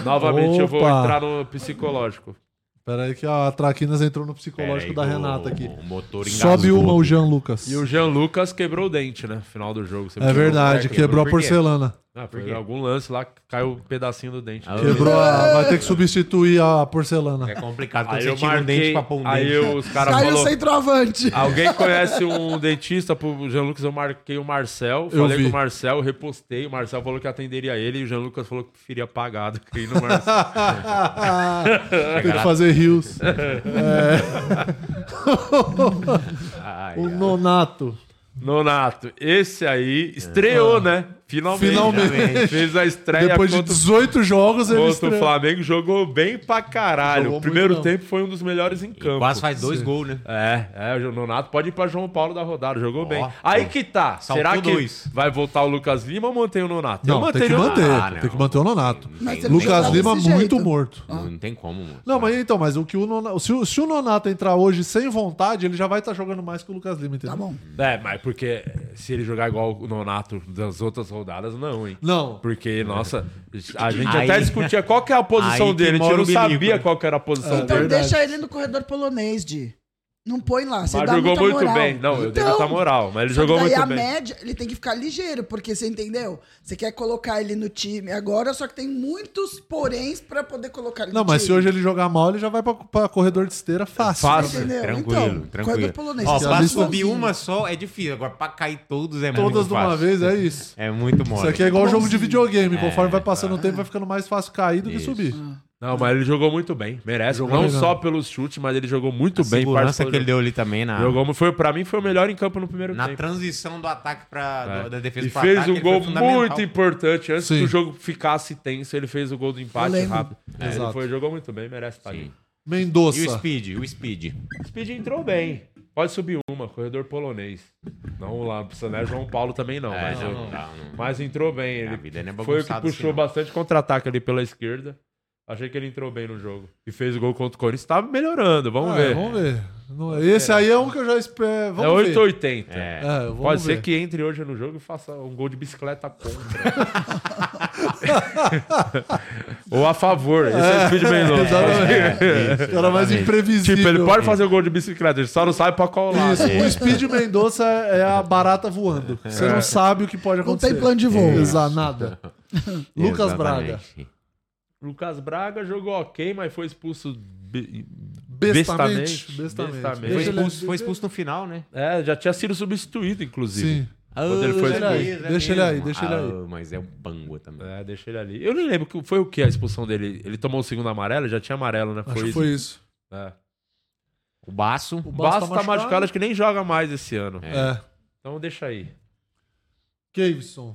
[SPEAKER 1] Novamente eu vou
[SPEAKER 2] Opa.
[SPEAKER 1] entrar no psicológico.
[SPEAKER 2] Pera aí que a Traquinas entrou no psicológico
[SPEAKER 3] Peraí,
[SPEAKER 2] da
[SPEAKER 3] o-
[SPEAKER 2] Renata aqui.
[SPEAKER 3] O motor
[SPEAKER 2] Sobe
[SPEAKER 3] engasgou.
[SPEAKER 2] uma o Jean Lucas.
[SPEAKER 1] E o Jean Lucas quebrou o dente, né? Final do jogo. Você
[SPEAKER 2] É verdade,
[SPEAKER 3] quebrou,
[SPEAKER 2] quebrou a
[SPEAKER 3] por quê?
[SPEAKER 2] porcelana.
[SPEAKER 1] Ah,
[SPEAKER 3] Por
[SPEAKER 1] foi
[SPEAKER 3] quê?
[SPEAKER 1] algum lance lá, que caiu um pedacinho do dente.
[SPEAKER 3] Ah,
[SPEAKER 2] Quebrou a... Vai ter que substituir a porcelana.
[SPEAKER 3] É complicado quando
[SPEAKER 1] Aí
[SPEAKER 3] você
[SPEAKER 1] eu
[SPEAKER 3] tira um dente
[SPEAKER 1] marquei,
[SPEAKER 3] pra pôr um
[SPEAKER 1] aí
[SPEAKER 3] dente.
[SPEAKER 1] eu- os caras
[SPEAKER 4] Caiu o
[SPEAKER 1] falaram...
[SPEAKER 4] centroavante.
[SPEAKER 1] Alguém conhece um dentista pro Jean Lucas? Eu marquei o Marcel,
[SPEAKER 2] Eu
[SPEAKER 1] falei
[SPEAKER 2] vi.
[SPEAKER 1] com o Marcel, repostei. O Marcel falou que atenderia ele e o Jean Lucas falou que preferia pagar do que ir no Marcel.
[SPEAKER 2] Tem que fazer rios. É.
[SPEAKER 3] Ai,
[SPEAKER 2] O Nonato.
[SPEAKER 1] Nonato, esse aí estreou,
[SPEAKER 3] Ah.
[SPEAKER 1] né? Finalmente.
[SPEAKER 2] Finalmente.
[SPEAKER 1] Fez a estreia
[SPEAKER 2] Depois de
[SPEAKER 1] contra,
[SPEAKER 2] 18 jogos, ele
[SPEAKER 1] contra o
[SPEAKER 2] estreou.
[SPEAKER 1] Flamengo. Jogou bem pra caralho.
[SPEAKER 2] Jogou
[SPEAKER 1] o primeiro
[SPEAKER 2] muito, não.
[SPEAKER 1] tempo foi um dos melhores em campo.
[SPEAKER 3] Quase faz dois gols, né?
[SPEAKER 1] É, é, o Nonato pode ir pra João Paulo da rodada, jogou
[SPEAKER 3] Ó,
[SPEAKER 1] bem.
[SPEAKER 3] ó.
[SPEAKER 1] Aí que tá.
[SPEAKER 3] Saltou
[SPEAKER 1] Será que
[SPEAKER 3] dois.
[SPEAKER 1] vai voltar o Lucas Lima ou mantém o Nonato? Eu
[SPEAKER 2] Não, tem que
[SPEAKER 1] manteria o Nonato.
[SPEAKER 2] manter.
[SPEAKER 3] Ah, não.
[SPEAKER 2] tem que manter o Nonato.
[SPEAKER 4] Mas
[SPEAKER 3] Não
[SPEAKER 4] você
[SPEAKER 3] tem-
[SPEAKER 4] não
[SPEAKER 2] Lucas
[SPEAKER 4] joga
[SPEAKER 2] Lima
[SPEAKER 4] desse
[SPEAKER 2] muito
[SPEAKER 4] jeito.
[SPEAKER 2] morto.
[SPEAKER 3] Não tem como, mano.
[SPEAKER 2] Não, mas então, mas o que o Nonato, se, o- se o Nonato entrar hoje sem vontade, ele já vai estar jogando mais que o Lucas Lima, entendeu?
[SPEAKER 4] Tá bom.
[SPEAKER 1] É, mas porque se ele jogar igual o Nonato das outras rodadas, não, hein?
[SPEAKER 2] Não.
[SPEAKER 1] Porque, nossa, a gente
[SPEAKER 3] É. Aí-
[SPEAKER 1] até discutia qual que é a
[SPEAKER 3] Aí
[SPEAKER 1] posição
[SPEAKER 3] que
[SPEAKER 1] dele. A gente
[SPEAKER 3] mora
[SPEAKER 1] não
[SPEAKER 3] o bilico,
[SPEAKER 1] sabia
[SPEAKER 3] né?
[SPEAKER 1] qual que era a posição
[SPEAKER 2] É
[SPEAKER 1] dele.
[SPEAKER 4] Então
[SPEAKER 2] verdade.
[SPEAKER 4] deixa ele no corredor polonês, Di. Não põe lá. Você
[SPEAKER 1] Mas
[SPEAKER 4] dá
[SPEAKER 1] jogou
[SPEAKER 4] muita
[SPEAKER 1] muito
[SPEAKER 4] moral.
[SPEAKER 1] bem. Não, eu dei
[SPEAKER 4] Então,
[SPEAKER 1] muita moral, mas ele jogou
[SPEAKER 4] daí
[SPEAKER 1] muito
[SPEAKER 4] a
[SPEAKER 1] bem.
[SPEAKER 4] média, ele tem que ficar ligeiro, porque você entendeu? Você quer colocar ele no time agora, só que tem muitos poréns pra poder colocar ele
[SPEAKER 2] Não,
[SPEAKER 4] no
[SPEAKER 2] mas se
[SPEAKER 4] time.
[SPEAKER 2] hoje é ele jogar mal, ele já vai pra, pra corredor de esteira fácil.
[SPEAKER 1] Fácil.
[SPEAKER 2] é
[SPEAKER 4] Entendeu?
[SPEAKER 3] Tranquilo,
[SPEAKER 4] então,
[SPEAKER 3] tranquilo.
[SPEAKER 4] corredor polonês.
[SPEAKER 3] Ó,
[SPEAKER 4] você
[SPEAKER 3] pra
[SPEAKER 4] tá
[SPEAKER 3] subir
[SPEAKER 4] sozinho.
[SPEAKER 3] uma só é difícil. Agora, pra cair todos
[SPEAKER 1] né,
[SPEAKER 3] é muito
[SPEAKER 2] Todas de
[SPEAKER 3] fácil.
[SPEAKER 2] uma vez, é isso.
[SPEAKER 3] É muito mole.
[SPEAKER 2] Isso aqui é igual jogo de
[SPEAKER 4] Bonzinho.
[SPEAKER 1] tá.
[SPEAKER 2] videogame. Conforme vai passando o tempo, vai ficando mais fácil cair do que subir.
[SPEAKER 1] Não, mas ele jogou muito bem. Merece.
[SPEAKER 2] Jogou
[SPEAKER 1] não
[SPEAKER 2] bem, não.
[SPEAKER 1] só pelos chutes, mas ele jogou muito
[SPEAKER 3] A
[SPEAKER 1] bem.
[SPEAKER 3] segurança
[SPEAKER 1] participou
[SPEAKER 2] né?
[SPEAKER 3] que ele
[SPEAKER 1] do
[SPEAKER 3] deu ali também na,
[SPEAKER 1] jogo. Jogou, foi, pra mim foi o melhor em campo no primeiro
[SPEAKER 3] na
[SPEAKER 1] tempo.
[SPEAKER 3] transição do ataque pra,
[SPEAKER 1] É.
[SPEAKER 3] do- da defesa
[SPEAKER 1] E
[SPEAKER 3] pro
[SPEAKER 1] fez
[SPEAKER 3] ataque,
[SPEAKER 1] um
[SPEAKER 3] ele foi
[SPEAKER 1] gol
[SPEAKER 3] fundamental.
[SPEAKER 1] muito importante. Antes
[SPEAKER 2] Sim.
[SPEAKER 1] que o jogo ficasse tenso, ele fez o gol do
[SPEAKER 4] Eu
[SPEAKER 1] empate
[SPEAKER 4] lembro.
[SPEAKER 1] rápido. É, ele
[SPEAKER 2] Exato.
[SPEAKER 1] foi, jogou muito bem, merece estar ali.
[SPEAKER 3] Sim.
[SPEAKER 2] Mendonça.
[SPEAKER 3] E o Speed, o
[SPEAKER 1] É,
[SPEAKER 3] Speed.
[SPEAKER 1] Speed entrou bem. Pode subir uma, corredor polonês. Não lá, precisa, né? João Paulo também não. mas, eu-
[SPEAKER 3] dá, É, não.
[SPEAKER 1] mas entrou bem. Ele
[SPEAKER 3] A vida não é
[SPEAKER 1] foi o que
[SPEAKER 3] bagunçada
[SPEAKER 1] puxou
[SPEAKER 3] assim, não.
[SPEAKER 1] bastante contra-ataque ali pela esquerda. Achei que ele entrou bem no jogo. E fez o gol contra o Corinthians. Tá melhorando, vamos
[SPEAKER 2] Ah,
[SPEAKER 1] ver.
[SPEAKER 2] Vamos ver. Não- Esse aí é um que eu já espero.
[SPEAKER 1] É
[SPEAKER 2] Vamos ver.
[SPEAKER 1] 880.
[SPEAKER 3] É.
[SPEAKER 2] É, vamos
[SPEAKER 1] Pode
[SPEAKER 2] ver.
[SPEAKER 1] ser que entre hoje no jogo e faça um gol de bicicleta contra. Ou a favor. Esse é o Speed Mendonça.
[SPEAKER 2] exatamente.
[SPEAKER 3] É, Isso,
[SPEAKER 2] Era mais
[SPEAKER 3] exatamente.
[SPEAKER 2] imprevisível.
[SPEAKER 1] Tipo, ele pode fazer o gol de bicicleta, ele só não sabe pra qual lado.
[SPEAKER 2] Isso, o Speed Mendonça é a barata voando.
[SPEAKER 1] É.
[SPEAKER 2] Você não sabe o que pode
[SPEAKER 4] Não
[SPEAKER 2] acontecer.
[SPEAKER 4] tem plano de voo.
[SPEAKER 2] Exato, nada. Lucas Braga.
[SPEAKER 3] Exatamente.
[SPEAKER 1] Lucas Braga jogou ok, mas foi expulso. be-
[SPEAKER 2] Bestamente.
[SPEAKER 1] Bestamente.
[SPEAKER 2] Bestamente.
[SPEAKER 1] Bestamente.
[SPEAKER 3] Foi
[SPEAKER 2] Deixa ele-
[SPEAKER 3] expulso, foi expulso no final, né?
[SPEAKER 1] É, já tinha sido substituído, inclusive.
[SPEAKER 2] Sim.
[SPEAKER 1] Quando ele foi
[SPEAKER 3] Ah,
[SPEAKER 1] expulso.
[SPEAKER 3] mesmo,
[SPEAKER 2] Deixa ele aí,
[SPEAKER 3] mesmo.
[SPEAKER 2] deixa ele aí.
[SPEAKER 3] Ah, Mas é um pango também.
[SPEAKER 1] É, deixa ele ali. Eu nem lembro que foi o que a expulsão dele. Ele tomou o segundo amarelo, já tinha amarelo, né?
[SPEAKER 2] Acho que foi isso.
[SPEAKER 1] É.
[SPEAKER 3] O Baço.
[SPEAKER 1] O Basso tá machucado,
[SPEAKER 2] machucado,
[SPEAKER 1] acho que nem joga mais esse ano.
[SPEAKER 3] É.
[SPEAKER 2] É.
[SPEAKER 1] Então deixa aí.
[SPEAKER 2] Caveson.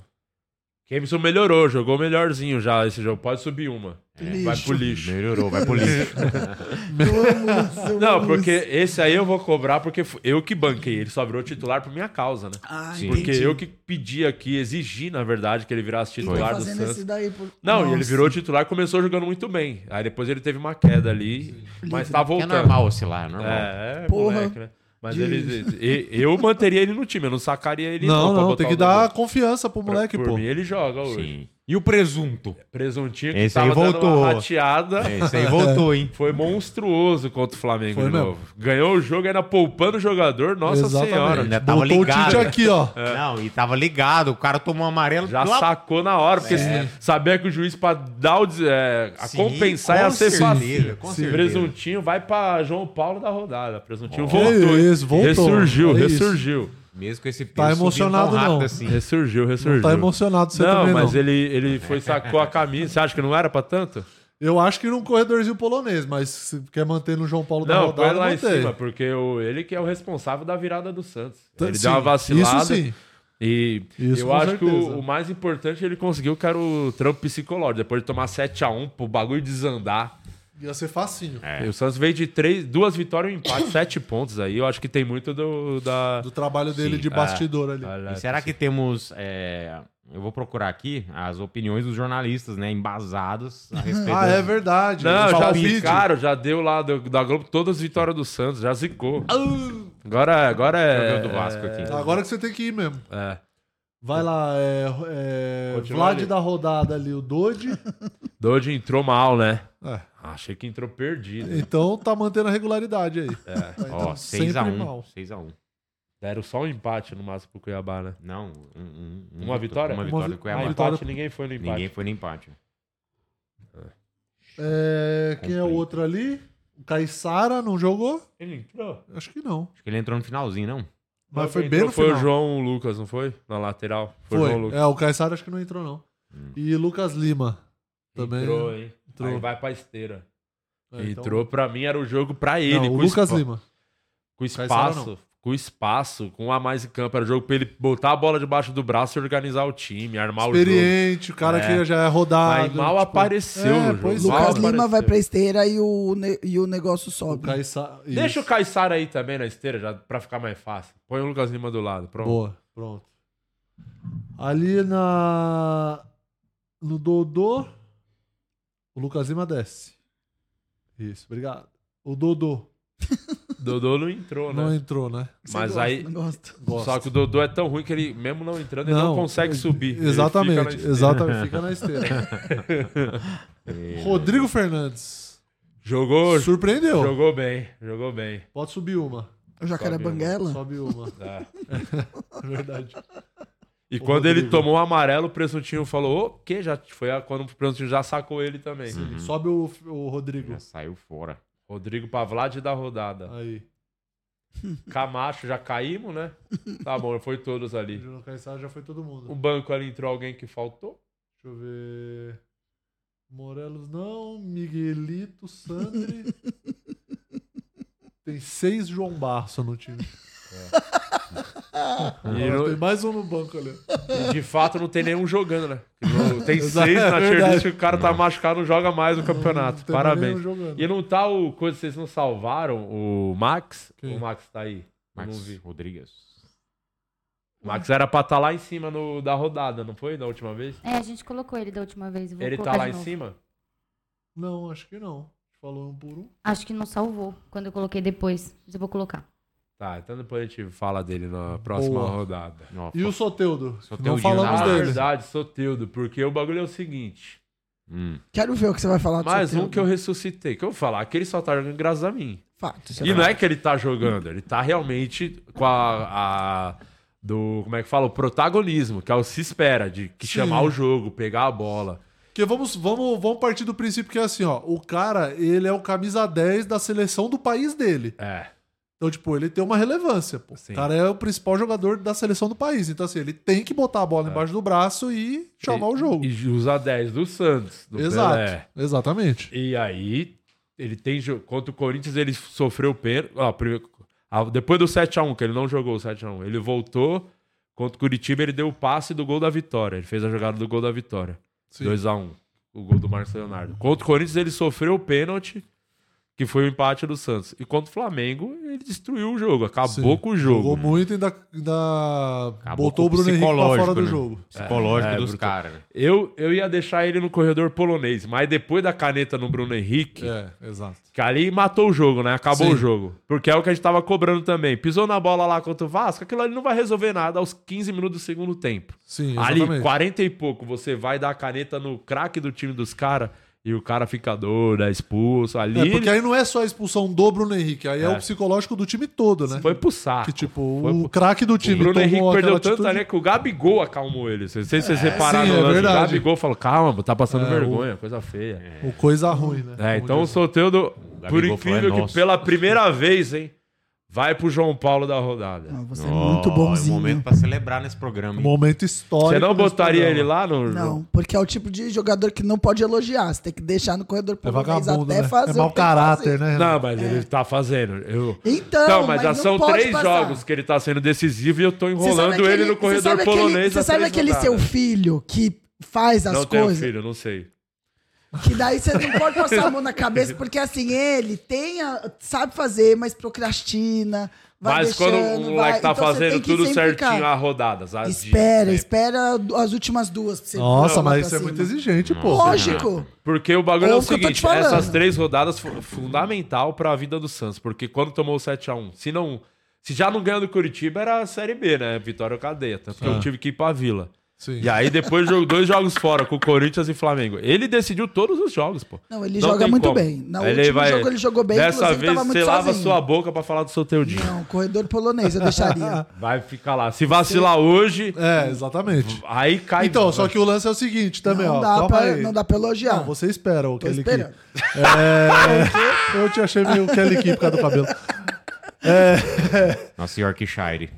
[SPEAKER 1] Kemson melhorou, jogou melhorzinho já esse jogo. Pode subir uma. Vai pro lixo.
[SPEAKER 3] Melhorou, vai pro lixo. é
[SPEAKER 4] Eu amo isso, eu
[SPEAKER 1] Não,
[SPEAKER 4] amo
[SPEAKER 1] porque
[SPEAKER 4] isso.
[SPEAKER 1] esse aí eu vou cobrar porque fu- eu que banquei. Ele só virou titular por minha causa, né?
[SPEAKER 4] Ah,
[SPEAKER 3] Sim.
[SPEAKER 4] entendi.
[SPEAKER 1] Porque eu que pedi aqui, exigi, na verdade, que ele virasse
[SPEAKER 4] Quem
[SPEAKER 1] titular
[SPEAKER 4] tá
[SPEAKER 1] do
[SPEAKER 4] fazendo
[SPEAKER 1] Santos.
[SPEAKER 4] esse daí? por-
[SPEAKER 1] Não, e ele
[SPEAKER 4] Nossa.
[SPEAKER 1] virou titular, começou jogando muito bem. Aí depois ele teve uma queda ali, mas tá
[SPEAKER 3] é
[SPEAKER 1] voltando.
[SPEAKER 3] normal oscilar, é normal.
[SPEAKER 1] É, é
[SPEAKER 4] Porra.
[SPEAKER 1] moleque, né? Mas ele, e- eu manteria ele no time, eu não sacaria ele.
[SPEAKER 2] Não,
[SPEAKER 1] pra
[SPEAKER 2] não,
[SPEAKER 1] botar
[SPEAKER 2] tem que
[SPEAKER 1] o Dudu.
[SPEAKER 2] dar confiança pro moleque,
[SPEAKER 1] Por
[SPEAKER 2] pô.
[SPEAKER 1] mim, ele joga hoje.
[SPEAKER 3] Sim. E o presunto?
[SPEAKER 1] Presuntinho que
[SPEAKER 3] Esse
[SPEAKER 1] tava
[SPEAKER 3] aí
[SPEAKER 1] dando
[SPEAKER 3] voltou. É.
[SPEAKER 1] uma rateada.
[SPEAKER 3] Esse aí voltou, hein?
[SPEAKER 1] Foi monstruoso contra o Flamengo
[SPEAKER 2] Foi
[SPEAKER 1] de
[SPEAKER 2] mesmo.
[SPEAKER 1] novo. Ganhou o jogo ainda poupando o jogador, nossa
[SPEAKER 2] Exatamente.
[SPEAKER 1] senhora. né?
[SPEAKER 3] Ainda tava
[SPEAKER 2] Botou
[SPEAKER 3] ligado.
[SPEAKER 2] o Tite aqui, ó. Tá
[SPEAKER 3] Não, e tava ligado. O cara tomou amarelo.
[SPEAKER 1] É. Já
[SPEAKER 3] lá-
[SPEAKER 1] sacou na hora, porque sabia que o juiz pra dar o, des- é, a
[SPEAKER 3] É. Sim,
[SPEAKER 1] compensar
[SPEAKER 3] com
[SPEAKER 1] ia ser
[SPEAKER 3] certeza,
[SPEAKER 1] fácil.
[SPEAKER 3] com
[SPEAKER 1] Sim.
[SPEAKER 3] certeza.
[SPEAKER 1] Presuntinho vai pra João Paulo da rodada. Presuntinho
[SPEAKER 3] Que
[SPEAKER 1] voltou. hein?
[SPEAKER 2] Oh. isso, voltou.
[SPEAKER 1] Ressurgiu,
[SPEAKER 2] É isso.
[SPEAKER 1] ressurgiu,
[SPEAKER 3] Mesmo com esse peso
[SPEAKER 2] Tá
[SPEAKER 3] subindo
[SPEAKER 2] emocionado,
[SPEAKER 3] tão rápido
[SPEAKER 2] não.
[SPEAKER 3] assim.
[SPEAKER 1] ressurgiu, ressurgiu.
[SPEAKER 2] Não tá emocionado você
[SPEAKER 1] Não,
[SPEAKER 2] também,
[SPEAKER 1] mas
[SPEAKER 2] não.
[SPEAKER 1] ele ele foi sacou a camisa. Você acha que não era pra tanto?
[SPEAKER 2] Eu acho que num corredorzinho polonês, mas se quer manter no João Paulo da
[SPEAKER 1] Não,
[SPEAKER 2] rodada,
[SPEAKER 1] foi lá em
[SPEAKER 2] mantém.
[SPEAKER 1] cima, porque o, ele que é o responsável da virada do Santos.
[SPEAKER 2] Tá-
[SPEAKER 1] Ele
[SPEAKER 2] sim,
[SPEAKER 1] deu uma vacilada.
[SPEAKER 2] Isso sim.
[SPEAKER 1] E
[SPEAKER 2] Isso,
[SPEAKER 1] eu
[SPEAKER 2] com
[SPEAKER 1] acho que o,
[SPEAKER 2] certeza.
[SPEAKER 1] o mais importante é ele conseguiu, que era o trampo psicológico. Depois de tomar 7x1, pro bagulho desandar.
[SPEAKER 2] Ia ser facinho.
[SPEAKER 3] É.
[SPEAKER 1] E O Santos veio de três, duas vitórias e um empate, sete pontos aí. Eu acho que tem muito do, da.
[SPEAKER 2] Do trabalho dele
[SPEAKER 1] é.
[SPEAKER 2] de bastidor ali.
[SPEAKER 3] E será que temos. é, Eu vou procurar aqui as opiniões dos jornalistas, né? Embasados a respeito.
[SPEAKER 2] Ah, é verdade.
[SPEAKER 1] Não,
[SPEAKER 2] Os
[SPEAKER 1] já
[SPEAKER 2] palpites.
[SPEAKER 1] zicaram, já deu lá do- da Globo todas as vitórias do Santos, já zicou. Agora, agora
[SPEAKER 3] Joguei
[SPEAKER 1] é.
[SPEAKER 3] o do Vasco aqui.
[SPEAKER 2] Agora que você tem que ir mesmo.
[SPEAKER 1] É.
[SPEAKER 2] Vai lá, é, é,
[SPEAKER 1] Continua
[SPEAKER 2] Vlad
[SPEAKER 1] ali.
[SPEAKER 2] da rodada ali, o Dodi.
[SPEAKER 1] Doide entrou mal, né?
[SPEAKER 2] É,
[SPEAKER 1] Achei que entrou perdido.
[SPEAKER 2] então tá mantendo a regularidade aí.
[SPEAKER 1] É,
[SPEAKER 2] Tá
[SPEAKER 3] Ó,
[SPEAKER 2] entrando sempre
[SPEAKER 3] 6x1.
[SPEAKER 2] mal.
[SPEAKER 3] 6x1.
[SPEAKER 1] Deram só um empate no máximo pro Cuiabá, né?
[SPEAKER 3] Não, um- um- um-
[SPEAKER 1] Uma vitória?
[SPEAKER 3] Uma
[SPEAKER 1] Uma
[SPEAKER 3] vitória
[SPEAKER 2] vi-
[SPEAKER 3] do
[SPEAKER 1] Um
[SPEAKER 3] Cuiabá.
[SPEAKER 2] vitória-
[SPEAKER 1] empate, ninguém foi no empate.
[SPEAKER 3] Ninguém foi no empate.
[SPEAKER 2] É, quem é o outro ali? O Caissara não jogou?
[SPEAKER 1] Ele entrou.
[SPEAKER 2] Acho que não.
[SPEAKER 3] Acho que ele entrou no finalzinho, não?
[SPEAKER 2] Mas
[SPEAKER 1] Não,
[SPEAKER 2] foi
[SPEAKER 1] quem
[SPEAKER 2] bem
[SPEAKER 1] entrou
[SPEAKER 2] no
[SPEAKER 1] Foi
[SPEAKER 2] final.
[SPEAKER 1] o João Lucas, não foi? Na lateral. Foi, o
[SPEAKER 2] Foi.
[SPEAKER 1] João Lucas. Hum.
[SPEAKER 2] É, o Caissara acho que não entrou, não. E Lucas Lima. É, Também.
[SPEAKER 1] Entrou, hein?
[SPEAKER 2] entrou.
[SPEAKER 1] Aí vai pra esteira.
[SPEAKER 2] É, então-
[SPEAKER 1] Entrou, pra mim era o jogo pra ele.
[SPEAKER 2] Não, o
[SPEAKER 1] com
[SPEAKER 2] Lucas
[SPEAKER 1] espa-
[SPEAKER 2] Lima.
[SPEAKER 1] Com
[SPEAKER 2] Caissara,
[SPEAKER 1] espaço. Com espaço, com um a mais em campo. Era o jogo pra ele botar a bola debaixo do braço e organizar o time, armar o jogo.
[SPEAKER 2] Experiente, o cara
[SPEAKER 1] É.
[SPEAKER 2] que já é rodado.
[SPEAKER 1] Aí mal apareceu
[SPEAKER 2] é,
[SPEAKER 1] no jogo.
[SPEAKER 2] pois é.
[SPEAKER 1] mal
[SPEAKER 2] Lucas
[SPEAKER 4] Lucas
[SPEAKER 1] apareceu.
[SPEAKER 4] Lima vai pra esteira e o, ne- e o negócio
[SPEAKER 2] O
[SPEAKER 4] sobe.
[SPEAKER 2] Caissara.
[SPEAKER 1] Deixa o
[SPEAKER 2] Isso.
[SPEAKER 1] Caissara aí também na esteira, já, pra ficar mais fácil. Põe o Lucas Lima do lado. Pronto.
[SPEAKER 2] Boa, pronto. Ali na. No Dodô. O Lucas Lima desce. Isso, obrigado. O Dodô
[SPEAKER 1] Dodô não entrou, né?
[SPEAKER 2] não entrou, né?
[SPEAKER 4] Você
[SPEAKER 1] mas
[SPEAKER 4] gosta,
[SPEAKER 1] aí-
[SPEAKER 4] Não gosta.
[SPEAKER 2] Gosta.
[SPEAKER 1] Só que o Dodô é tão ruim que ele, mesmo não entrando, ele não consegue subir. Ele fica na
[SPEAKER 2] é, Exatamente,
[SPEAKER 1] esteira.
[SPEAKER 2] exatamente. Fica na esteira.
[SPEAKER 1] É.
[SPEAKER 2] Rodrigo Fernandes.
[SPEAKER 1] Jogou,
[SPEAKER 2] Surpreendeu.
[SPEAKER 1] jogou bem, jogou bem.
[SPEAKER 2] Pode subir uma.
[SPEAKER 4] O Jacaré
[SPEAKER 1] Sobe um-
[SPEAKER 4] Banguela?
[SPEAKER 2] Sobe uma.
[SPEAKER 1] Tá.
[SPEAKER 2] É verdade.
[SPEAKER 1] E
[SPEAKER 2] O
[SPEAKER 1] quando ele
[SPEAKER 2] Rodrigo.
[SPEAKER 1] tomou o amarelo, o Presuntinho falou, o quê? Já foi a- quando o Presuntinho já sacou ele também.
[SPEAKER 2] Sobe o, o Rodrigo.
[SPEAKER 3] Já saiu fora.
[SPEAKER 1] Rodrigo Pavlade da rodada.
[SPEAKER 2] Aí.
[SPEAKER 1] Camacho, já caímos, né? Tá bom, foi todos ali.
[SPEAKER 2] Júnior Caissara já foi todo
[SPEAKER 1] O
[SPEAKER 2] mundo.
[SPEAKER 1] banco ali entrou alguém que faltou.
[SPEAKER 2] Deixa eu ver. Morelos não, Miguelito, Sandri. Tem seis João Barça no time.
[SPEAKER 1] E
[SPEAKER 2] Agora
[SPEAKER 1] no-
[SPEAKER 2] Tem mais um no banco ali.
[SPEAKER 1] E de fato não tem nenhum jogando, né? Não- Tem
[SPEAKER 2] Exato,
[SPEAKER 1] seis
[SPEAKER 2] é
[SPEAKER 1] na tier
[SPEAKER 2] verdade.
[SPEAKER 1] list que o cara tá machucado, não joga mais o campeonato.
[SPEAKER 2] Não tem
[SPEAKER 1] Parabéns.
[SPEAKER 2] nenhum jogando.
[SPEAKER 1] E não tá o coisa, vocês não salvaram o Max?
[SPEAKER 2] Quem?
[SPEAKER 1] O Max tá aí. Eu
[SPEAKER 3] Marcos
[SPEAKER 1] Não vi.
[SPEAKER 3] Rodrigues.
[SPEAKER 1] O Max era pra estar lá em cima no- da rodada, não foi? Da última vez?
[SPEAKER 5] É, a gente colocou ele da última vez. eu Vou
[SPEAKER 1] Ele tá
[SPEAKER 5] colocar
[SPEAKER 1] lá
[SPEAKER 5] de
[SPEAKER 1] em
[SPEAKER 5] novo.
[SPEAKER 1] cima?
[SPEAKER 2] Não, acho que não. Falou um por um.
[SPEAKER 5] Acho que não salvou quando eu coloquei depois. Mas eu vou colocar.
[SPEAKER 1] Tá, então depois a gente fala dele na próxima
[SPEAKER 2] Boa.
[SPEAKER 1] rodada.
[SPEAKER 3] Não,
[SPEAKER 2] E o Soteudo? Não
[SPEAKER 3] Soteudinho
[SPEAKER 2] falamos
[SPEAKER 1] Na
[SPEAKER 3] Vamos na
[SPEAKER 2] dele.
[SPEAKER 1] Ah, verdade, Soteudo, porque o bagulho é o seguinte.
[SPEAKER 3] Hum.
[SPEAKER 4] Quero ver o que você vai falar do
[SPEAKER 1] Mais
[SPEAKER 4] Soteldo.
[SPEAKER 1] um que eu ressuscitei. Que eu vou falar que ele só tá jogando graças a mim.
[SPEAKER 4] Fato. isso
[SPEAKER 1] E não é que ele tá jogando, ele tá realmente com a. a- do. Como é que fala? O protagonismo, que é o se espera, de que
[SPEAKER 2] Sim.
[SPEAKER 1] chamar o jogo, pegar a bola.
[SPEAKER 2] Porque vamos, vamos, vamos partir do princípio que é assim, ó. O cara, ele é o camisa 10 da seleção do país dele.
[SPEAKER 1] É.
[SPEAKER 2] Então, tipo, ele tem uma relevância, pô.
[SPEAKER 1] Sim.
[SPEAKER 2] O cara é o principal jogador da seleção do país. Então, assim, ele tem que botar a
[SPEAKER 1] É.
[SPEAKER 2] bola embaixo do braço e chamar
[SPEAKER 1] E-
[SPEAKER 2] o jogo.
[SPEAKER 1] E usa 10 do Santos. Do
[SPEAKER 2] Exato.
[SPEAKER 1] Pelé.
[SPEAKER 2] Exatamente.
[SPEAKER 1] E aí, ele tem. jo- Contra o Corinthians, ele sofreu pênalti. ó, primeiro- ah, depois do 7x1, que ele não jogou o 7x1. Ele voltou. Contra o Curitiba, ele deu o passe do gol da vitória. Ele fez a jogada do gol da vitória.
[SPEAKER 2] Sim.
[SPEAKER 1] 2x1. O gol do Marcos Leonardo. Contra o Corinthians, ele sofreu o pênalti, que foi o empate do Santos. E contra o Flamengo, ele destruiu o jogo, acabou
[SPEAKER 2] Sim.
[SPEAKER 1] com o jogo.
[SPEAKER 2] Jogou muito e ainda, ainda
[SPEAKER 3] Acabou
[SPEAKER 2] botou o
[SPEAKER 3] com
[SPEAKER 2] Bruno Henrique pra
[SPEAKER 3] psicológico,
[SPEAKER 2] fora do
[SPEAKER 3] né?
[SPEAKER 2] jogo.
[SPEAKER 3] Psicológico
[SPEAKER 1] É, é
[SPEAKER 3] dos
[SPEAKER 1] brutal.
[SPEAKER 3] caras. né?
[SPEAKER 1] Eu, eu ia deixar ele no corredor polonês, mas depois da caneta no Bruno Henrique,
[SPEAKER 2] É, exato.
[SPEAKER 1] que ali matou o jogo, né? Acabou
[SPEAKER 2] Sim.
[SPEAKER 1] o jogo. Porque é o que a gente tava cobrando também. Pisou na bola lá contra o Vasco, aquilo ali não vai resolver nada aos 15 minutos do segundo tempo.
[SPEAKER 2] Sim,
[SPEAKER 1] Ali,
[SPEAKER 2] exatamente.
[SPEAKER 1] 40 e pouco, você vai dar a caneta no craque do time dos caras e o cara fica doido, é expulso. Ali
[SPEAKER 2] É,
[SPEAKER 1] ele
[SPEAKER 2] porque aí não é só a expulsão do Bruno Henrique, aí é,
[SPEAKER 1] É.
[SPEAKER 2] o psicológico do time todo, né?
[SPEAKER 1] foi pro saco.
[SPEAKER 2] que, tipo,
[SPEAKER 1] Foi
[SPEAKER 2] o craque do time
[SPEAKER 1] o Bruno
[SPEAKER 2] tomou
[SPEAKER 1] Henrique
[SPEAKER 2] aquela
[SPEAKER 1] perdeu
[SPEAKER 2] atitude.
[SPEAKER 1] tanto né, que o Gabigol acalmou ele. Não sei se vocês repararam
[SPEAKER 2] sim, é
[SPEAKER 1] no lance. O
[SPEAKER 2] verdade.
[SPEAKER 1] Gabigol falou, calma, tá passando
[SPEAKER 2] É,
[SPEAKER 1] vergonha, coisa feia. É,
[SPEAKER 2] O coisa ruim, né? Como
[SPEAKER 1] então o
[SPEAKER 2] diz.
[SPEAKER 1] Soteudo,
[SPEAKER 3] Tá Gabigol
[SPEAKER 1] por
[SPEAKER 3] falou,
[SPEAKER 1] incrível
[SPEAKER 3] "É
[SPEAKER 1] que
[SPEAKER 3] nosso."
[SPEAKER 1] pela primeira vez, hein, vai pro João Paulo da rodada.
[SPEAKER 4] Ah, você é
[SPEAKER 3] Ó,
[SPEAKER 4] muito bonzinho.
[SPEAKER 3] É um momento pra celebrar nesse programa. hein?
[SPEAKER 2] Um momento histórico.
[SPEAKER 1] Você
[SPEAKER 2] né?
[SPEAKER 1] não
[SPEAKER 2] desse
[SPEAKER 1] botaria
[SPEAKER 2] programa.
[SPEAKER 1] ele lá no...
[SPEAKER 4] Não, porque é o tipo de jogador que não pode elogiar. Você tem que deixar no
[SPEAKER 2] É
[SPEAKER 4] corredor polonês
[SPEAKER 2] vagabundo,
[SPEAKER 4] até
[SPEAKER 2] né?
[SPEAKER 4] fazer.
[SPEAKER 2] é
[SPEAKER 4] o
[SPEAKER 2] mau
[SPEAKER 4] que tem que
[SPEAKER 2] caráter,
[SPEAKER 4] fazer.
[SPEAKER 2] né?
[SPEAKER 1] Não, mas ele tá fazendo. Eu...
[SPEAKER 4] É. Então,
[SPEAKER 1] Então, mas já
[SPEAKER 4] não
[SPEAKER 1] são
[SPEAKER 4] pode
[SPEAKER 1] três
[SPEAKER 4] passar.
[SPEAKER 1] jogos que ele tá sendo decisivo e eu tô
[SPEAKER 4] Você sabe
[SPEAKER 1] enrolando
[SPEAKER 4] aquele-
[SPEAKER 1] ele no
[SPEAKER 4] você
[SPEAKER 1] corredor
[SPEAKER 4] sabe aquele-
[SPEAKER 1] polonês.
[SPEAKER 4] Você
[SPEAKER 1] há
[SPEAKER 4] sabe
[SPEAKER 1] três
[SPEAKER 4] aquele seu
[SPEAKER 1] rodadas.
[SPEAKER 4] filho que faz as
[SPEAKER 1] Não tenho
[SPEAKER 4] coisas?
[SPEAKER 1] filho, não sei.
[SPEAKER 4] Que daí você não pode passar a mão na cabeça, porque assim, ele tem a- sabe fazer, mas procrastina. Vai
[SPEAKER 1] Mas quando
[SPEAKER 4] deixando,
[SPEAKER 1] o moleque
[SPEAKER 4] vai-
[SPEAKER 1] tá
[SPEAKER 4] então você
[SPEAKER 1] fazendo
[SPEAKER 4] tem que
[SPEAKER 1] tudo
[SPEAKER 4] sempre
[SPEAKER 1] certinho ah, né?
[SPEAKER 4] ficar-
[SPEAKER 1] a rodada, sabe?
[SPEAKER 4] Espera, espera du- as últimas duas pra você
[SPEAKER 2] Nossa,
[SPEAKER 4] pular pra
[SPEAKER 2] mas isso é
[SPEAKER 4] cima.
[SPEAKER 2] muito exigente, né? pô.
[SPEAKER 4] Lógico.
[SPEAKER 1] Porque o bagulho é
[SPEAKER 4] É
[SPEAKER 1] o
[SPEAKER 4] o que eu tô te
[SPEAKER 1] seguinte,
[SPEAKER 4] falando.
[SPEAKER 1] essas três rodadas foram fundamental pra vida do Santos, porque quando tomou o 7 a 1, se não, se já não ganha do Curitiba era a Série B, né? Vitória ou cadeia, tanto que eu tive que ir pra Vila.
[SPEAKER 2] Ah. Sim.
[SPEAKER 1] E aí depois jogou dois jogos fora com o Corinthians e Flamengo. Ele decidiu todos os jogos, pô.
[SPEAKER 4] Não, ele
[SPEAKER 1] Não
[SPEAKER 4] joga
[SPEAKER 1] tem
[SPEAKER 4] muito
[SPEAKER 1] como.
[SPEAKER 4] bem. No
[SPEAKER 1] Ele
[SPEAKER 4] último
[SPEAKER 1] vai-
[SPEAKER 4] jogo ele jogou bem,
[SPEAKER 1] Dessa
[SPEAKER 4] inclusive
[SPEAKER 1] vez
[SPEAKER 4] tava muito
[SPEAKER 1] você lava
[SPEAKER 4] sozinho.
[SPEAKER 1] sua boca pra falar do seu Teudinho.
[SPEAKER 4] Não, corredor polonês eu deixaria.
[SPEAKER 1] Vai ficar lá. Se vacilar hoje,
[SPEAKER 2] É, exatamente.
[SPEAKER 1] aí cai
[SPEAKER 2] Então, só que o lance é o seguinte também,
[SPEAKER 4] não,
[SPEAKER 2] ó.
[SPEAKER 4] dá
[SPEAKER 2] calma
[SPEAKER 4] pra,
[SPEAKER 2] aí.
[SPEAKER 4] não dá pra elogiar.
[SPEAKER 2] Não, você espera o
[SPEAKER 4] Tô
[SPEAKER 2] Kelly Key.
[SPEAKER 4] esperando.
[SPEAKER 2] É, eu te achei meio Kelly Key por causa do cabelo.
[SPEAKER 3] Nossa Yorkshire.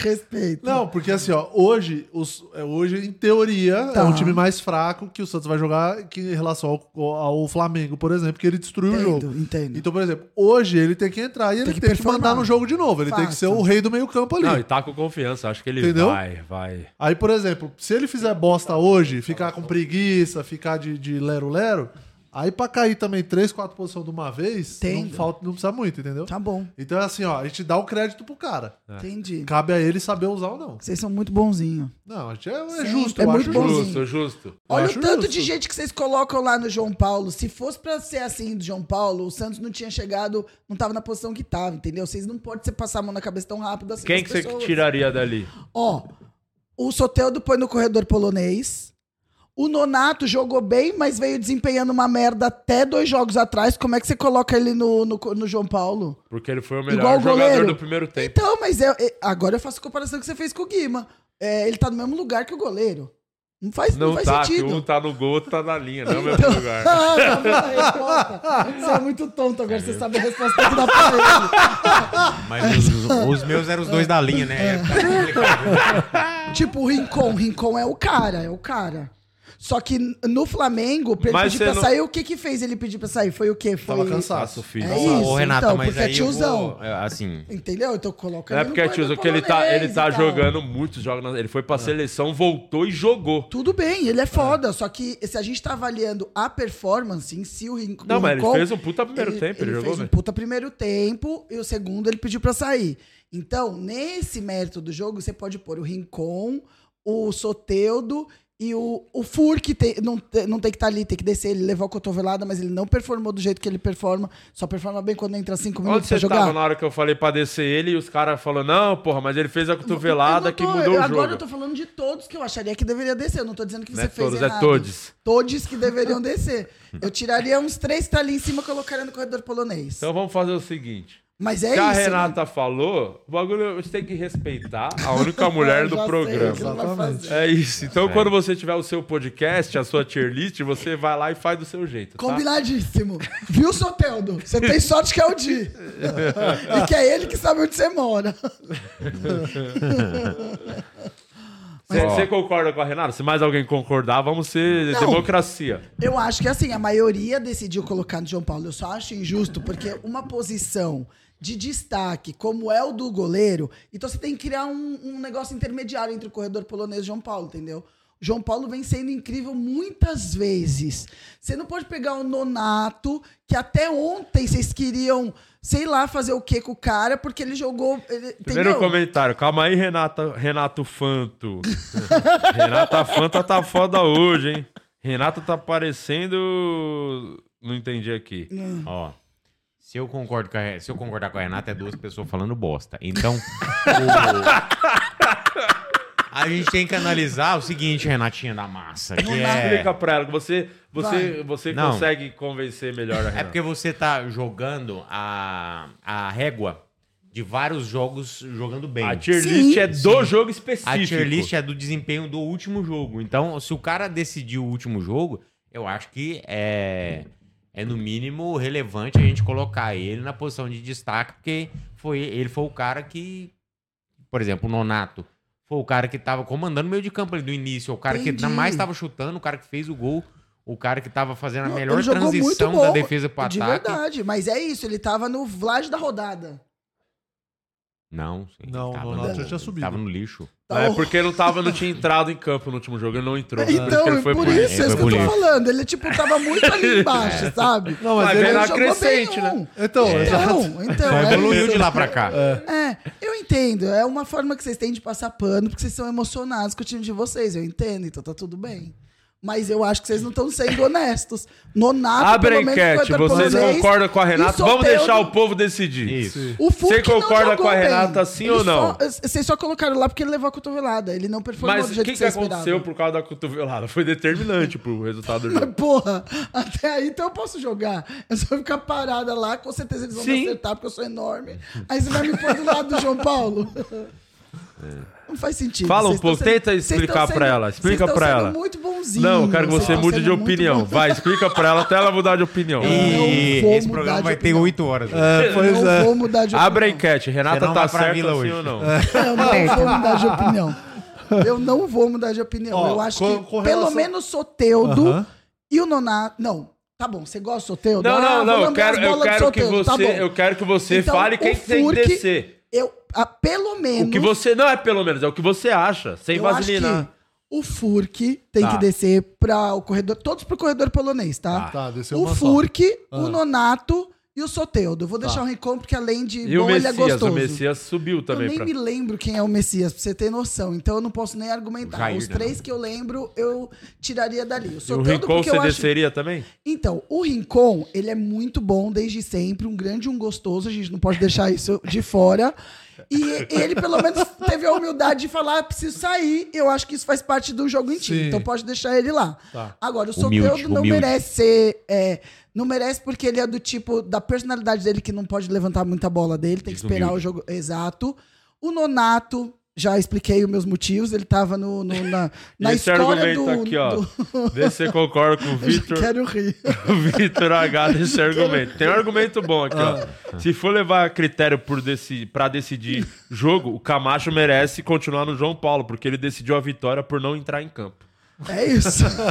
[SPEAKER 4] Respeito.
[SPEAKER 2] Não, porque assim, ó, hoje, os- é, hoje em teoria,
[SPEAKER 4] Tá.
[SPEAKER 2] é um time mais fraco que o Santos vai jogar que em relação ao, ao Flamengo, por exemplo, que ele destruiu o
[SPEAKER 4] Entendo,
[SPEAKER 2] jogo.
[SPEAKER 4] entendo.
[SPEAKER 2] Então, por exemplo, hoje ele tem que entrar e ele
[SPEAKER 4] que
[SPEAKER 2] tem que,
[SPEAKER 4] performar.
[SPEAKER 2] mandar no jogo de novo. Ele tem
[SPEAKER 4] Fato.
[SPEAKER 2] que ser o rei do meio-campo ali.
[SPEAKER 1] Não, e tá com confiança. Acho que ele
[SPEAKER 2] Entendeu?
[SPEAKER 1] vai, vai.
[SPEAKER 2] Aí, por exemplo, se ele fizer bosta hoje, ficar com preguiça, ficar de, de lero-lero, aí pra cair também três, quatro posições de uma vez, não,
[SPEAKER 4] Entendo.
[SPEAKER 2] falta, não precisa muito, entendeu?
[SPEAKER 4] Tá bom,
[SPEAKER 2] Então é assim, ó, a gente dá o crédito pro cara.
[SPEAKER 4] entendi.
[SPEAKER 2] Cabe a ele saber usar ou não.
[SPEAKER 4] Vocês são muito bonzinhos.
[SPEAKER 2] Não, a gente é, é
[SPEAKER 4] Sim,
[SPEAKER 2] justo,
[SPEAKER 4] é
[SPEAKER 2] eu
[SPEAKER 4] muito
[SPEAKER 2] acho
[SPEAKER 4] bonzinho.
[SPEAKER 1] Justo,
[SPEAKER 2] justo.
[SPEAKER 1] justo.
[SPEAKER 4] Olha
[SPEAKER 2] acho
[SPEAKER 4] o tanto
[SPEAKER 2] justo.
[SPEAKER 4] de gente que vocês colocam lá no João Paulo. Se fosse pra ser assim do João Paulo, o Santos não tinha chegado, não tava na posição que tava, entendeu? Vocês não podem se passar a mão na cabeça tão rápido assim.
[SPEAKER 1] Quem
[SPEAKER 4] das
[SPEAKER 1] que você
[SPEAKER 4] pessoas.
[SPEAKER 1] tiraria dali?
[SPEAKER 4] Ó, o Soteldo põe no corredor polonês. O Nonato jogou bem, mas veio desempenhando uma merda até dois jogos atrás. Como é que você coloca ele no, no, no João Paulo?
[SPEAKER 1] Porque ele foi o melhor
[SPEAKER 4] Igual o
[SPEAKER 1] jogador
[SPEAKER 4] goleiro.
[SPEAKER 1] do primeiro tempo.
[SPEAKER 4] Então, mas eu, eu- agora eu faço a comparação que você fez com o Guima. É, ele tá no mesmo lugar que o goleiro. Não faz, não
[SPEAKER 1] Não,
[SPEAKER 4] faz
[SPEAKER 1] tá, que
[SPEAKER 4] sentido.
[SPEAKER 1] um tá no gol, outro tá na linha, não é o mesmo
[SPEAKER 4] Então-
[SPEAKER 1] lugar.
[SPEAKER 4] Ah, tá vendo a resposta? Você é muito tonto agora, você sabe a resposta que dá pra
[SPEAKER 3] Mas os, os meus eram os dois da
[SPEAKER 4] É,
[SPEAKER 3] linha, né? Tá complicado.
[SPEAKER 4] ele. tipo, o Rincon. Rincon é o cara, é o cara. Só que no Flamengo, pra ele
[SPEAKER 1] Mas
[SPEAKER 4] pedir
[SPEAKER 1] você
[SPEAKER 4] pra
[SPEAKER 1] não-
[SPEAKER 4] sair, o que que fez ele pedir pra sair? Foi o quê? Foi...
[SPEAKER 2] Tava cansado.
[SPEAKER 1] filho.
[SPEAKER 4] É isso,
[SPEAKER 3] Ô, Renata,
[SPEAKER 4] então,
[SPEAKER 3] mas
[SPEAKER 4] porque é
[SPEAKER 3] aí eu vou-
[SPEAKER 4] tiozão.
[SPEAKER 3] é, assim,
[SPEAKER 4] Entendeu? Então coloca
[SPEAKER 1] Não é
[SPEAKER 4] ele no
[SPEAKER 1] porque é
[SPEAKER 4] banco
[SPEAKER 1] tiozão, que ele tá,
[SPEAKER 4] polonês
[SPEAKER 1] ele
[SPEAKER 4] e
[SPEAKER 1] tá
[SPEAKER 4] tal.
[SPEAKER 1] jogando muitos jogos. na- Ele foi
[SPEAKER 4] É.
[SPEAKER 1] pra seleção, voltou e jogou.
[SPEAKER 4] Tudo bem, ele é foda, só que se a gente tá avaliando a performance em si, o Rin-
[SPEAKER 1] Não,
[SPEAKER 4] o
[SPEAKER 1] mas ele
[SPEAKER 4] Rincon-
[SPEAKER 1] fez um puta primeiro tempo, ele jogou,
[SPEAKER 4] fez um
[SPEAKER 1] velho.
[SPEAKER 4] puta primeiro tempo e o segundo ele pediu pra sair. Então, nesse mérito do jogo, você pode pôr o Rincon, o Soteudo e o, o Fur, que tem- não, te- não tem que estar ali, tem que descer, ele levou a cotovelada, mas ele não performou do jeito que ele performa, só performa bem quando entra cinco
[SPEAKER 1] Onde
[SPEAKER 4] minutos pra
[SPEAKER 1] você tava
[SPEAKER 4] jogar.
[SPEAKER 1] na hora que eu falei pra descer ele e os caras falaram, não, porra, mas ele fez a cotovelada
[SPEAKER 4] Eu não
[SPEAKER 1] que
[SPEAKER 4] tô-
[SPEAKER 1] mudou o
[SPEAKER 4] agora
[SPEAKER 1] jogo.
[SPEAKER 4] eu tô falando de todos que eu acharia que deveria descer. Eu não tô dizendo que
[SPEAKER 1] Não
[SPEAKER 4] você
[SPEAKER 1] é
[SPEAKER 4] fez
[SPEAKER 1] todos, é
[SPEAKER 4] errado.
[SPEAKER 1] todos.
[SPEAKER 4] Todos que deveriam descer. Eu tiraria uns três que tá ali em cima e colocaria no corredor polonês.
[SPEAKER 1] Então vamos fazer o seguinte.
[SPEAKER 4] Mas é
[SPEAKER 1] Se
[SPEAKER 4] isso.
[SPEAKER 1] a
[SPEAKER 4] né?
[SPEAKER 1] Renata falou, o bagulho você tem que respeitar a única mulher
[SPEAKER 4] Eu
[SPEAKER 1] do
[SPEAKER 4] É, já sei
[SPEAKER 1] programa.
[SPEAKER 4] o que ela vai
[SPEAKER 2] Exatamente.
[SPEAKER 4] fazer.
[SPEAKER 1] É isso. Então, quando você tiver o seu podcast, a sua tier list, você vai lá e faz do seu jeito. Tá?
[SPEAKER 4] Combinadíssimo. Viu, Soteldo? Você tem sorte que é o Di. e que é ele que sabe onde você mora.
[SPEAKER 1] Você
[SPEAKER 3] Ó.
[SPEAKER 1] você concorda com a Renata? Se mais alguém concordar, vamos ser
[SPEAKER 4] Não.
[SPEAKER 1] democracia.
[SPEAKER 4] Eu acho que assim, a maioria decidiu colocar no João Paulo. Eu só acho injusto, porque uma posição de destaque, como é o do goleiro, então você tem que criar um, um negócio intermediário entre o corredor polonês e o João Paulo, entendeu? O João Paulo vem sendo incrível muitas vezes. Você não pode pegar o Nonato, que até ontem vocês queriam, sei lá, fazer o que com o cara, porque ele jogou. Ele,
[SPEAKER 1] Primeiro
[SPEAKER 4] entendeu?
[SPEAKER 1] comentário. Calma aí, Renata, Renato Fanto. Renata Fanta tá foda hoje, hein? Renata tá parecendo... Não entendi aqui.
[SPEAKER 3] ó. Se eu, concordo com a Re- se eu concordar com a Renata, é duas pessoas falando bosta. Então. o- A gente tem que analisar o seguinte, Renatinha da Massa. Que é...
[SPEAKER 1] Explica pra ela que você, você,
[SPEAKER 4] Vai.
[SPEAKER 1] você
[SPEAKER 3] Não.
[SPEAKER 1] consegue convencer melhor a Renata.
[SPEAKER 3] É porque você tá jogando a, a régua de vários jogos jogando bem.
[SPEAKER 1] A tier
[SPEAKER 4] Sim.
[SPEAKER 1] list é do jogo específico.
[SPEAKER 3] A tier list é do desempenho do último jogo. Então, se o cara decidiu o último jogo, eu acho que é, é no mínimo relevante a gente colocar ele na posição de destaque, porque foi, ele foi o cara que, por exemplo, o Nonato, foi o cara que tava comandando o meio de campo ali do início, o cara que
[SPEAKER 4] Entendi.
[SPEAKER 3] ainda mais tava chutando, o cara que fez o gol, o cara que tava fazendo a
[SPEAKER 4] Não,
[SPEAKER 3] melhor
[SPEAKER 4] ele jogou muito
[SPEAKER 3] transição
[SPEAKER 4] bom,
[SPEAKER 3] da defesa pro
[SPEAKER 4] De
[SPEAKER 3] ataque.
[SPEAKER 4] verdade, mas é isso, ele tava no Vlad da rodada.
[SPEAKER 3] Não, sim,
[SPEAKER 2] Não, o
[SPEAKER 3] tava
[SPEAKER 2] Nonato
[SPEAKER 3] no-
[SPEAKER 2] já tinha subido.
[SPEAKER 3] Tava no lixo.
[SPEAKER 4] Tá
[SPEAKER 1] é
[SPEAKER 4] bom?
[SPEAKER 1] porque não, tava, não tinha entrado em campo no último jogo, ele não entrou.
[SPEAKER 4] Então, é por
[SPEAKER 1] pro-
[SPEAKER 4] isso, é isso que eu tô
[SPEAKER 3] bonito.
[SPEAKER 4] falando. Ele, tipo, tava muito ali embaixo, sabe?
[SPEAKER 2] Não, mas
[SPEAKER 1] Vai
[SPEAKER 2] ele...
[SPEAKER 1] ver na
[SPEAKER 4] jogou
[SPEAKER 1] crescente,
[SPEAKER 4] bem um.
[SPEAKER 1] né?
[SPEAKER 2] Então, exato.
[SPEAKER 4] Então, então.
[SPEAKER 3] Só
[SPEAKER 4] é
[SPEAKER 3] evoluiu
[SPEAKER 4] isso.
[SPEAKER 3] de lá pra cá.
[SPEAKER 4] É, eu entendo. É uma forma que vocês têm de passar pano, porque vocês são emocionados com o time de vocês. Eu entendo, então tá tudo bem. Mas eu acho que vocês não estão sendo honestos. Nonato,
[SPEAKER 1] Abre a
[SPEAKER 4] pelo menos,
[SPEAKER 1] enquete,
[SPEAKER 4] foi pra
[SPEAKER 1] vocês
[SPEAKER 4] polonês
[SPEAKER 1] concordam com a
[SPEAKER 4] e
[SPEAKER 1] Renata?
[SPEAKER 4] Soteldo-
[SPEAKER 1] Vamos deixar o povo decidir.
[SPEAKER 3] Isso.
[SPEAKER 4] O Fux
[SPEAKER 1] Você
[SPEAKER 4] que não
[SPEAKER 1] concorda
[SPEAKER 4] jogou
[SPEAKER 1] com a
[SPEAKER 4] bem.
[SPEAKER 1] Renata, sim ou não?
[SPEAKER 4] só- Vocês só colocaram lá porque ele levou a cotovelada. Ele não performou
[SPEAKER 1] Mas
[SPEAKER 4] do
[SPEAKER 1] o
[SPEAKER 4] jeito
[SPEAKER 1] que,
[SPEAKER 4] que,
[SPEAKER 1] que
[SPEAKER 4] você
[SPEAKER 1] aconteceu
[SPEAKER 4] esperava.
[SPEAKER 1] por causa da cotovelada? Foi determinante pro resultado do jogo.
[SPEAKER 4] Mas, porra, até aí então eu posso jogar. É só ficar parada lá, com certeza eles vão me
[SPEAKER 1] Sim.
[SPEAKER 4] acertar, porque eu sou enorme. Aí você vai me pôr do lado do João Paulo. Não faz sentido.
[SPEAKER 1] Fala um
[SPEAKER 4] Vocês tão
[SPEAKER 1] pouco, tenta
[SPEAKER 4] vocês tão
[SPEAKER 1] explicar pra ela,
[SPEAKER 4] vocês
[SPEAKER 1] explica
[SPEAKER 4] tão
[SPEAKER 1] pra
[SPEAKER 4] sendo
[SPEAKER 1] ela.
[SPEAKER 4] muito bonzinho.
[SPEAKER 1] Não, eu quero que
[SPEAKER 4] tá
[SPEAKER 1] você mude de opinião. Vai, explica pra ela até ela mudar de opinião.
[SPEAKER 3] E
[SPEAKER 4] Eu vou
[SPEAKER 3] esse
[SPEAKER 4] mudar
[SPEAKER 3] programa
[SPEAKER 4] de
[SPEAKER 3] vai ter
[SPEAKER 4] opinião.
[SPEAKER 3] 8 horas.
[SPEAKER 2] É, pois
[SPEAKER 4] não
[SPEAKER 2] é.
[SPEAKER 4] vou mudar de opinião. É.
[SPEAKER 1] Abre a enquete,
[SPEAKER 3] Você
[SPEAKER 1] Renata
[SPEAKER 3] não
[SPEAKER 1] tá
[SPEAKER 3] vai pra
[SPEAKER 1] certa sim
[SPEAKER 3] vila hoje.
[SPEAKER 1] ou não?
[SPEAKER 4] Eu não vou mudar de opinião. Eu não vou mudar de opinião.
[SPEAKER 2] Ó,
[SPEAKER 4] eu acho
[SPEAKER 2] com-
[SPEAKER 4] que
[SPEAKER 2] com
[SPEAKER 4] pelo
[SPEAKER 2] relação-
[SPEAKER 4] menos Soteudo
[SPEAKER 2] Aham.
[SPEAKER 4] e o Nonato. Não, tá bom. Você gosta do Soteudo?
[SPEAKER 1] Não,
[SPEAKER 4] Ah,
[SPEAKER 1] não,
[SPEAKER 4] vou
[SPEAKER 1] não. Eu
[SPEAKER 4] lamber as
[SPEAKER 1] quero, eu
[SPEAKER 4] bolas do
[SPEAKER 1] quero que
[SPEAKER 4] Soteldo, tá
[SPEAKER 1] você,
[SPEAKER 4] bom.
[SPEAKER 1] eu quero que você
[SPEAKER 4] Então,
[SPEAKER 1] fale
[SPEAKER 4] o
[SPEAKER 1] quem que tem que
[SPEAKER 4] Furque-
[SPEAKER 1] descer.
[SPEAKER 4] Eu, ah, pelo menos.
[SPEAKER 1] O que você. Não é pelo menos, é o que você acha, sem
[SPEAKER 4] eu acho
[SPEAKER 1] vaselina.
[SPEAKER 4] que o Furk tem
[SPEAKER 1] Tá.
[SPEAKER 4] que descer para o corredor. Todos pro corredor polonês, tá?
[SPEAKER 2] Tá, desceu
[SPEAKER 4] O
[SPEAKER 2] uma só.
[SPEAKER 4] Furk, o
[SPEAKER 2] Ah.
[SPEAKER 4] Nonato e o Soteudo. Eu Vou deixar
[SPEAKER 2] Tá.
[SPEAKER 4] o Rincon, porque além de
[SPEAKER 1] E
[SPEAKER 4] bom,
[SPEAKER 1] o
[SPEAKER 4] ele é
[SPEAKER 1] Messias,
[SPEAKER 4] gostoso.
[SPEAKER 1] o Messias subiu
[SPEAKER 4] Eu
[SPEAKER 1] também
[SPEAKER 4] nem
[SPEAKER 1] pra.
[SPEAKER 4] me lembro quem é o Messias, pra você ter noção. Então eu não posso nem argumentar.
[SPEAKER 3] O Jair,
[SPEAKER 4] Os
[SPEAKER 3] né?
[SPEAKER 4] três que eu lembro, eu tiraria dali. Eu
[SPEAKER 1] E
[SPEAKER 4] sou
[SPEAKER 1] o
[SPEAKER 4] tanto
[SPEAKER 1] Rincon
[SPEAKER 4] porque
[SPEAKER 1] você
[SPEAKER 4] eu acho...
[SPEAKER 1] desceria também?
[SPEAKER 4] Então, o Rincon, ele é muito bom desde sempre, um grande, um gostoso, a gente não pode deixar isso de fora. E ele, pelo menos, teve a humildade de falar, "Ah, preciso sair. Eu acho que isso faz parte do jogo em time,
[SPEAKER 2] Sim.
[SPEAKER 4] então pode deixar ele lá.
[SPEAKER 2] Tá.
[SPEAKER 4] Agora, o
[SPEAKER 3] Humilde,
[SPEAKER 4] Soteldo não
[SPEAKER 3] humilde.
[SPEAKER 4] merece ser... é, não merece porque ele é do tipo, da personalidade dele, que não pode levantar muita bola dele, tem que esperar o
[SPEAKER 3] Desumilde.
[SPEAKER 4] jogo exato. O Nonato... Já expliquei os meus motivos, ele tava no, no- na, na
[SPEAKER 1] Esse
[SPEAKER 4] história
[SPEAKER 1] argumento
[SPEAKER 4] do.
[SPEAKER 1] aqui, ó.
[SPEAKER 4] do-
[SPEAKER 1] Vê se você concorda com o
[SPEAKER 4] Eu já
[SPEAKER 1] Vitor.
[SPEAKER 4] quero rir.
[SPEAKER 1] O Vitor H desse argumento. Tem um argumento bom aqui,
[SPEAKER 4] Ah.
[SPEAKER 1] ó. Se for levar critério por deci pra decidir jogo, o Camacho merece continuar no João Paulo, porque ele decidiu a vitória por não entrar em campo.
[SPEAKER 4] É isso.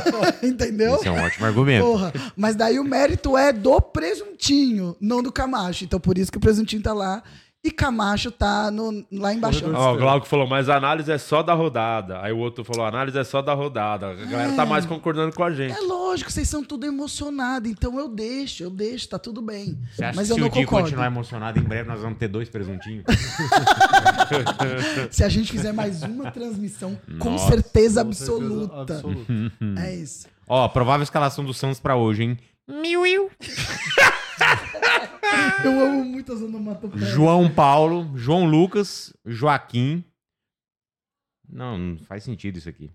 [SPEAKER 4] Entendeu?
[SPEAKER 3] Esse é um ótimo argumento.
[SPEAKER 4] Porra. Mas daí o mérito é do presuntinho, não do Camacho. Então por isso que o presuntinho tá lá e Camacho tá no- lá embaixo.
[SPEAKER 1] Ó, o Glauco falou, mas a análise é só da rodada. Aí o outro falou, a análise é só da rodada. A galera tá mais concordando com a gente.
[SPEAKER 4] É lógico, vocês são tudo emocionado, então eu deixo, eu deixo, tá tudo bem.
[SPEAKER 3] Você acha
[SPEAKER 4] Mas
[SPEAKER 3] que
[SPEAKER 4] eu
[SPEAKER 3] se
[SPEAKER 4] não
[SPEAKER 3] o Di
[SPEAKER 4] concordo.
[SPEAKER 3] continuar emocionado, em breve nós vamos ter dois presuntinhos?
[SPEAKER 4] Se a gente fizer mais uma transmissão, com
[SPEAKER 3] Nossa,
[SPEAKER 4] certeza
[SPEAKER 2] Com certeza
[SPEAKER 4] absoluta.
[SPEAKER 2] absoluta.
[SPEAKER 4] É isso.
[SPEAKER 3] Ó, provável escalação do Santos pra hoje, hein? Miuiu.
[SPEAKER 4] Eu amo muito as onomatopeias.
[SPEAKER 3] João Paulo, João Lucas, Joaquim. Não, não faz sentido isso aqui.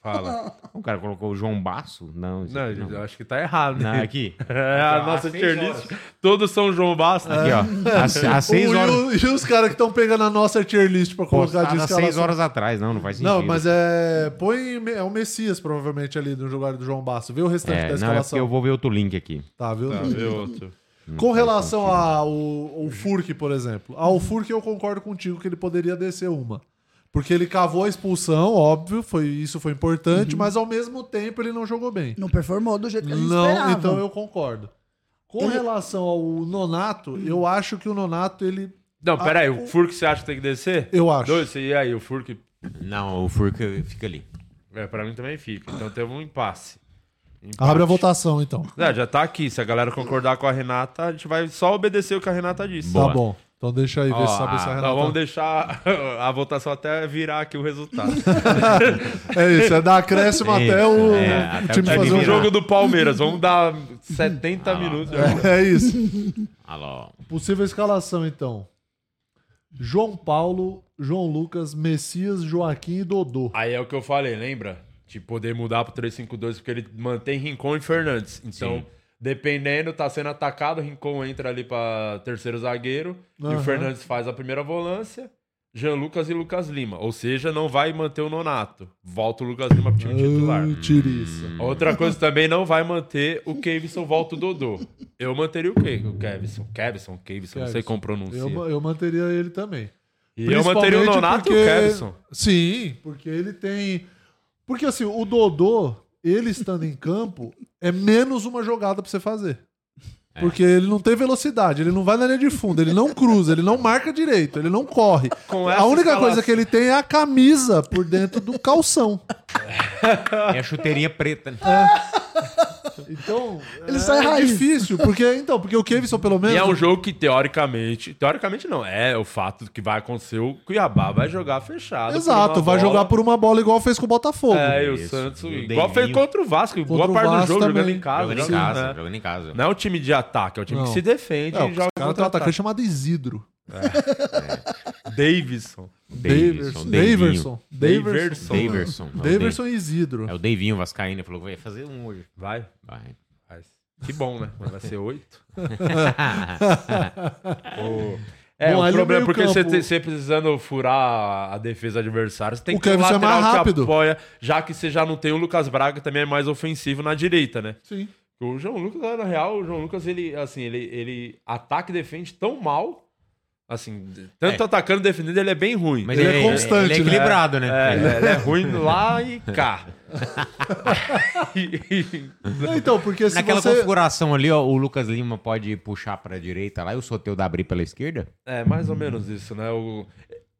[SPEAKER 1] Fala.
[SPEAKER 3] O cara colocou o João Basso? Não, isso
[SPEAKER 1] Não,
[SPEAKER 3] aqui não.
[SPEAKER 1] eu acho que tá errado,
[SPEAKER 3] Não,
[SPEAKER 1] né?
[SPEAKER 3] aqui.
[SPEAKER 1] É, a nossa
[SPEAKER 3] Às seis
[SPEAKER 1] tier list, todos são João Basta.
[SPEAKER 3] Aqui, ó. Às, às
[SPEAKER 2] O-
[SPEAKER 3] seis
[SPEAKER 2] e
[SPEAKER 3] horas.
[SPEAKER 2] o- E, os caras que estão pegando a nossa tier list pra colocar tá de
[SPEAKER 3] Postada às
[SPEAKER 2] escalação.
[SPEAKER 3] seis horas atrás. Não, não faz sentido.
[SPEAKER 2] Não, mas é. Põe. me- É o Messias, provavelmente, ali no jogador do João Basso. Vê o restante
[SPEAKER 3] É,
[SPEAKER 2] da
[SPEAKER 3] não, é porque
[SPEAKER 2] escalação.
[SPEAKER 3] eu vou ver outro link aqui.
[SPEAKER 2] Tá, viu?
[SPEAKER 1] Tá, vê outro.
[SPEAKER 2] Com relação ao, ao Furk, por exemplo. Ao Furk eu concordo contigo que ele poderia descer uma. Porque ele cavou a expulsão, óbvio, foi, isso foi importante, mas ao mesmo tempo ele não jogou bem.
[SPEAKER 4] Não performou do jeito que a gente
[SPEAKER 2] Não,
[SPEAKER 4] esperava.
[SPEAKER 2] então eu concordo. Com
[SPEAKER 4] Ele-
[SPEAKER 2] relação ao Nonato, eu acho que o Nonato, ele.
[SPEAKER 1] Não, peraí,
[SPEAKER 4] Ah,
[SPEAKER 2] o-
[SPEAKER 1] o Furk você acha que tem que descer?
[SPEAKER 2] Eu acho.
[SPEAKER 1] Dois, e aí, o Furk,
[SPEAKER 3] Não, o Furca fica ali.
[SPEAKER 1] é, pra mim também fica. Então teve um impasse. Empate.
[SPEAKER 2] Abre a votação, então.
[SPEAKER 1] É, já tá aqui. Se a galera concordar com a Renata, a gente vai só obedecer o que a Renata disse.
[SPEAKER 3] Boa.
[SPEAKER 2] Tá bom. Então deixa aí ver
[SPEAKER 3] Ó,
[SPEAKER 2] se sabe
[SPEAKER 3] ah,
[SPEAKER 2] se a
[SPEAKER 1] Então
[SPEAKER 2] Renata.
[SPEAKER 1] vamos deixar a votação até virar aqui o resultado.
[SPEAKER 2] É isso, é dar acréscimo
[SPEAKER 3] Isso,
[SPEAKER 2] até o,
[SPEAKER 3] é,
[SPEAKER 2] o time
[SPEAKER 3] até o time
[SPEAKER 2] fazer um
[SPEAKER 1] o
[SPEAKER 2] jogo.
[SPEAKER 3] virar.
[SPEAKER 1] tipo jogo do Palmeiras. Vamos dar 70 minutos.
[SPEAKER 2] É isso.
[SPEAKER 3] Alô.
[SPEAKER 2] Possível escalação, então. João Paulo, João Lucas, Messias, Joaquim e Dodô.
[SPEAKER 1] Aí é o que eu falei, lembra? De poder mudar pro 352, porque ele mantém Rincon e Fernandes. Então,
[SPEAKER 3] Sim.
[SPEAKER 1] dependendo, tá sendo atacado, Rincon entra ali pra terceiro zagueiro e
[SPEAKER 2] Aham.
[SPEAKER 1] o Fernandes faz a primeira volância. Jean Lucas e Lucas Lima. Ou seja, não vai manter o Nonato. Volta o Lucas Lima pro time titular. Hum,
[SPEAKER 2] Ah, Tiriça.
[SPEAKER 1] Outra coisa também não vai manter o Kevson volta o Dodô. Eu manteria o quê? O Kevson. Kevson, Kevson, não sei como pronuncia.
[SPEAKER 2] Eu, ma- eu manteria ele também.
[SPEAKER 1] e eu manteria o
[SPEAKER 2] Principalmente
[SPEAKER 1] Nonato e o
[SPEAKER 2] porque-
[SPEAKER 1] Kevson.
[SPEAKER 2] Sim, porque ele tem. Porque assim, o Dodô, ele estando em campo, é menos uma jogada pra você fazer.
[SPEAKER 1] É.
[SPEAKER 2] Porque ele não tem velocidade, ele não vai na linha de fundo, ele não cruza, ele não marca direito, ele não corre.
[SPEAKER 1] Com
[SPEAKER 2] A
[SPEAKER 1] essa
[SPEAKER 2] única
[SPEAKER 1] escalação-
[SPEAKER 2] coisa que ele tem é a camisa por dentro do calção.
[SPEAKER 3] É a chuteirinha preta.
[SPEAKER 2] Então,
[SPEAKER 4] Ele
[SPEAKER 2] é
[SPEAKER 4] só é raiz.
[SPEAKER 2] difícil, porque então, porque o Kevson pelo menos
[SPEAKER 1] E é um jogo que, teoricamente. Teoricamente não, é o fato do que vai acontecer. O Cuiabá vai jogar fechado. por
[SPEAKER 2] Exato,
[SPEAKER 1] uma
[SPEAKER 2] vai
[SPEAKER 1] bola.
[SPEAKER 2] jogar por uma bola igual fez com o Botafogo.
[SPEAKER 1] É, e o
[SPEAKER 3] Isso,
[SPEAKER 1] Santos.
[SPEAKER 3] e o
[SPEAKER 1] igual
[SPEAKER 3] Devinho.
[SPEAKER 1] fez contra o Vasco.
[SPEAKER 2] Contra
[SPEAKER 1] boa
[SPEAKER 2] o
[SPEAKER 1] parte do
[SPEAKER 2] Vasco
[SPEAKER 1] jogo jogando
[SPEAKER 2] também.
[SPEAKER 1] em casa.
[SPEAKER 3] Jogando em
[SPEAKER 1] jogando,
[SPEAKER 3] casa,
[SPEAKER 1] né?
[SPEAKER 3] jogando em casa.
[SPEAKER 1] Não é um time de ataque, é um time
[SPEAKER 2] Não.
[SPEAKER 1] que se defende
[SPEAKER 2] É,
[SPEAKER 1] e
[SPEAKER 2] o
[SPEAKER 1] joga
[SPEAKER 2] cara tem um atacante chamado Isidro.
[SPEAKER 1] Davidson.
[SPEAKER 3] Davidson,
[SPEAKER 2] Daverson. Daverson.
[SPEAKER 1] Daverson.
[SPEAKER 3] Daverson. É o
[SPEAKER 2] Daverson e Isidro.
[SPEAKER 3] Dav- É o Davinho Vascaíno. Falou que vai fazer um hoje.
[SPEAKER 1] Vai.
[SPEAKER 3] Vai.
[SPEAKER 1] Mas Que bom, né? Mas Vai ser oito. O- É,
[SPEAKER 2] Bom,
[SPEAKER 1] o
[SPEAKER 2] ali no
[SPEAKER 1] problema é porque você,
[SPEAKER 2] meio-campo-
[SPEAKER 1] te- você precisando furar a defesa adversária, você tem
[SPEAKER 2] O
[SPEAKER 1] que ter um
[SPEAKER 2] Kevin é
[SPEAKER 1] lateral
[SPEAKER 2] mais rápido.
[SPEAKER 1] que apoia, já que você já não tem o Lucas Braga, que também é mais ofensivo na direita, né?
[SPEAKER 2] Sim.
[SPEAKER 1] O João Lucas, na real, o João Lucas, ele, assim, ele, ele ataca e defende tão mal, assim, tanto
[SPEAKER 3] É.
[SPEAKER 1] atacando e defendendo, ele é bem ruim.
[SPEAKER 3] Mas
[SPEAKER 2] Ele é constante,
[SPEAKER 3] Ele é
[SPEAKER 2] né?
[SPEAKER 3] equilibrado, né?
[SPEAKER 1] É, ele, é, ele é ruim lá e cá.
[SPEAKER 2] Não, então, porque se
[SPEAKER 3] Naquela
[SPEAKER 2] você...
[SPEAKER 3] configuração ali, ó, o Lucas Lima pode puxar pra direita lá e o Soteu dá abrir pela esquerda?
[SPEAKER 1] É, mais ou menos isso, né? O-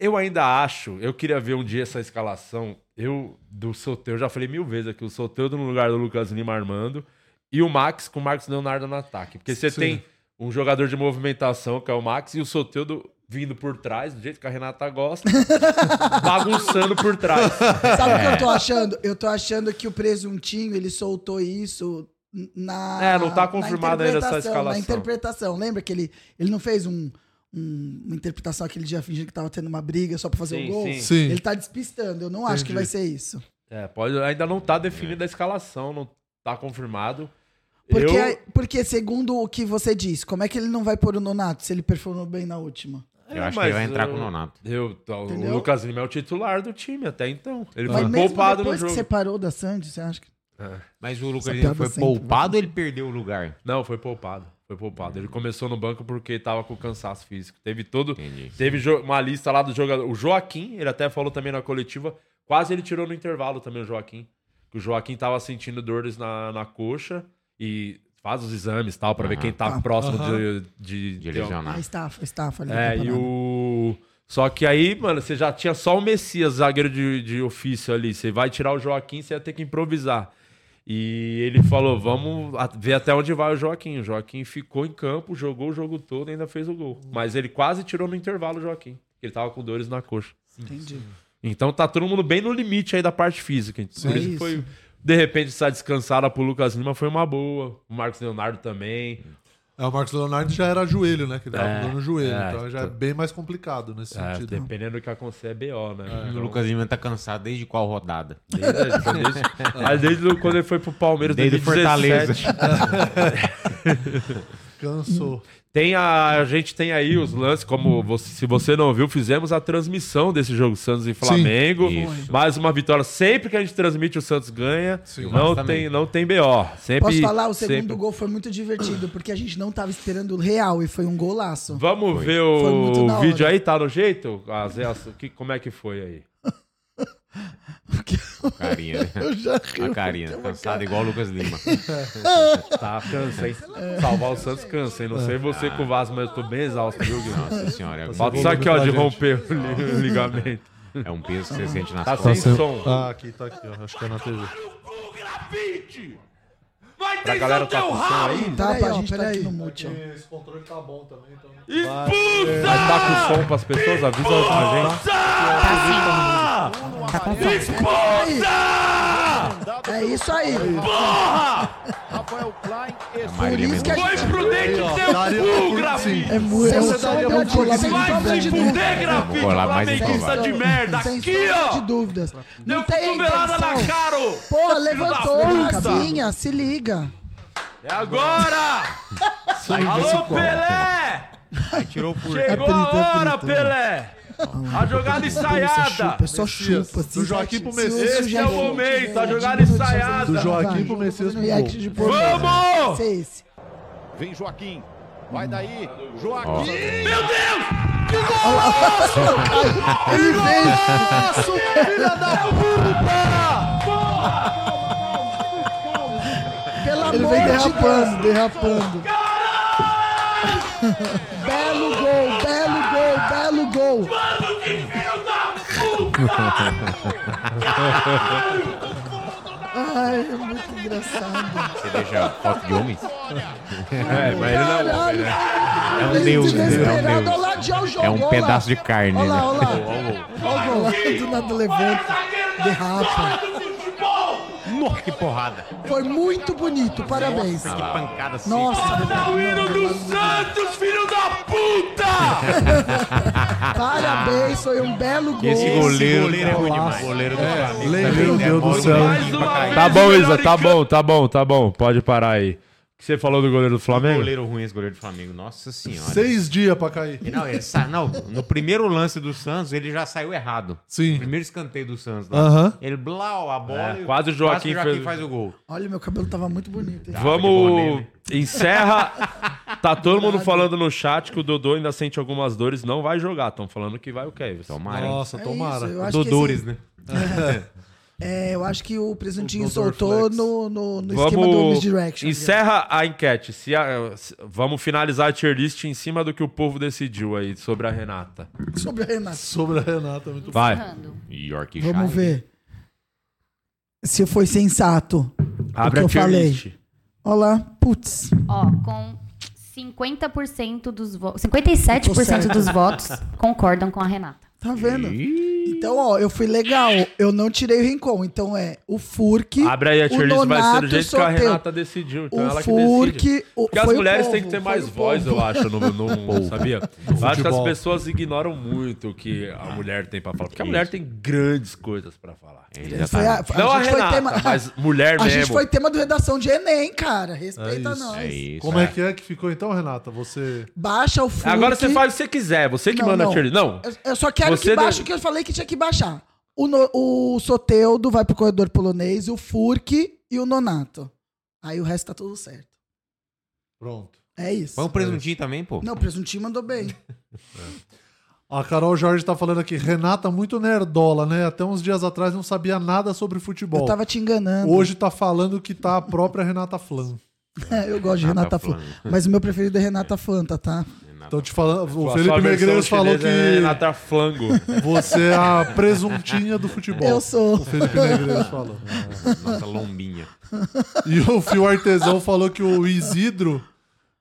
[SPEAKER 1] eu ainda acho, eu queria ver um dia essa escalação. Eu, do Soteu, já falei mil vezes aqui, o Soteu no lugar do Lucas Lima armando e o Max com o Marcos Leonardo no ataque. Porque você
[SPEAKER 2] Sim.
[SPEAKER 1] tem um jogador de movimentação, que é o Max, e o Soteudo vindo por trás, do jeito que a Renata gosta, bagunçando por trás.
[SPEAKER 4] Sabe o que
[SPEAKER 1] É.
[SPEAKER 4] eu tô achando? Eu tô achando que o presuntinho, ele soltou isso n- na.
[SPEAKER 1] É, não tá
[SPEAKER 4] na
[SPEAKER 1] confirmada ainda essa
[SPEAKER 4] interpretação, Na
[SPEAKER 1] escalação.
[SPEAKER 4] interpretação. Lembra que ele, ele não fez um, um- uma interpretação aquele dia fingindo que tava tendo uma briga só pra fazer o
[SPEAKER 1] Sim,
[SPEAKER 4] gol?
[SPEAKER 1] sim.
[SPEAKER 2] Sim.
[SPEAKER 4] Ele tá despistando. Eu não acho que vai ser isso.
[SPEAKER 1] É, pode, ainda não tá
[SPEAKER 3] É.
[SPEAKER 1] definida a escalação, não tá confirmado.
[SPEAKER 4] Porque, é,
[SPEAKER 1] eu,
[SPEAKER 4] porque, segundo o que você disse, como é que ele não vai pôr o Nonato se ele performou bem na última?
[SPEAKER 3] Eu
[SPEAKER 1] É,
[SPEAKER 3] acho que ele
[SPEAKER 1] mas
[SPEAKER 3] vai entrar
[SPEAKER 1] eu-
[SPEAKER 3] com o Nonato.
[SPEAKER 1] eu- o
[SPEAKER 4] Entendeu?
[SPEAKER 1] Lucas Lima é o titular do time até então. Ele
[SPEAKER 4] Mas
[SPEAKER 1] foi
[SPEAKER 4] mesmo
[SPEAKER 1] poupado no
[SPEAKER 4] depois
[SPEAKER 1] jogo.
[SPEAKER 4] que você parou da Sandy, você acha que.
[SPEAKER 3] Mas o Lucas
[SPEAKER 4] Essa
[SPEAKER 3] Lima
[SPEAKER 4] piada
[SPEAKER 3] foi
[SPEAKER 4] sempre
[SPEAKER 3] poupado ou ele perdeu o lugar?
[SPEAKER 1] Não, foi poupado. Foi poupado. Ele começou no banco porque tava com cansaço físico. Teve todo.
[SPEAKER 3] Entendi.
[SPEAKER 1] Teve jo- uma lista lá do jogador. O Joaquim, ele até falou também na coletiva. Quase ele tirou no intervalo também o Joaquim. que o Joaquim tava sentindo dores na, na coxa e faz os exames e tal, pra ver
[SPEAKER 3] Aham.
[SPEAKER 1] quem tá
[SPEAKER 4] Ah,
[SPEAKER 1] próximo
[SPEAKER 2] aham.
[SPEAKER 1] de, de,
[SPEAKER 3] De
[SPEAKER 1] de
[SPEAKER 3] lesionar.
[SPEAKER 4] A estafa, a estafa ali.
[SPEAKER 1] é, e o. Só que aí, mano, você já tinha só o Messias, zagueiro de, de ofício ali. Você vai tirar o Joaquim, você ia ter que improvisar. E ele falou: vamos a- ver até onde vai o Joaquim. O Joaquim ficou em campo, jogou o jogo todo e ainda fez o gol.
[SPEAKER 4] Hum.
[SPEAKER 1] Mas ele quase tirou no intervalo o Joaquim. Ele tava com dores na coxa.
[SPEAKER 4] Entendi.
[SPEAKER 1] Então tá todo mundo bem no limite aí da parte física. Por
[SPEAKER 4] É
[SPEAKER 1] isso
[SPEAKER 4] isso.
[SPEAKER 1] foi. De repente, essa descansada pro Lucas Lima foi uma boa. O Marcos Leonardo também.
[SPEAKER 2] É, o Marcos Leonardo já era joelho, né? Que dava
[SPEAKER 1] É,
[SPEAKER 2] dor no joelho.
[SPEAKER 1] é,
[SPEAKER 2] então já é
[SPEAKER 1] tô-
[SPEAKER 2] bem mais complicado nesse
[SPEAKER 1] É,
[SPEAKER 2] sentido.
[SPEAKER 1] dependendo do que acontecer, é BO, né?
[SPEAKER 3] O
[SPEAKER 1] Então-
[SPEAKER 3] Lucas Lima tá cansado desde qual rodada?
[SPEAKER 1] Desde, foi desde- mas desde o- quando ele foi pro Palmeiras,
[SPEAKER 3] Desde o
[SPEAKER 1] 2017.
[SPEAKER 3] Fortaleza.
[SPEAKER 2] Cansou.
[SPEAKER 1] Tem a, a gente tem aí os lances, como você- se você não viu, fizemos a transmissão desse jogo Santos e Flamengo.
[SPEAKER 3] Isso.
[SPEAKER 1] Mais uma vitória. Sempre que a gente transmite, o Santos ganha.
[SPEAKER 2] Sim.
[SPEAKER 1] não,
[SPEAKER 3] Mas também.
[SPEAKER 1] tem, não tem BO. Sempre,
[SPEAKER 4] Posso falar? O segundo
[SPEAKER 1] sempre.
[SPEAKER 4] gol foi muito divertido, porque a gente não tava esperando o real e foi um golaço.
[SPEAKER 1] Vamos ver
[SPEAKER 4] Foi muito
[SPEAKER 1] o
[SPEAKER 4] da
[SPEAKER 1] vídeo
[SPEAKER 4] hora.
[SPEAKER 1] aí, tá no jeito? Ah, Zé, o que, como é que foi aí?
[SPEAKER 3] Carinha, né?
[SPEAKER 4] Eu já ri.
[SPEAKER 3] A carinha, cansado igual o Lucas Lima.
[SPEAKER 1] Tá, cansa, hein?
[SPEAKER 4] É.
[SPEAKER 1] Salvar o Santos cansa, hein? Não sei você com o Vasco, mas eu tô bem exausto, viu, Guilherme?
[SPEAKER 3] Nossa senhora, é,
[SPEAKER 1] Falta
[SPEAKER 3] um
[SPEAKER 1] isso aqui,
[SPEAKER 2] Envolve
[SPEAKER 1] ó,
[SPEAKER 2] muita
[SPEAKER 1] de
[SPEAKER 2] gente.
[SPEAKER 1] romper o li- o ligamento.
[SPEAKER 3] peso- é um peso que você sente nas
[SPEAKER 1] Tá
[SPEAKER 3] costas.
[SPEAKER 1] sem som.
[SPEAKER 2] Ah, aqui, tá aqui, ó. Acho que é na TV.
[SPEAKER 1] Vai pra galera tá com som aí?
[SPEAKER 4] Tá,
[SPEAKER 6] Peraí,
[SPEAKER 4] a
[SPEAKER 6] ó,
[SPEAKER 4] gente tá
[SPEAKER 6] peraí.
[SPEAKER 4] aqui no mute, ó.
[SPEAKER 2] Esse controle tá bom também, então.
[SPEAKER 1] Vai tá com som pras pessoas? Avisa a gente.
[SPEAKER 5] Tá com som.
[SPEAKER 4] É isso aí.
[SPEAKER 6] Rafael Klein
[SPEAKER 3] A
[SPEAKER 6] e
[SPEAKER 3] Marília
[SPEAKER 4] Por isso que a
[SPEAKER 3] Mendonça.
[SPEAKER 4] gente-
[SPEAKER 1] prudente
[SPEAKER 2] Daria
[SPEAKER 1] Uh,
[SPEAKER 2] um sim.
[SPEAKER 4] É muito. É
[SPEAKER 2] Você daria
[SPEAKER 4] um soldado
[SPEAKER 2] muito
[SPEAKER 4] de
[SPEAKER 2] mais
[SPEAKER 4] sombra de dúvida.
[SPEAKER 1] grafite!
[SPEAKER 3] Vou lá mais então,
[SPEAKER 1] Flamenguista de
[SPEAKER 3] improvável.
[SPEAKER 1] merda!
[SPEAKER 4] Sem
[SPEAKER 1] Aqui,
[SPEAKER 4] sombra de
[SPEAKER 1] ó!
[SPEAKER 4] dúvidas.
[SPEAKER 1] Deu
[SPEAKER 4] Não tem
[SPEAKER 1] cotovelada na
[SPEAKER 4] intenção.
[SPEAKER 1] cara! ô.
[SPEAKER 4] Pô,
[SPEAKER 1] Filho
[SPEAKER 4] levantou,
[SPEAKER 1] da puta.
[SPEAKER 4] Rafinha, se liga.
[SPEAKER 1] É agora! Alô, Pelé!
[SPEAKER 3] Aí tirou por.
[SPEAKER 4] É
[SPEAKER 1] Chegou a
[SPEAKER 4] Apelidou,
[SPEAKER 1] hora,
[SPEAKER 4] apelidou.
[SPEAKER 1] Pelé! A jogada
[SPEAKER 4] Só
[SPEAKER 1] ensaiada!
[SPEAKER 4] chupa, só
[SPEAKER 2] Messias,
[SPEAKER 4] chupa. se
[SPEAKER 2] do Joaquim pro Messias.
[SPEAKER 4] se
[SPEAKER 1] Esse é o
[SPEAKER 4] Joaquim-
[SPEAKER 1] momento, a jogada ensaiada!
[SPEAKER 2] Do Joaquim pro Messias pro
[SPEAKER 4] E aí, de
[SPEAKER 2] gol.
[SPEAKER 4] boa.
[SPEAKER 1] Vamos!
[SPEAKER 4] Esse é esse.
[SPEAKER 6] Vem Joaquim. Vai daí. Joaquim.
[SPEAKER 4] Ele veio.
[SPEAKER 3] É
[SPEAKER 4] Pelo
[SPEAKER 6] Ele
[SPEAKER 4] amor
[SPEAKER 6] vem
[SPEAKER 4] de Deus.
[SPEAKER 6] derrapando, derrapando.
[SPEAKER 4] Belo gol, belo gol, belo gol. Ai, é muito engraçado.
[SPEAKER 3] Você deixa foto de homem?
[SPEAKER 1] É, mas ele não-
[SPEAKER 4] Caralho,
[SPEAKER 3] É um
[SPEAKER 4] ele
[SPEAKER 3] deus, né? É um
[SPEAKER 4] desesperado. Olha
[SPEAKER 3] deus.
[SPEAKER 4] lá, já o jogo.
[SPEAKER 3] É um
[SPEAKER 4] olha
[SPEAKER 3] pedaço
[SPEAKER 4] lá.
[SPEAKER 3] de carne,
[SPEAKER 4] Olha lá,
[SPEAKER 3] né?
[SPEAKER 4] olha lá. Olha o gol lá, do nada levanta, derrapa.
[SPEAKER 3] Nossa, que porrada.
[SPEAKER 4] Foi muito bonito, parabéns.
[SPEAKER 3] Que pancada assim.
[SPEAKER 4] Nossa,
[SPEAKER 1] O hino do Santos, filho da puta!
[SPEAKER 4] parabéns, foi um belo gol.
[SPEAKER 3] Esse goleiro, é ruim
[SPEAKER 2] golaço.
[SPEAKER 3] demais. Goleiro do Flamengo.
[SPEAKER 2] Meu
[SPEAKER 3] também
[SPEAKER 2] Deus
[SPEAKER 3] demora
[SPEAKER 2] do
[SPEAKER 3] um
[SPEAKER 2] céu.
[SPEAKER 3] pouquinho
[SPEAKER 1] Mais
[SPEAKER 3] pra
[SPEAKER 1] uma
[SPEAKER 3] cair.
[SPEAKER 1] vez. Tá bom, Isa, tá bom, tá bom, tá bom. Pode parar aí. O que você falou do goleiro do Flamengo?
[SPEAKER 3] Goleiro ruim esse goleiro do Flamengo. Nossa senhora.
[SPEAKER 2] Seis dias pra cair.
[SPEAKER 3] Não, ele sa- não, no primeiro lance do Santos, ele já saiu errado.
[SPEAKER 2] Sim.
[SPEAKER 3] Primeiro escanteio do Santos lá.
[SPEAKER 2] Aham.
[SPEAKER 3] Ele blau a bola.
[SPEAKER 1] É,
[SPEAKER 3] e-
[SPEAKER 1] quase o Joaquim
[SPEAKER 3] quase
[SPEAKER 1] fez-
[SPEAKER 3] faz o gol.
[SPEAKER 4] Olha, meu cabelo tava muito
[SPEAKER 3] Ah,
[SPEAKER 4] bonito. hein?
[SPEAKER 1] Vamos.
[SPEAKER 3] de boné, né?
[SPEAKER 1] Encerra. Tá todo mundo falando no chat que o Dodô ainda sente algumas dores, não vai jogar. Estão falando que vai o Kevin.
[SPEAKER 3] Tomara. hein?
[SPEAKER 2] Nossa,
[SPEAKER 4] É
[SPEAKER 2] tomara.
[SPEAKER 4] isso, eu acho que
[SPEAKER 3] Dodores,
[SPEAKER 4] esse-
[SPEAKER 3] né?
[SPEAKER 4] É, eu acho que o Presuntinho
[SPEAKER 2] O Dodor
[SPEAKER 4] soltou
[SPEAKER 2] Flex.
[SPEAKER 4] no, no, no esquema do
[SPEAKER 1] Vamos.
[SPEAKER 4] Misdirection.
[SPEAKER 1] Encerra a enquete. Se a- se- Vamos finalizar a tier list em cima do que o povo decidiu aí sobre a Renata.
[SPEAKER 4] Sobre a Renata.
[SPEAKER 2] Sobre a Renata, muito
[SPEAKER 1] Vai.
[SPEAKER 5] Errando.
[SPEAKER 3] York
[SPEAKER 4] Vamos ver. Se foi sensato.
[SPEAKER 1] Abre
[SPEAKER 4] que
[SPEAKER 1] a
[SPEAKER 4] eu
[SPEAKER 1] tier
[SPEAKER 4] falei.
[SPEAKER 1] list.
[SPEAKER 4] Olha lá, putz.
[SPEAKER 5] Ó, com 50% dos votos. 57% dos votos concordam com a Renata.
[SPEAKER 4] Tá vendo? Então, ó, eu fui legal. Eu não tirei o Rincon. Então é o Furk.
[SPEAKER 1] Abre aí a tier
[SPEAKER 4] o
[SPEAKER 1] list, vai ser do
[SPEAKER 4] Nonato
[SPEAKER 1] jeito que a
[SPEAKER 4] Soteldo.
[SPEAKER 1] Renata decidiu. Então
[SPEAKER 4] o
[SPEAKER 1] ela que
[SPEAKER 4] Furk.
[SPEAKER 1] decide.
[SPEAKER 4] O,
[SPEAKER 1] Porque as
[SPEAKER 4] foi o
[SPEAKER 1] mulheres
[SPEAKER 4] povo,
[SPEAKER 1] têm que ter
[SPEAKER 4] foi
[SPEAKER 1] mais
[SPEAKER 4] o
[SPEAKER 1] voz,
[SPEAKER 4] povo.
[SPEAKER 1] eu acho, no, no sabia? Eu acho que as
[SPEAKER 2] futebol.
[SPEAKER 1] pessoas ignoram muito o que a mulher tem pra falar. Porque a mulher tem grandes coisas pra falar.
[SPEAKER 4] Foi a, a
[SPEAKER 1] Não a,
[SPEAKER 4] gente
[SPEAKER 1] Renata,
[SPEAKER 4] foi tema,
[SPEAKER 1] mas mulher
[SPEAKER 4] a
[SPEAKER 1] mesmo.
[SPEAKER 4] gente foi tema do redação de Enem, cara. Respeita
[SPEAKER 2] É isso.
[SPEAKER 4] nós.
[SPEAKER 3] É isso.
[SPEAKER 2] Como é. que é que ficou então, Renata? Você.
[SPEAKER 4] Baixa o Furk.
[SPEAKER 1] Agora você faz o que você quiser, você que
[SPEAKER 4] Não,
[SPEAKER 1] manda a
[SPEAKER 4] não.
[SPEAKER 1] tier list. Não,
[SPEAKER 4] Eu- Eu só quero
[SPEAKER 1] Você
[SPEAKER 4] que baixe
[SPEAKER 1] deve-
[SPEAKER 4] o que eu falei que tinha que baixar. O, no, o Soteudo vai pro corredor polonês, o Furk e o Nonato. Aí o resto tá tudo certo.
[SPEAKER 2] Pronto.
[SPEAKER 4] É isso.
[SPEAKER 3] Foi um presuntinho também, pô.
[SPEAKER 4] Não, o Presuntinho mandou bem.
[SPEAKER 2] A Carol Jorge tá falando aqui, Renata muito nerdola, né? Até uns dias atrás não sabia nada sobre futebol.
[SPEAKER 4] Eu tava te enganando.
[SPEAKER 2] Hoje tá falando que tá a própria Renata Flan.
[SPEAKER 4] É, eu gosto de Renata
[SPEAKER 3] Renata
[SPEAKER 4] Flan.
[SPEAKER 3] Flan.
[SPEAKER 4] Mas o meu preferido é Renata Fanta, tá?
[SPEAKER 2] Então te falando, o
[SPEAKER 1] Sua-
[SPEAKER 2] Felipe
[SPEAKER 1] sua versão
[SPEAKER 2] Negreiros falou
[SPEAKER 1] chinesa é
[SPEAKER 2] que
[SPEAKER 1] Renata Flango.
[SPEAKER 2] você é a presuntinha do futebol.
[SPEAKER 4] Eu sou.
[SPEAKER 2] O Felipe Negreiros falou.
[SPEAKER 3] Nossa lombinha.
[SPEAKER 2] E o Fio Artesão falou que o Isidro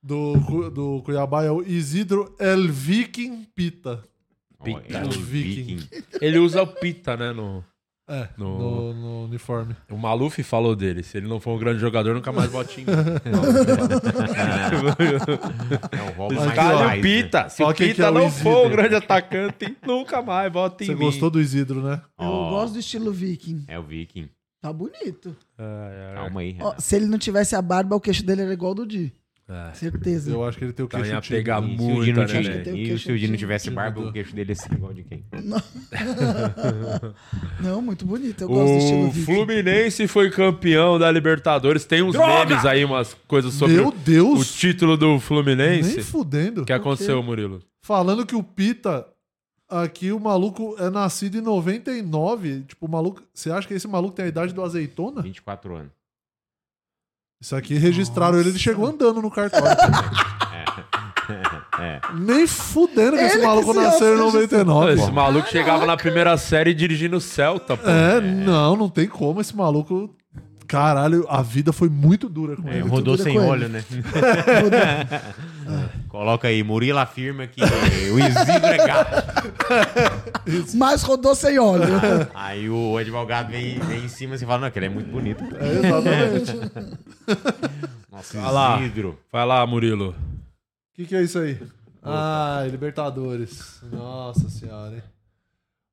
[SPEAKER 2] do, Cu- do Cuiabá é o Isidro El Viking Pita.
[SPEAKER 3] Ó,
[SPEAKER 1] Pita.
[SPEAKER 3] é o Viking.
[SPEAKER 1] Ele usa o Pita, né? No...
[SPEAKER 2] É,
[SPEAKER 1] No-
[SPEAKER 2] no, no uniforme.
[SPEAKER 1] O Maluf falou dele. Se ele não for um grande jogador, nunca mais bote em mim.
[SPEAKER 3] É o Rob
[SPEAKER 1] Mas
[SPEAKER 3] mais
[SPEAKER 1] Cara,
[SPEAKER 3] mais,
[SPEAKER 1] o
[SPEAKER 3] né?
[SPEAKER 1] Pita. Se
[SPEAKER 2] Só
[SPEAKER 1] o
[SPEAKER 2] que
[SPEAKER 1] Pita
[SPEAKER 2] que é o
[SPEAKER 1] não
[SPEAKER 2] Isidro.
[SPEAKER 1] for um grande atacante, nunca mais bota em
[SPEAKER 2] Você
[SPEAKER 1] mim.
[SPEAKER 2] gostou do Isidro, né?
[SPEAKER 4] Eu
[SPEAKER 3] Ó,
[SPEAKER 4] gosto do estilo viking.
[SPEAKER 3] É o Viking.
[SPEAKER 4] Tá bonito.
[SPEAKER 1] É,
[SPEAKER 3] Calma aí,
[SPEAKER 4] Ó,
[SPEAKER 3] Renato.
[SPEAKER 4] se ele não tivesse a barba, o queixo dele era igual ao do Di.
[SPEAKER 1] é.
[SPEAKER 4] Certeza.
[SPEAKER 2] Eu acho que ele tem o um
[SPEAKER 1] Tá,
[SPEAKER 2] queixo
[SPEAKER 1] ia
[SPEAKER 2] tímido.
[SPEAKER 1] pegar
[SPEAKER 3] E se o
[SPEAKER 1] muito,
[SPEAKER 3] Di não
[SPEAKER 1] né,
[SPEAKER 3] tinha-
[SPEAKER 1] velho?
[SPEAKER 4] Tem o
[SPEAKER 3] E
[SPEAKER 4] queixo
[SPEAKER 3] se o Di não
[SPEAKER 4] tímido.
[SPEAKER 3] tivesse barba, o queixo dele ia ser igual de quem?
[SPEAKER 4] Não, muito bonito. Eu gosto do estilo
[SPEAKER 1] O
[SPEAKER 4] viking.
[SPEAKER 1] Fluminense foi campeão da Libertadores. Tem uns memes aí, umas coisas sobre
[SPEAKER 2] Meu
[SPEAKER 1] o
[SPEAKER 2] Deus!
[SPEAKER 1] título do
[SPEAKER 2] Nem
[SPEAKER 1] Fluminense.
[SPEAKER 2] fudendo.
[SPEAKER 1] O que aconteceu, Murilo?
[SPEAKER 2] Falando que o Pita, aqui o maluco é nascido em 99. Tipo, o maluco. Você acha que esse maluco tem a idade do azeitona?
[SPEAKER 3] 24 anos.
[SPEAKER 2] Isso aqui registraram ele, ele chegou andando no cartório.
[SPEAKER 1] É.
[SPEAKER 2] Nem fudendo que esse
[SPEAKER 4] Ele que
[SPEAKER 2] maluco
[SPEAKER 4] se
[SPEAKER 2] nasceu em
[SPEAKER 4] auto-
[SPEAKER 2] 99.
[SPEAKER 1] Esse
[SPEAKER 2] pô.
[SPEAKER 1] maluco
[SPEAKER 4] Ah,
[SPEAKER 1] chegava na primeira série dirigindo o Celta, pô.
[SPEAKER 2] É, não, não tem como esse maluco. Caralho, a vida foi muito dura com
[SPEAKER 3] É,
[SPEAKER 2] ele.
[SPEAKER 3] rodou
[SPEAKER 4] tudo é
[SPEAKER 3] sem
[SPEAKER 4] com
[SPEAKER 3] óleo, né? Coloca aí, Murilo afirma que o Isidro é gato.
[SPEAKER 4] Mas rodou sem óleo.
[SPEAKER 3] Aí o advogado vem, vem em cima e você fala, não, que ele é muito bonito.
[SPEAKER 2] É, exatamente. O
[SPEAKER 3] Nossa,
[SPEAKER 1] Olha lá.
[SPEAKER 3] Isidro.
[SPEAKER 1] Vai lá, Murilo.
[SPEAKER 2] que, que é isso aí? Ah, Libertadores. Nossa senhora, hein?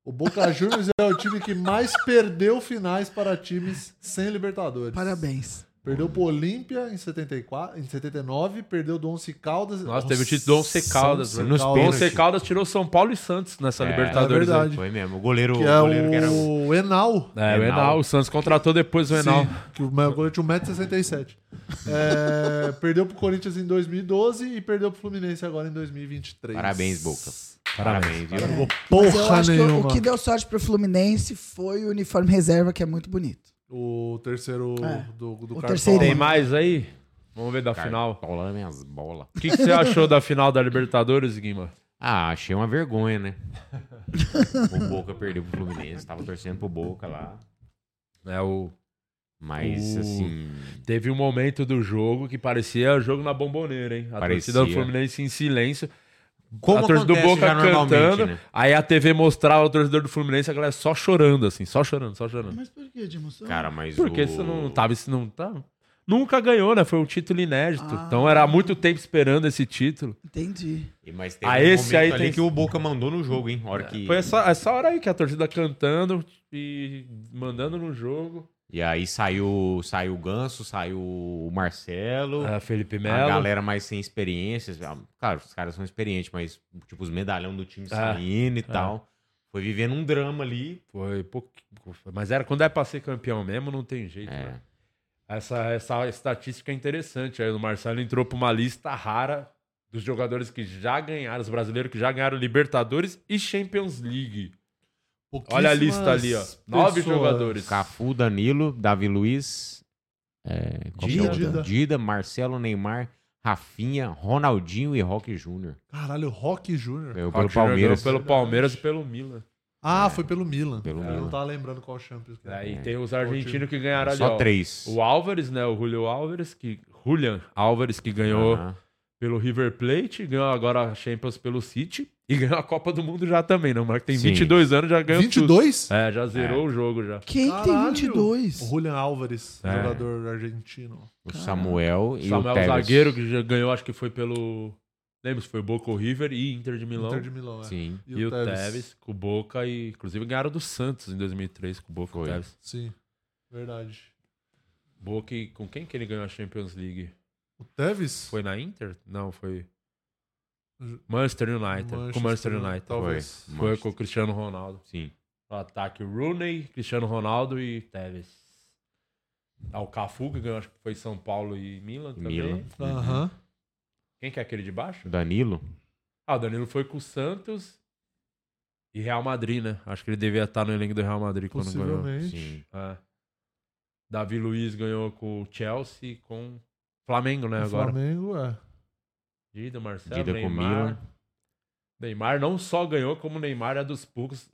[SPEAKER 2] O Boca Juniors é o time que mais perdeu finais para times sem Libertadores.
[SPEAKER 4] Parabéns.
[SPEAKER 2] Perdeu pro Olímpia em, 74, em 79, perdeu do Once Caldas.
[SPEAKER 1] Nossa, teve o título do Once Caldas,
[SPEAKER 2] Once
[SPEAKER 1] velho.
[SPEAKER 3] Nos
[SPEAKER 2] Caldas,
[SPEAKER 3] pênaltis.
[SPEAKER 1] Você Caldas tirou São Paulo e Santos nessa
[SPEAKER 3] É,
[SPEAKER 1] Tá Libertadores. né?
[SPEAKER 2] é verdade.
[SPEAKER 3] Foi mesmo. O goleiro,
[SPEAKER 2] Que
[SPEAKER 3] o goleiro que era um.
[SPEAKER 2] é
[SPEAKER 3] o...
[SPEAKER 2] o Enal.
[SPEAKER 1] aí. É, o
[SPEAKER 3] Enal.
[SPEAKER 1] Enal. O Santos contratou depois o Enal.
[SPEAKER 2] Sim, que o meu é um goleiro tinha 1,67m. É, perdeu pro Corinthians em 2012 e perdeu pro Fluminense agora em 2023.
[SPEAKER 3] Parabéns, Boca. Parabéns, viu?
[SPEAKER 2] Jogou
[SPEAKER 4] Mas eu
[SPEAKER 2] Porra
[SPEAKER 4] acho que o-
[SPEAKER 2] nenhuma.
[SPEAKER 4] o que deu sorte pro Fluminense foi o uniforme reserva, que é muito bonito.
[SPEAKER 2] O terceiro
[SPEAKER 4] É.
[SPEAKER 2] do, do
[SPEAKER 4] O
[SPEAKER 2] Cartola.
[SPEAKER 4] terceiro.
[SPEAKER 1] Tem mais aí? Vamos ver da final.
[SPEAKER 3] Bola minhas bolas.
[SPEAKER 1] O que, que você achou da final da Libertadores, Guima?
[SPEAKER 3] Ah, achei uma vergonha, né? o Boca perdeu pro Fluminense, tava torcendo pro Boca lá.
[SPEAKER 1] É, o...
[SPEAKER 3] Mas,
[SPEAKER 1] O-
[SPEAKER 3] assim,
[SPEAKER 1] Teve um momento do jogo que parecia jogo na bomboneira, hein? A
[SPEAKER 3] Parecia.
[SPEAKER 1] torcida do Fluminense em silêncio.
[SPEAKER 3] Como
[SPEAKER 1] a torcida do
[SPEAKER 3] acontece
[SPEAKER 1] Boca
[SPEAKER 3] já normalmente,
[SPEAKER 1] cantando.
[SPEAKER 3] né?
[SPEAKER 1] Aí a TV mostrava o torcedor do Fluminense, a galera só chorando, assim, só chorando, só chorando.
[SPEAKER 4] Mas por que, Dimson?
[SPEAKER 3] né? cara, mas
[SPEAKER 1] Porque
[SPEAKER 3] o...
[SPEAKER 1] isso não tá- tava, isso não tava. Nunca ganhou, né? Foi um título inédito. Então
[SPEAKER 3] Ah.
[SPEAKER 1] era há muito tempo esperando esse título.
[SPEAKER 4] Entendi.
[SPEAKER 3] E- Mas teve
[SPEAKER 1] Ah,
[SPEAKER 3] um
[SPEAKER 1] esse
[SPEAKER 3] momento
[SPEAKER 1] aí
[SPEAKER 3] ali
[SPEAKER 1] tem- É,
[SPEAKER 3] que o Boca mandou no jogo, hein? A hora que...
[SPEAKER 1] Foi assim. essa, essa hora aí que a torcida cantando e mandando no jogo.
[SPEAKER 3] E aí saiu, saiu o Ganso, saiu o Marcelo,
[SPEAKER 1] Ah, Felipe
[SPEAKER 3] a
[SPEAKER 1] Melo.
[SPEAKER 3] galera mais sem experiência. Ah, Claro, os caras são experientes, mas tipo, os medalhão do time
[SPEAKER 1] É,
[SPEAKER 3] saindo e tal. Foi vivendo um drama ali.
[SPEAKER 1] Foi pouco. Mas era quando é pra ser campeão mesmo, não tem jeito, né?
[SPEAKER 3] É.
[SPEAKER 1] Essa, essa estatística é interessante. Aí o Marcelo entrou para uma lista rara dos jogadores que já ganharam, os brasileiros que já ganharam Libertadores e Champions League. Olha a lista ali, ó.
[SPEAKER 2] Pouquíssimas
[SPEAKER 1] Nove
[SPEAKER 2] pessoas.
[SPEAKER 1] jogadores.
[SPEAKER 3] Cafu, Danilo, Davi Luiz, é, como
[SPEAKER 1] Dida.
[SPEAKER 3] é o nome? Dida. Marcelo, Neymar, Rafinha, Ronaldinho e Roque Júnior.
[SPEAKER 2] Caralho, Rock Júnior.
[SPEAKER 3] Ganhou
[SPEAKER 1] Rock
[SPEAKER 3] pelo
[SPEAKER 1] Júnior
[SPEAKER 3] Palmeiras.
[SPEAKER 1] ganhou Pelo Palmeiras e pelo Milan.
[SPEAKER 2] Ah, foi pelo Milan.
[SPEAKER 3] Pelo
[SPEAKER 2] Eu
[SPEAKER 3] Milan.
[SPEAKER 2] Não tava lembrando qual Champions. que era.
[SPEAKER 1] Aí tem os argentinos que ganharam ali.
[SPEAKER 3] É. Só
[SPEAKER 1] ó.
[SPEAKER 3] três.
[SPEAKER 1] O Álvares, né? O Julio Álvares, que. Julian Álvares, que ganhou
[SPEAKER 3] Aham.
[SPEAKER 1] pelo River Plate, ganhou agora a Champions pelo City e ganhou a Copa do Mundo já também, né? O Marco tem
[SPEAKER 3] Sim.
[SPEAKER 1] 22 anos, já ganhou tudo.
[SPEAKER 2] 22?
[SPEAKER 1] É, já zerou o jogo já.
[SPEAKER 4] Quem
[SPEAKER 2] Caralho.
[SPEAKER 4] tem 22?
[SPEAKER 2] O Julian Álvares,
[SPEAKER 1] É.
[SPEAKER 2] jogador argentino.
[SPEAKER 3] O Samuel e
[SPEAKER 1] Samuel
[SPEAKER 3] o Tevez.
[SPEAKER 1] Zagueiro, que já ganhou, acho que foi pelo. Lembra se foi Boca ou River e Inter de Milão.
[SPEAKER 2] Inter de Milão, é.
[SPEAKER 3] Sim.
[SPEAKER 1] E, o Tevez, com o Boca, e inclusive ganharam do Santos em 2003 com o Boca. e o
[SPEAKER 3] Foi.
[SPEAKER 1] Tevez.
[SPEAKER 2] Sim, verdade.
[SPEAKER 1] Boca e com quem que ele ganhou a Champions League?
[SPEAKER 2] O Tevez?
[SPEAKER 1] Foi na Inter? Não, foi.
[SPEAKER 2] Ju-
[SPEAKER 1] Manchester United. com o Manchester United.
[SPEAKER 2] Talvez.
[SPEAKER 3] Foi.
[SPEAKER 1] Foi com o Cristiano Ronaldo.
[SPEAKER 3] Sim.
[SPEAKER 1] No ataque Rooney, Cristiano Ronaldo e Tevez. Ah, o Cafu, que ganhou, acho que foi São Paulo e Milan também. né?
[SPEAKER 3] Milan.
[SPEAKER 2] Aham.
[SPEAKER 1] Uhum. Quem que é aquele de baixo?
[SPEAKER 3] O Danilo.
[SPEAKER 1] Ah, o Danilo foi com o Santos E Real Madrid, né? Acho que ele devia estar no elenco do Real Madrid quando ganhou.
[SPEAKER 2] Possivelmente.
[SPEAKER 3] Sim.
[SPEAKER 1] É. Davi Luiz ganhou com o Chelsea e com o Flamengo, né?
[SPEAKER 2] O
[SPEAKER 1] Agora.
[SPEAKER 2] Flamengo, é.
[SPEAKER 1] Dida, Marcelo,
[SPEAKER 3] Dida com
[SPEAKER 1] Neymar.
[SPEAKER 3] Milan.
[SPEAKER 1] Neymar não só ganhou, como o Neymar é dos poucos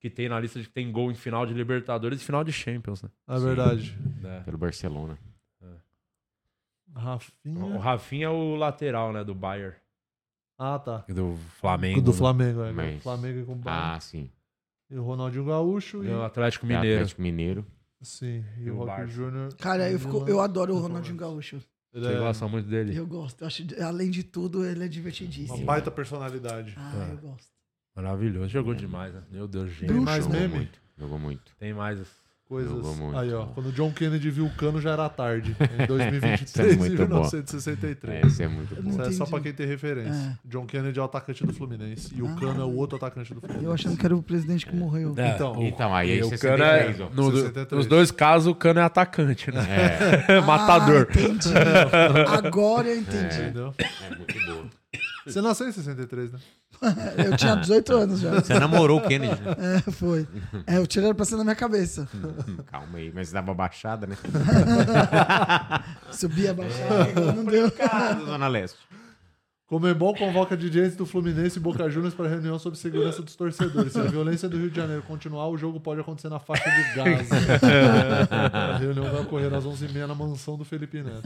[SPEAKER 1] que tem na lista de que tem gol em final de Libertadores e final de Champions, né?
[SPEAKER 2] É verdade.
[SPEAKER 1] É.
[SPEAKER 3] Pelo Barcelona.
[SPEAKER 1] O
[SPEAKER 2] Rafinha.
[SPEAKER 1] Rafinha é o lateral, né? Do Bayern.
[SPEAKER 2] Ah, tá.
[SPEAKER 1] Do Flamengo.
[SPEAKER 2] Do Flamengo, é.
[SPEAKER 3] Mas-
[SPEAKER 2] Flamengo e companhia.
[SPEAKER 3] Ah, sim.
[SPEAKER 2] E o Ronaldinho Gaúcho
[SPEAKER 1] Né? O
[SPEAKER 2] e,
[SPEAKER 1] Atlético
[SPEAKER 3] É
[SPEAKER 1] Mineiro.
[SPEAKER 3] Atlético Mineiro.
[SPEAKER 2] sim, e
[SPEAKER 1] E o
[SPEAKER 2] o Rock
[SPEAKER 1] Barça.
[SPEAKER 2] Júnior.
[SPEAKER 4] Cara, eu,
[SPEAKER 2] Milan.
[SPEAKER 4] fico- eu adoro o Ronaldinho Gaúcho.
[SPEAKER 2] Ele
[SPEAKER 1] Você
[SPEAKER 2] é
[SPEAKER 1] gosta muito dele?
[SPEAKER 4] Eu gosto. Eu acho, além de tudo, ele é
[SPEAKER 2] uma
[SPEAKER 4] divertidíssimo.
[SPEAKER 2] baita personalidade.
[SPEAKER 4] Ah, eu gosto.
[SPEAKER 1] Maravilhoso. Jogou demais, né? Meu Deus, gente.
[SPEAKER 2] Tem mais
[SPEAKER 3] Jogou
[SPEAKER 2] meme?
[SPEAKER 3] muito. Jogou muito.
[SPEAKER 1] Tem mais.
[SPEAKER 2] Coisas.
[SPEAKER 3] Jogou muito.
[SPEAKER 2] Aí, ó. Quando o John Kennedy viu o cano já era tarde. Em
[SPEAKER 3] Isso é
[SPEAKER 2] 2023 e
[SPEAKER 3] muito bom.
[SPEAKER 2] 1963.
[SPEAKER 3] É, isso é muito bom.
[SPEAKER 2] Isso é só
[SPEAKER 4] Entendi.
[SPEAKER 2] pra quem tem referência. John Kennedy é o atacante do Fluminense. E o Cano é o outro atacante do Fluminense.
[SPEAKER 4] Ah. Eu achando que era o presidente que morreu.
[SPEAKER 2] Então,
[SPEAKER 3] Então, aí é
[SPEAKER 1] E o Cana
[SPEAKER 3] 63,
[SPEAKER 1] é-
[SPEAKER 3] ó.
[SPEAKER 1] no-
[SPEAKER 2] 63.
[SPEAKER 1] nos dois casos, o Cano é atacante, né?
[SPEAKER 3] É,
[SPEAKER 1] Matador.
[SPEAKER 4] Ah, entendi. Agora eu entendi.
[SPEAKER 2] entendeu?
[SPEAKER 3] é muito boa.
[SPEAKER 2] Você nasceu em 63, né?
[SPEAKER 1] É.
[SPEAKER 4] Eu tinha 18 anos já.
[SPEAKER 3] Você namorou o Kennedy, né?
[SPEAKER 4] É, foi. É, eu tirei pra cima da minha cabeça.
[SPEAKER 3] Hum, Calma aí, mas dava baixada, né?
[SPEAKER 4] Subia, baixava, não deu.
[SPEAKER 3] Casa, Zona Leste.
[SPEAKER 2] Comembol convoca DJs do Fluminense e Boca Juniors para reunião sobre segurança dos torcedores. Se a violência do Rio de Janeiro continuar, o jogo pode acontecer na faixa de Gaza. a reunião vai ocorrer às 11h30 na mansão do Felipe Neto.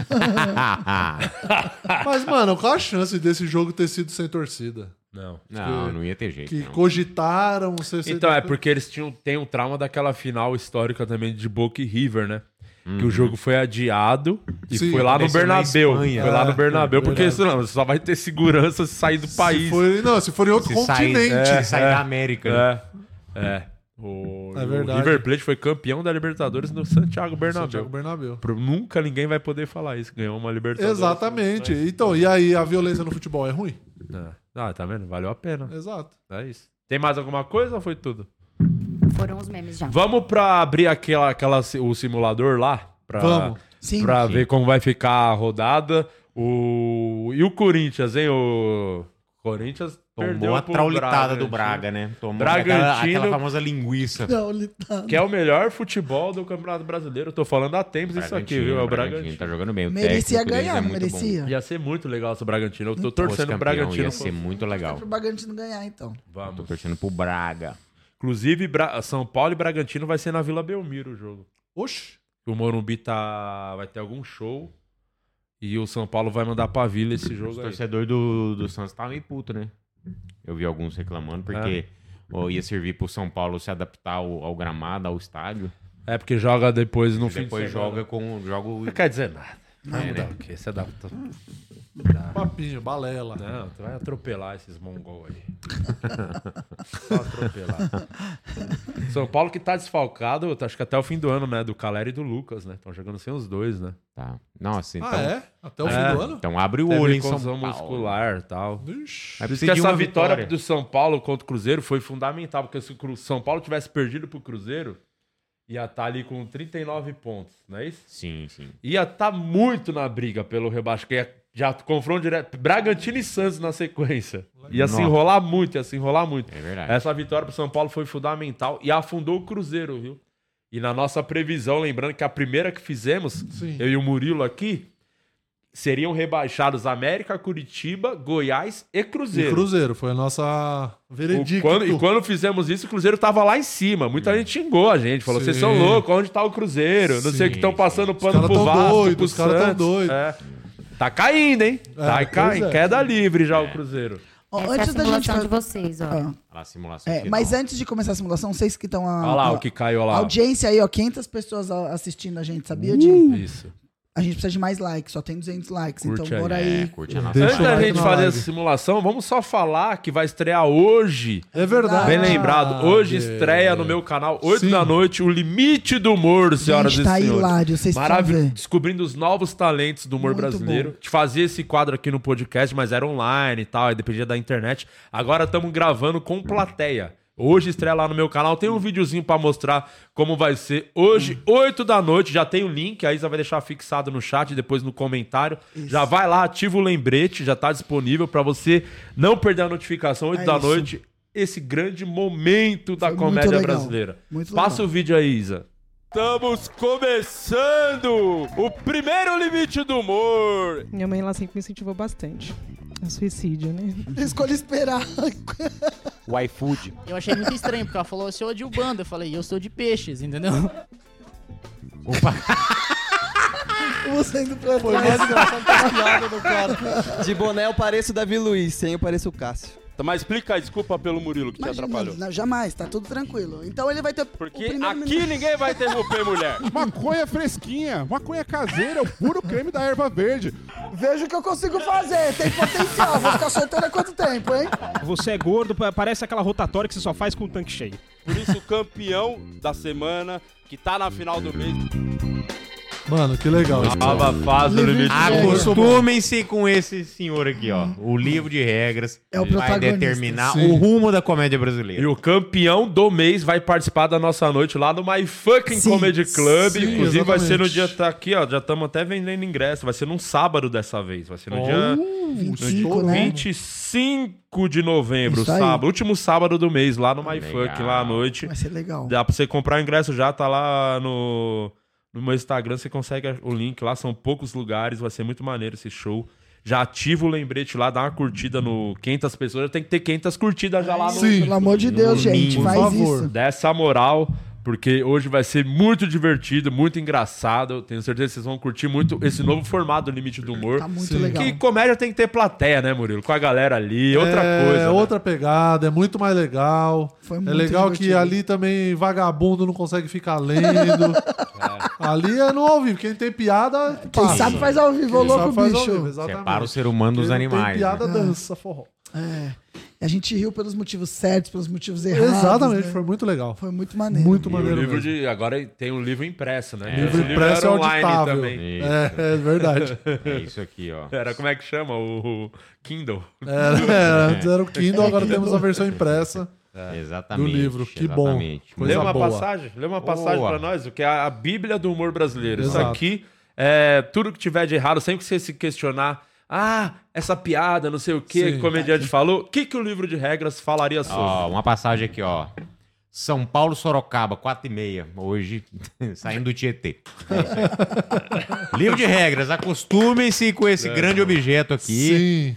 [SPEAKER 2] Mas, mano, qual a chance desse jogo ter sido sem torcida?
[SPEAKER 1] Não.
[SPEAKER 3] não, não ia ter jeito.
[SPEAKER 2] Que
[SPEAKER 3] não.
[SPEAKER 2] cogitaram ser sem
[SPEAKER 1] Então, é porque eles tinham, têm um trauma daquela final histórica também de Boca e River, né? Que o jogo foi adiado e
[SPEAKER 2] Sim,
[SPEAKER 1] foi lá no
[SPEAKER 3] aconteceu na
[SPEAKER 1] Bernabéu. Foi
[SPEAKER 3] Espanha.
[SPEAKER 1] lá no
[SPEAKER 2] É,
[SPEAKER 1] Bernabéu, porque
[SPEAKER 2] verdade.
[SPEAKER 1] isso não, só vai ter segurança se sair do
[SPEAKER 2] Se
[SPEAKER 1] país.
[SPEAKER 2] for, não, se for em outro
[SPEAKER 3] Se sair, é,
[SPEAKER 2] continente.
[SPEAKER 3] se sair da América. né?
[SPEAKER 1] É, é. O,
[SPEAKER 2] É
[SPEAKER 1] o
[SPEAKER 2] verdade.
[SPEAKER 1] River Plate foi campeão da Libertadores no Santiago
[SPEAKER 2] Santiago
[SPEAKER 1] Bernabéu.
[SPEAKER 2] Bernabéu.
[SPEAKER 1] Pro- Nunca ninguém vai poder falar isso, ganhou uma Libertadores.
[SPEAKER 2] Exatamente.
[SPEAKER 3] né?
[SPEAKER 2] Então, e aí a violência no futebol é ruim?
[SPEAKER 1] É. Ah, tá vendo? Valeu a pena.
[SPEAKER 2] Exato.
[SPEAKER 1] É isso. Tem mais alguma coisa ou foi tudo?
[SPEAKER 5] Foram os memes já.
[SPEAKER 1] Vamos pra abrir aquela, aquela, o simulador lá? Pra,
[SPEAKER 3] Ah.
[SPEAKER 2] Vamos.
[SPEAKER 4] Sim,
[SPEAKER 1] pra
[SPEAKER 3] Sim.
[SPEAKER 1] ver como vai ficar a rodada. O... E o Corinthians, hein? O Corinthians perdeu
[SPEAKER 3] Tomou a
[SPEAKER 1] pro
[SPEAKER 3] traulitada do
[SPEAKER 1] Bragantino,
[SPEAKER 3] Braga, né? Tomou
[SPEAKER 1] Bragantino-
[SPEAKER 3] aquela, aquela famosa linguiça.
[SPEAKER 4] não, ele tá.
[SPEAKER 1] Que é o melhor futebol do Campeonato Brasileiro. Eu tô falando há tempos isso aqui,
[SPEAKER 3] Bragantino,
[SPEAKER 1] viu? É o
[SPEAKER 3] Bragantino
[SPEAKER 1] Bragantino.
[SPEAKER 3] Tá jogando bem. O
[SPEAKER 4] Merecia
[SPEAKER 3] técnico deles
[SPEAKER 4] ganhar,
[SPEAKER 3] é
[SPEAKER 4] não
[SPEAKER 3] muito bom.
[SPEAKER 4] merecia.
[SPEAKER 1] Ia ser muito legal esse Bragantino. Eu tô
[SPEAKER 3] Fosse
[SPEAKER 1] torcendo
[SPEAKER 3] campeão,
[SPEAKER 1] pro Bragantino.
[SPEAKER 3] Ia ser muito legal.
[SPEAKER 4] Pro Bragantino ganhar, então.
[SPEAKER 3] Tô
[SPEAKER 1] Vamos.
[SPEAKER 3] torcendo pro Braga.
[SPEAKER 1] Inclusive, Bra- São Paulo e Bragantino vai ser na Vila Belmiro o jogo.
[SPEAKER 2] Oxi.
[SPEAKER 1] O Morumbi tá... vai ter algum show. E o São Paulo vai mandar pra Vila esse
[SPEAKER 3] Os
[SPEAKER 1] jogo aí.
[SPEAKER 3] torcedores do, do Santos estavam meio puto, né? Eu vi alguns reclamando, porque
[SPEAKER 1] É.
[SPEAKER 3] ó, ia servir pro São Paulo se adaptar ao, ao gramado, ao estádio.
[SPEAKER 1] É porque joga depois no fim
[SPEAKER 3] Depois
[SPEAKER 1] de semana.
[SPEAKER 3] joga com. Joga o...
[SPEAKER 1] Não quer dizer nada. Não,
[SPEAKER 3] É,
[SPEAKER 1] dá
[SPEAKER 3] né?
[SPEAKER 1] o quê? Você dá. tu-
[SPEAKER 2] Papinho, balela.
[SPEAKER 3] Né?
[SPEAKER 1] Não, tu vai atropelar esses mongol aí. Só atropelar. São Paulo que tá desfalcado, eu acho que até o fim do ano, né? Do Caleri e do Lucas, né? Estão jogando sem os dois, né?
[SPEAKER 3] Tá. Nossa, então.
[SPEAKER 2] Ah, é? Até o
[SPEAKER 1] É.
[SPEAKER 2] fim do ano?
[SPEAKER 3] Então abre o
[SPEAKER 1] Teve
[SPEAKER 3] olho em São
[SPEAKER 1] contusão
[SPEAKER 3] Paulo.
[SPEAKER 1] muscular e tal.
[SPEAKER 2] Ixi.
[SPEAKER 3] Vai
[SPEAKER 1] Por isso
[SPEAKER 3] precisar
[SPEAKER 1] que
[SPEAKER 3] de
[SPEAKER 1] essa
[SPEAKER 3] uma
[SPEAKER 1] vitória, do São Paulo contra o Cruzeiro foi fundamental, porque se o Cru- São Paulo tivesse perdido pro Cruzeiro, ia estar ali com 39 pontos, não é isso?
[SPEAKER 3] Sim, sim.
[SPEAKER 1] ia estar muito na briga pelo rebaixo, que ia- já confronto direto. Bragantino e Santos na sequência. Ia se
[SPEAKER 3] Nossa.
[SPEAKER 1] enrolar muito, ia se enrolar muito.
[SPEAKER 3] É verdade.
[SPEAKER 1] Essa vitória pro São Paulo foi fundamental e afundou o Cruzeiro, viu? E na nossa previsão, lembrando que a primeira que fizemos,
[SPEAKER 2] Sim.
[SPEAKER 1] eu e o Murilo aqui, seriam rebaixados América, Curitiba, Goiás e
[SPEAKER 2] E
[SPEAKER 1] Cruzeiro.
[SPEAKER 2] Cruzeiro, é foi a nossa
[SPEAKER 1] O-
[SPEAKER 2] veredicto.
[SPEAKER 1] quando- e quando fizemos isso, o Cruzeiro tava lá em cima. Muita
[SPEAKER 3] É.
[SPEAKER 1] gente xingou a gente, falou:
[SPEAKER 2] Sim.
[SPEAKER 1] vocês são loucos, onde tá o Cruzeiro? Não sei o que
[SPEAKER 3] Sim,
[SPEAKER 1] estão
[SPEAKER 3] sim.
[SPEAKER 1] passando
[SPEAKER 2] Os
[SPEAKER 1] pano
[SPEAKER 2] caras
[SPEAKER 1] pro
[SPEAKER 2] tão
[SPEAKER 1] Vasco,
[SPEAKER 2] doidos,
[SPEAKER 1] pro
[SPEAKER 2] os caras tão
[SPEAKER 1] Santos."
[SPEAKER 2] doidos.
[SPEAKER 1] É. Tá caindo, hein? tá
[SPEAKER 2] pois
[SPEAKER 1] caindo,
[SPEAKER 2] é.
[SPEAKER 1] queda livre já o Cruzeiro.
[SPEAKER 4] Ó,
[SPEAKER 5] Essa é a
[SPEAKER 4] antes da gente.
[SPEAKER 5] simulação de
[SPEAKER 4] fazer-
[SPEAKER 5] vocês, ó.
[SPEAKER 4] Ah,
[SPEAKER 3] Olha lá, a simulação.
[SPEAKER 4] é,
[SPEAKER 3] final.
[SPEAKER 4] mas antes de começar a simulação, vocês que estão.
[SPEAKER 3] É.
[SPEAKER 1] Olha lá o que caiu, olha lá. Uh!
[SPEAKER 4] Audiência aí, ó. 500 pessoas a- assistindo a gente, sabia? De...
[SPEAKER 1] Isso.
[SPEAKER 4] A gente precisa de mais likes, só tem 200 likes.
[SPEAKER 1] Curte
[SPEAKER 4] então
[SPEAKER 1] aí.
[SPEAKER 4] bora
[SPEAKER 3] É,
[SPEAKER 4] aí.
[SPEAKER 3] curte a nossa.
[SPEAKER 2] Deixa
[SPEAKER 1] Antes
[SPEAKER 2] o
[SPEAKER 1] da
[SPEAKER 2] like
[SPEAKER 1] gente
[SPEAKER 2] na
[SPEAKER 1] fazer
[SPEAKER 2] live.
[SPEAKER 1] essa simulação, vamos só falar que vai estrear hoje.
[SPEAKER 2] É verdade. É,
[SPEAKER 1] Bem lembrado, hoje estreia no meu canal, 8
[SPEAKER 2] Sim.
[SPEAKER 1] da noite, O Limite do Humor, senhoras
[SPEAKER 4] Gente, tá
[SPEAKER 1] e senhores.
[SPEAKER 4] hilário, vocês precisam
[SPEAKER 1] Maravilhoso.
[SPEAKER 4] ver.
[SPEAKER 1] Descobrindo os novos talentos do humor
[SPEAKER 4] Muito
[SPEAKER 1] brasileiro.
[SPEAKER 4] bom.
[SPEAKER 1] A gente fazia esse quadro aqui no podcast, mas era online e tal, aí dependia da internet. Agora estamos gravando com plateia. Hoje estreia lá no meu canal. Tem um videozinho pra mostrar como vai ser hoje, 8 da noite. Já tem o link, a Isa vai deixar fixado no chat, depois no comentário. Já vai lá, ativa o lembrete, já tá disponível pra você não perder a notificação, 8
[SPEAKER 4] É
[SPEAKER 1] da
[SPEAKER 4] isso.
[SPEAKER 1] noite. esse grande momento da
[SPEAKER 4] Foi muito
[SPEAKER 1] comédia
[SPEAKER 4] legal.
[SPEAKER 1] brasileira.
[SPEAKER 4] Muito
[SPEAKER 1] Passa
[SPEAKER 4] legal.
[SPEAKER 1] o vídeo aí, Isa. Estamos começando o primeiro limite do humor.
[SPEAKER 7] Minha mãe, ela sempre me incentivou bastante. O suicídio, né?
[SPEAKER 4] Eu escolhi esperar.
[SPEAKER 6] O iFood.
[SPEAKER 8] Eu achei muito estranho, porque ela falou, o senhor é de Ubanda. Eu falei, eu sou de peixes, entendeu?
[SPEAKER 4] Você indo pra
[SPEAKER 9] Foi mais engraçado que a piada do cara. De boné eu pareço o Davi Luiz, sem eu pareço o Cássio.
[SPEAKER 1] Tá, Mas explica a desculpa pelo Murilo que te
[SPEAKER 4] Imagina,
[SPEAKER 1] atrapalhou.
[SPEAKER 4] Não, jamais, tá tudo tranquilo. Então ele vai ter. o
[SPEAKER 1] Porque
[SPEAKER 4] primeiro
[SPEAKER 1] aqui
[SPEAKER 4] minuto.
[SPEAKER 1] ninguém vai interromper mulher.
[SPEAKER 6] Maconha fresquinha, maconha caseira, o puro creme da erva verde.
[SPEAKER 4] Vejo o que eu consigo fazer, tem potencial. Vou ficar solteiro há quanto tempo, hein?
[SPEAKER 10] Você é gordo, pa- parece aquela rotatória que você só faz com o tanque cheio.
[SPEAKER 1] Por isso, o campeão da semana, que tá na final do mês.
[SPEAKER 2] Mano, que legal.
[SPEAKER 1] Nova fase do limite do humor.
[SPEAKER 3] Acostumem-se com esse senhor aqui, ó. O livro de regras
[SPEAKER 4] Uhum. É o
[SPEAKER 3] vai
[SPEAKER 4] protagonista.
[SPEAKER 3] determinar
[SPEAKER 2] Sim.
[SPEAKER 3] o rumo da comédia brasileira.
[SPEAKER 1] E o campeão do mês vai participar da nossa noite lá no My Fucking
[SPEAKER 4] Sim,
[SPEAKER 1] Comedy Club.
[SPEAKER 2] sim,
[SPEAKER 1] Inclusive, vai ser no
[SPEAKER 2] exatamente.
[SPEAKER 1] dia. Tá aqui, ó. Já estamos até vendendo ingresso. Vai ser num sábado dessa vez. Vai ser no dia.
[SPEAKER 4] Cinco, né?
[SPEAKER 1] 25 de novembro,
[SPEAKER 4] Isso aí.
[SPEAKER 1] sábado, último sábado do mês, lá no
[SPEAKER 3] Legal.
[SPEAKER 1] MyFunk, lá à noite.
[SPEAKER 4] Vai ser legal.
[SPEAKER 1] Dá pra você comprar o ingresso já, tá lá no, no meu Instagram, você consegue o link lá, são poucos lugares, vai ser muito maneiro esse show. Já ativa o lembrete lá, dá uma curtida no 500 pessoas, tem que ter 500 curtidas já lá no...
[SPEAKER 2] Sim.
[SPEAKER 4] Pelo amor de Deus, gente,
[SPEAKER 2] Por
[SPEAKER 4] faz
[SPEAKER 2] favor.
[SPEAKER 4] isso.
[SPEAKER 1] Dessa moral, porque hoje vai ser muito divertido, muito engraçado, tenho certeza que vocês vão curtir muito esse novo formato do Limite do Humor.
[SPEAKER 4] Tá muito
[SPEAKER 2] Sim.
[SPEAKER 4] legal.
[SPEAKER 1] Que comédia tem que ter plateia, né, Murilo? Com a galera ali, outra
[SPEAKER 2] é,
[SPEAKER 1] coisa. né?
[SPEAKER 2] outra pegada, é muito mais legal.
[SPEAKER 4] Foi
[SPEAKER 2] é
[SPEAKER 4] muito
[SPEAKER 2] legal que
[SPEAKER 4] divertido.
[SPEAKER 2] ali também vagabundo não consegue ficar lendo. Ali é no ao vivo. Quem tem piada,
[SPEAKER 4] Quem
[SPEAKER 2] passa.
[SPEAKER 4] sabe faz ao vivo, ô
[SPEAKER 2] Quem sabe
[SPEAKER 4] louco,
[SPEAKER 2] faz ao
[SPEAKER 4] bicho.
[SPEAKER 2] vivo, exatamente.
[SPEAKER 3] Separa o ser humano dos
[SPEAKER 2] Quem não
[SPEAKER 3] animais.
[SPEAKER 2] Tem piada,
[SPEAKER 1] né?
[SPEAKER 2] dança, forró.
[SPEAKER 4] A gente riu pelos motivos certos, pelos motivos errados.
[SPEAKER 2] Exatamente,
[SPEAKER 4] né?
[SPEAKER 2] foi muito legal.
[SPEAKER 4] Foi muito maneiro.
[SPEAKER 2] Muito
[SPEAKER 1] E o
[SPEAKER 2] maneiro.
[SPEAKER 1] livro
[SPEAKER 2] mesmo.
[SPEAKER 1] de. Agora tem o livro impresso, né?
[SPEAKER 2] Livro
[SPEAKER 1] Esse era
[SPEAKER 2] impresso é auditável.
[SPEAKER 3] né? Isso,
[SPEAKER 2] É, é verdade.
[SPEAKER 3] é isso aqui, ó.
[SPEAKER 1] Era como é que chama? O o Kindle.
[SPEAKER 2] Era, era, antes era o Kindle, agora temos a versão impressa.
[SPEAKER 3] É. Exatamente.
[SPEAKER 2] Do livro, que bom.
[SPEAKER 3] exatamente.
[SPEAKER 2] Coisa
[SPEAKER 1] Lê uma
[SPEAKER 2] boa.
[SPEAKER 1] passagem, lê uma passagem
[SPEAKER 3] Boa.
[SPEAKER 1] pra nós, o que é a Bíblia do humor brasileiro. Isso
[SPEAKER 2] Exato.
[SPEAKER 1] aqui é tudo que tiver de errado, sempre que você se questionar. Ah, essa piada, não sei o quê, que
[SPEAKER 2] Sim.
[SPEAKER 1] o comediante falou. O que, que o livro de regras falaria sobre?
[SPEAKER 3] Ó, uma passagem aqui, ó. São Paulo, Sorocaba, 4 e meia, hoje, saindo do Tietê. É isso aí. Livro de regras, acostumem-se com esse grande objeto aqui.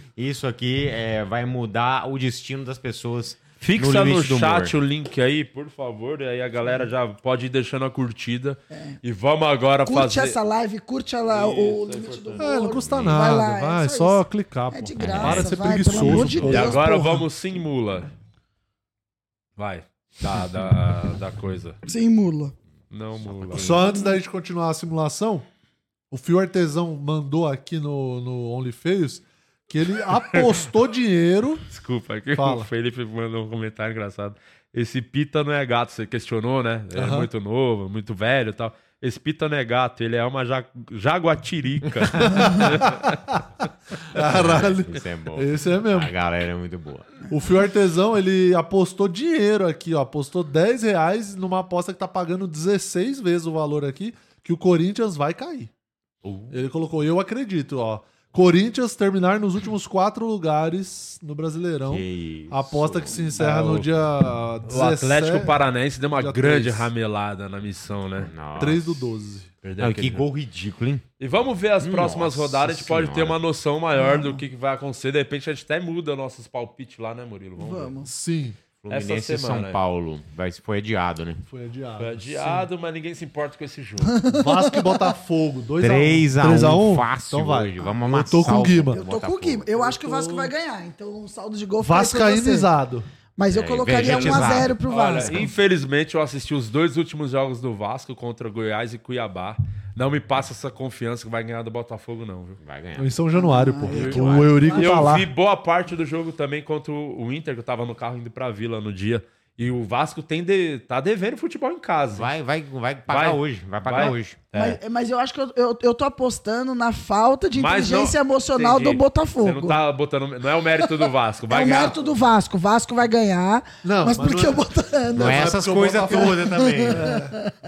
[SPEAKER 2] Sim.
[SPEAKER 3] Isso aqui é, vai mudar o destino das pessoas.
[SPEAKER 1] Fixa no,
[SPEAKER 3] limite do humor.
[SPEAKER 1] chat o link aí, por favor. E aí a galera já pode ir deixando a curtida. E vamos agora
[SPEAKER 4] Curte
[SPEAKER 1] fazer.
[SPEAKER 4] essa live, curte a lá o limite do
[SPEAKER 2] É, não
[SPEAKER 4] Humor.
[SPEAKER 2] custa
[SPEAKER 4] Vai
[SPEAKER 2] nada. Vai,
[SPEAKER 4] lá,
[SPEAKER 2] é
[SPEAKER 4] isso.
[SPEAKER 2] só, clicar.
[SPEAKER 4] É
[SPEAKER 2] pô.
[SPEAKER 4] de graça.
[SPEAKER 2] Para de ser
[SPEAKER 4] vai,
[SPEAKER 2] preguiçoso.
[SPEAKER 4] Pelo amor de
[SPEAKER 2] pô.
[SPEAKER 1] E
[SPEAKER 4] Deus,
[SPEAKER 1] agora
[SPEAKER 4] porra.
[SPEAKER 1] vamos sim, mula. Vai. Da, da, da coisa.
[SPEAKER 4] Sem mula.
[SPEAKER 1] Não, mula.
[SPEAKER 2] Só antes da gente continuar a simulação, o Fio Artesão mandou aqui no, no OnlyFeios que ele apostou dinheiro.
[SPEAKER 1] Desculpa, é que o
[SPEAKER 2] Fala.
[SPEAKER 1] Felipe mandou um comentário engraçado. Esse pita não é gato, você questionou, né? É
[SPEAKER 2] Aham.
[SPEAKER 1] muito novo, muito velho e tal. Esse pita não é gato, ele é uma ja- jaguatirica.
[SPEAKER 2] Caralho.
[SPEAKER 3] Isso é bom.
[SPEAKER 2] Esse é mesmo.
[SPEAKER 3] A galera é muito boa.
[SPEAKER 2] O Fio Artesão, ele apostou dinheiro aqui, ó. Apostou 10 reais numa aposta que tá pagando 16 vezes o valor aqui, que o Corinthians vai cair. Ele colocou, eu acredito, ó. Corinthians terminar nos últimos quatro lugares no Brasileirão.
[SPEAKER 3] Que isso.
[SPEAKER 2] Então, Aposta que se encerra no dia
[SPEAKER 1] Tá o
[SPEAKER 2] 17,
[SPEAKER 1] Atlético Paranaense deu uma
[SPEAKER 2] Dia
[SPEAKER 1] grande
[SPEAKER 2] três.
[SPEAKER 1] ramelada na missão, né?
[SPEAKER 3] Nossa.
[SPEAKER 2] 3 do 12.
[SPEAKER 1] Perdeu
[SPEAKER 3] Não,
[SPEAKER 1] aquele
[SPEAKER 3] que gol ridículo, hein?
[SPEAKER 1] E vamos ver as próximas
[SPEAKER 3] Nossa
[SPEAKER 1] rodadas, a gente pode ter
[SPEAKER 3] Senhora.
[SPEAKER 1] uma noção maior do que, que vai acontecer. De repente a gente até muda nossos palpites lá, né, Murilo? Vamos. ver.
[SPEAKER 4] Vamos.
[SPEAKER 2] Sim,
[SPEAKER 3] Fluminense e
[SPEAKER 1] Essa semana,
[SPEAKER 3] São
[SPEAKER 1] é.
[SPEAKER 3] Paulo. Vai, foi adiado, né?
[SPEAKER 2] foi adiado.
[SPEAKER 1] Foi adiado, mas ninguém se importa com esse jogo.
[SPEAKER 2] Sim. Vasco e Botafogo, 2x1.
[SPEAKER 3] 3x1 fácil
[SPEAKER 2] Então vai.
[SPEAKER 3] hoje. Vamos
[SPEAKER 2] Eu
[SPEAKER 3] amassar
[SPEAKER 2] tô com o Guima.
[SPEAKER 4] Eu tô com o Gui. Eu acho que o Vasco vai ganhar. Então um saldo de gol fica aí pra você.
[SPEAKER 2] Vascaínizado.
[SPEAKER 4] Mas eu
[SPEAKER 3] É,
[SPEAKER 4] colocaria
[SPEAKER 3] vegetizado.
[SPEAKER 4] 1x0 pro
[SPEAKER 1] Olha,
[SPEAKER 4] Vasco.
[SPEAKER 1] infelizmente eu assisti os dois últimos jogos do Vasco contra Goiás e Cuiabá. Não me passa essa confiança que vai ganhar do Botafogo, não, viu?
[SPEAKER 3] Vai ganhar.
[SPEAKER 2] Em São Januário, pô.
[SPEAKER 3] acho.
[SPEAKER 2] O Eurico
[SPEAKER 1] E
[SPEAKER 2] tá
[SPEAKER 1] Ah, eu
[SPEAKER 2] lá.
[SPEAKER 1] vi boa parte do jogo também contra o Inter, que eu tava no carro indo pra Vila no dia. E o Vasco tem de- tá devendo futebol em casa.
[SPEAKER 3] Vai, vai, vai
[SPEAKER 1] Vai.
[SPEAKER 3] pagar hoje. Vai pagar
[SPEAKER 1] Vai.
[SPEAKER 3] hoje.
[SPEAKER 4] Mas, mas eu acho que eu, eu, eu tô apostando na falta de
[SPEAKER 1] é. Mas não-
[SPEAKER 4] inteligência emocional
[SPEAKER 1] Entendi.
[SPEAKER 4] do Botafogo.
[SPEAKER 1] Você não tá botando... Não é o mérito do Vasco. Vai
[SPEAKER 4] é o
[SPEAKER 1] ganhar.
[SPEAKER 4] mérito do Vasco. O Vasco vai ganhar.
[SPEAKER 2] Não,
[SPEAKER 4] mas,
[SPEAKER 2] mas
[SPEAKER 4] porque
[SPEAKER 2] não
[SPEAKER 4] eu botando.
[SPEAKER 3] Não é essas
[SPEAKER 2] porque o
[SPEAKER 3] coisas
[SPEAKER 2] Botafogo-
[SPEAKER 3] todas também.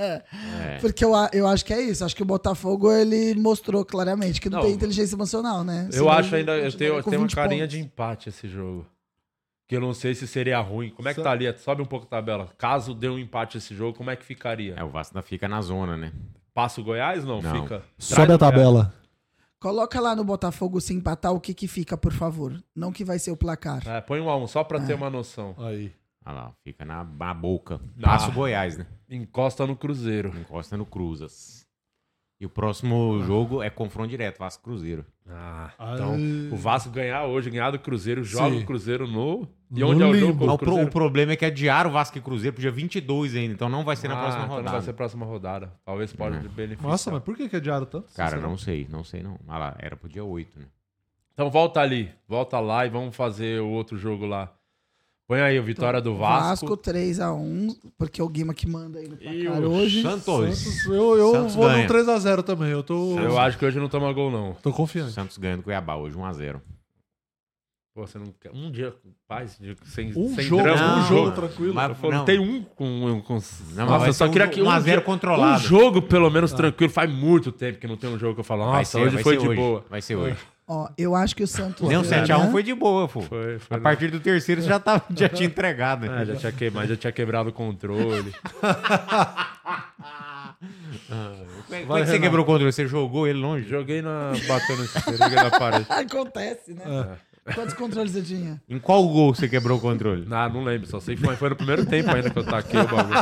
[SPEAKER 4] Porque eu, a- eu acho que é isso. Acho que o Botafogo ele mostrou claramente que não,
[SPEAKER 1] Não.
[SPEAKER 4] tem inteligência emocional, né?
[SPEAKER 1] Eu
[SPEAKER 4] Senão
[SPEAKER 1] acho
[SPEAKER 4] ele
[SPEAKER 1] ainda... Eu
[SPEAKER 4] continuaria
[SPEAKER 1] tenho, um
[SPEAKER 4] com
[SPEAKER 1] tenho uma
[SPEAKER 4] 20
[SPEAKER 1] carinha
[SPEAKER 4] pontos.
[SPEAKER 1] de empate esse jogo. Que eu não sei se seria ruim. Como é que
[SPEAKER 2] Sa-
[SPEAKER 1] tá ali? Sobe um pouco a tabela. Caso dê um empate esse jogo, como é que ficaria?
[SPEAKER 3] É, o Vasco fica na zona, né?
[SPEAKER 1] Passa o Goiás? Não,
[SPEAKER 3] Não.
[SPEAKER 1] fica.
[SPEAKER 2] Sobe a
[SPEAKER 1] Traz o Goiás.
[SPEAKER 2] tabela.
[SPEAKER 4] Coloca lá no Botafogo se empatar o que que fica, por favor. Não que vai ser o placar.
[SPEAKER 1] É, põe um a um, só pra ter uma noção.
[SPEAKER 2] Aí.
[SPEAKER 3] Olha lá, fica na, na boca.
[SPEAKER 1] Na-
[SPEAKER 3] Passa o Goiás, né?
[SPEAKER 1] Encosta no Cruzeiro.
[SPEAKER 3] Encosta no Cruzas. E o próximo jogo é confronto direto, Vasco Cruzeiro.
[SPEAKER 1] Ah, então.
[SPEAKER 2] então,
[SPEAKER 1] O Vasco ganhar hoje, ganhar do Cruzeiro, joga
[SPEAKER 2] Sim.
[SPEAKER 1] o Cruzeiro no. E
[SPEAKER 2] No
[SPEAKER 1] onde é o
[SPEAKER 2] limbo.
[SPEAKER 1] jogo?
[SPEAKER 3] Mas
[SPEAKER 1] contra
[SPEAKER 3] o,
[SPEAKER 1] O
[SPEAKER 3] pro- o
[SPEAKER 1] Cruzeiro?
[SPEAKER 3] problema é que adiaram o Vasco e Cruzeiro pro dia 22 ainda, então não vai ser na
[SPEAKER 1] Ah,
[SPEAKER 3] próxima
[SPEAKER 1] então
[SPEAKER 3] rodada.
[SPEAKER 1] não vai ser a próxima rodada. Talvez
[SPEAKER 2] Hum.
[SPEAKER 1] pode
[SPEAKER 3] É.
[SPEAKER 1] beneficiar.
[SPEAKER 2] Nossa, mas por que, que adiaram tanto?
[SPEAKER 3] Cara, não sei, não sei não. Olha lá, era pro dia 8, né?
[SPEAKER 1] Então volta ali. Volta lá e vamos fazer o outro jogo lá. Põe aí o Vitória do Vasco.
[SPEAKER 4] Vasco 3x1, porque é o Guima que manda aí no placar
[SPEAKER 1] E o
[SPEAKER 4] hoje.
[SPEAKER 3] Santos.
[SPEAKER 2] Santos, eu eu
[SPEAKER 3] Santos
[SPEAKER 2] vou
[SPEAKER 3] ganha.
[SPEAKER 2] no 3x0 também. Eu tô,
[SPEAKER 1] Eu acho que hoje não toma gol, não.
[SPEAKER 2] tô confiante.
[SPEAKER 3] Santos ganhando Cuiabá hoje, 1x0.
[SPEAKER 1] Pô, você não quer. Um dia, paz, de- sem,
[SPEAKER 2] Um
[SPEAKER 1] sem
[SPEAKER 2] jogo,
[SPEAKER 1] drama,
[SPEAKER 3] um
[SPEAKER 1] um jogo.
[SPEAKER 3] jogo.
[SPEAKER 2] tranquilo.
[SPEAKER 3] Mas-
[SPEAKER 1] Eu falei,
[SPEAKER 3] não.
[SPEAKER 1] Tem um com. com...
[SPEAKER 3] Não, mas
[SPEAKER 1] Nossa,
[SPEAKER 3] vai
[SPEAKER 1] eu só
[SPEAKER 3] ser um
[SPEAKER 1] queria
[SPEAKER 3] jo-
[SPEAKER 1] que.
[SPEAKER 3] um a zero
[SPEAKER 1] dia-
[SPEAKER 3] controlado.
[SPEAKER 1] Um jogo, pelo menos, tranquilo. Faz muito tempo que não tem um jogo que eu falo,
[SPEAKER 3] vai
[SPEAKER 1] nossa,
[SPEAKER 3] ser,
[SPEAKER 1] hoje
[SPEAKER 3] vai
[SPEAKER 1] foi
[SPEAKER 3] ser
[SPEAKER 1] de boa.
[SPEAKER 3] Vai ser hoje.
[SPEAKER 4] Ó, eu acho que o Santos.
[SPEAKER 3] Deu um
[SPEAKER 4] ganha.
[SPEAKER 3] 7x1, foi de boa, pô.
[SPEAKER 1] Foi, foi.
[SPEAKER 3] A partir do terceiro você já, tava, já tinha entregado, né?
[SPEAKER 1] Ah, já tinha queimado, já tinha quebrado o controle.
[SPEAKER 3] Como é que você quebrou o controle? Você jogou ele longe?
[SPEAKER 1] Joguei na. bateu no espelho, joguei na parede.
[SPEAKER 4] Acontece, né?
[SPEAKER 1] É.
[SPEAKER 4] Quantos controles eu tinha?
[SPEAKER 3] Em qual gol você quebrou o controle?
[SPEAKER 1] Ah, não lembro, só sei que foi, foi no primeiro tempo ainda que eu taquei o bagulho.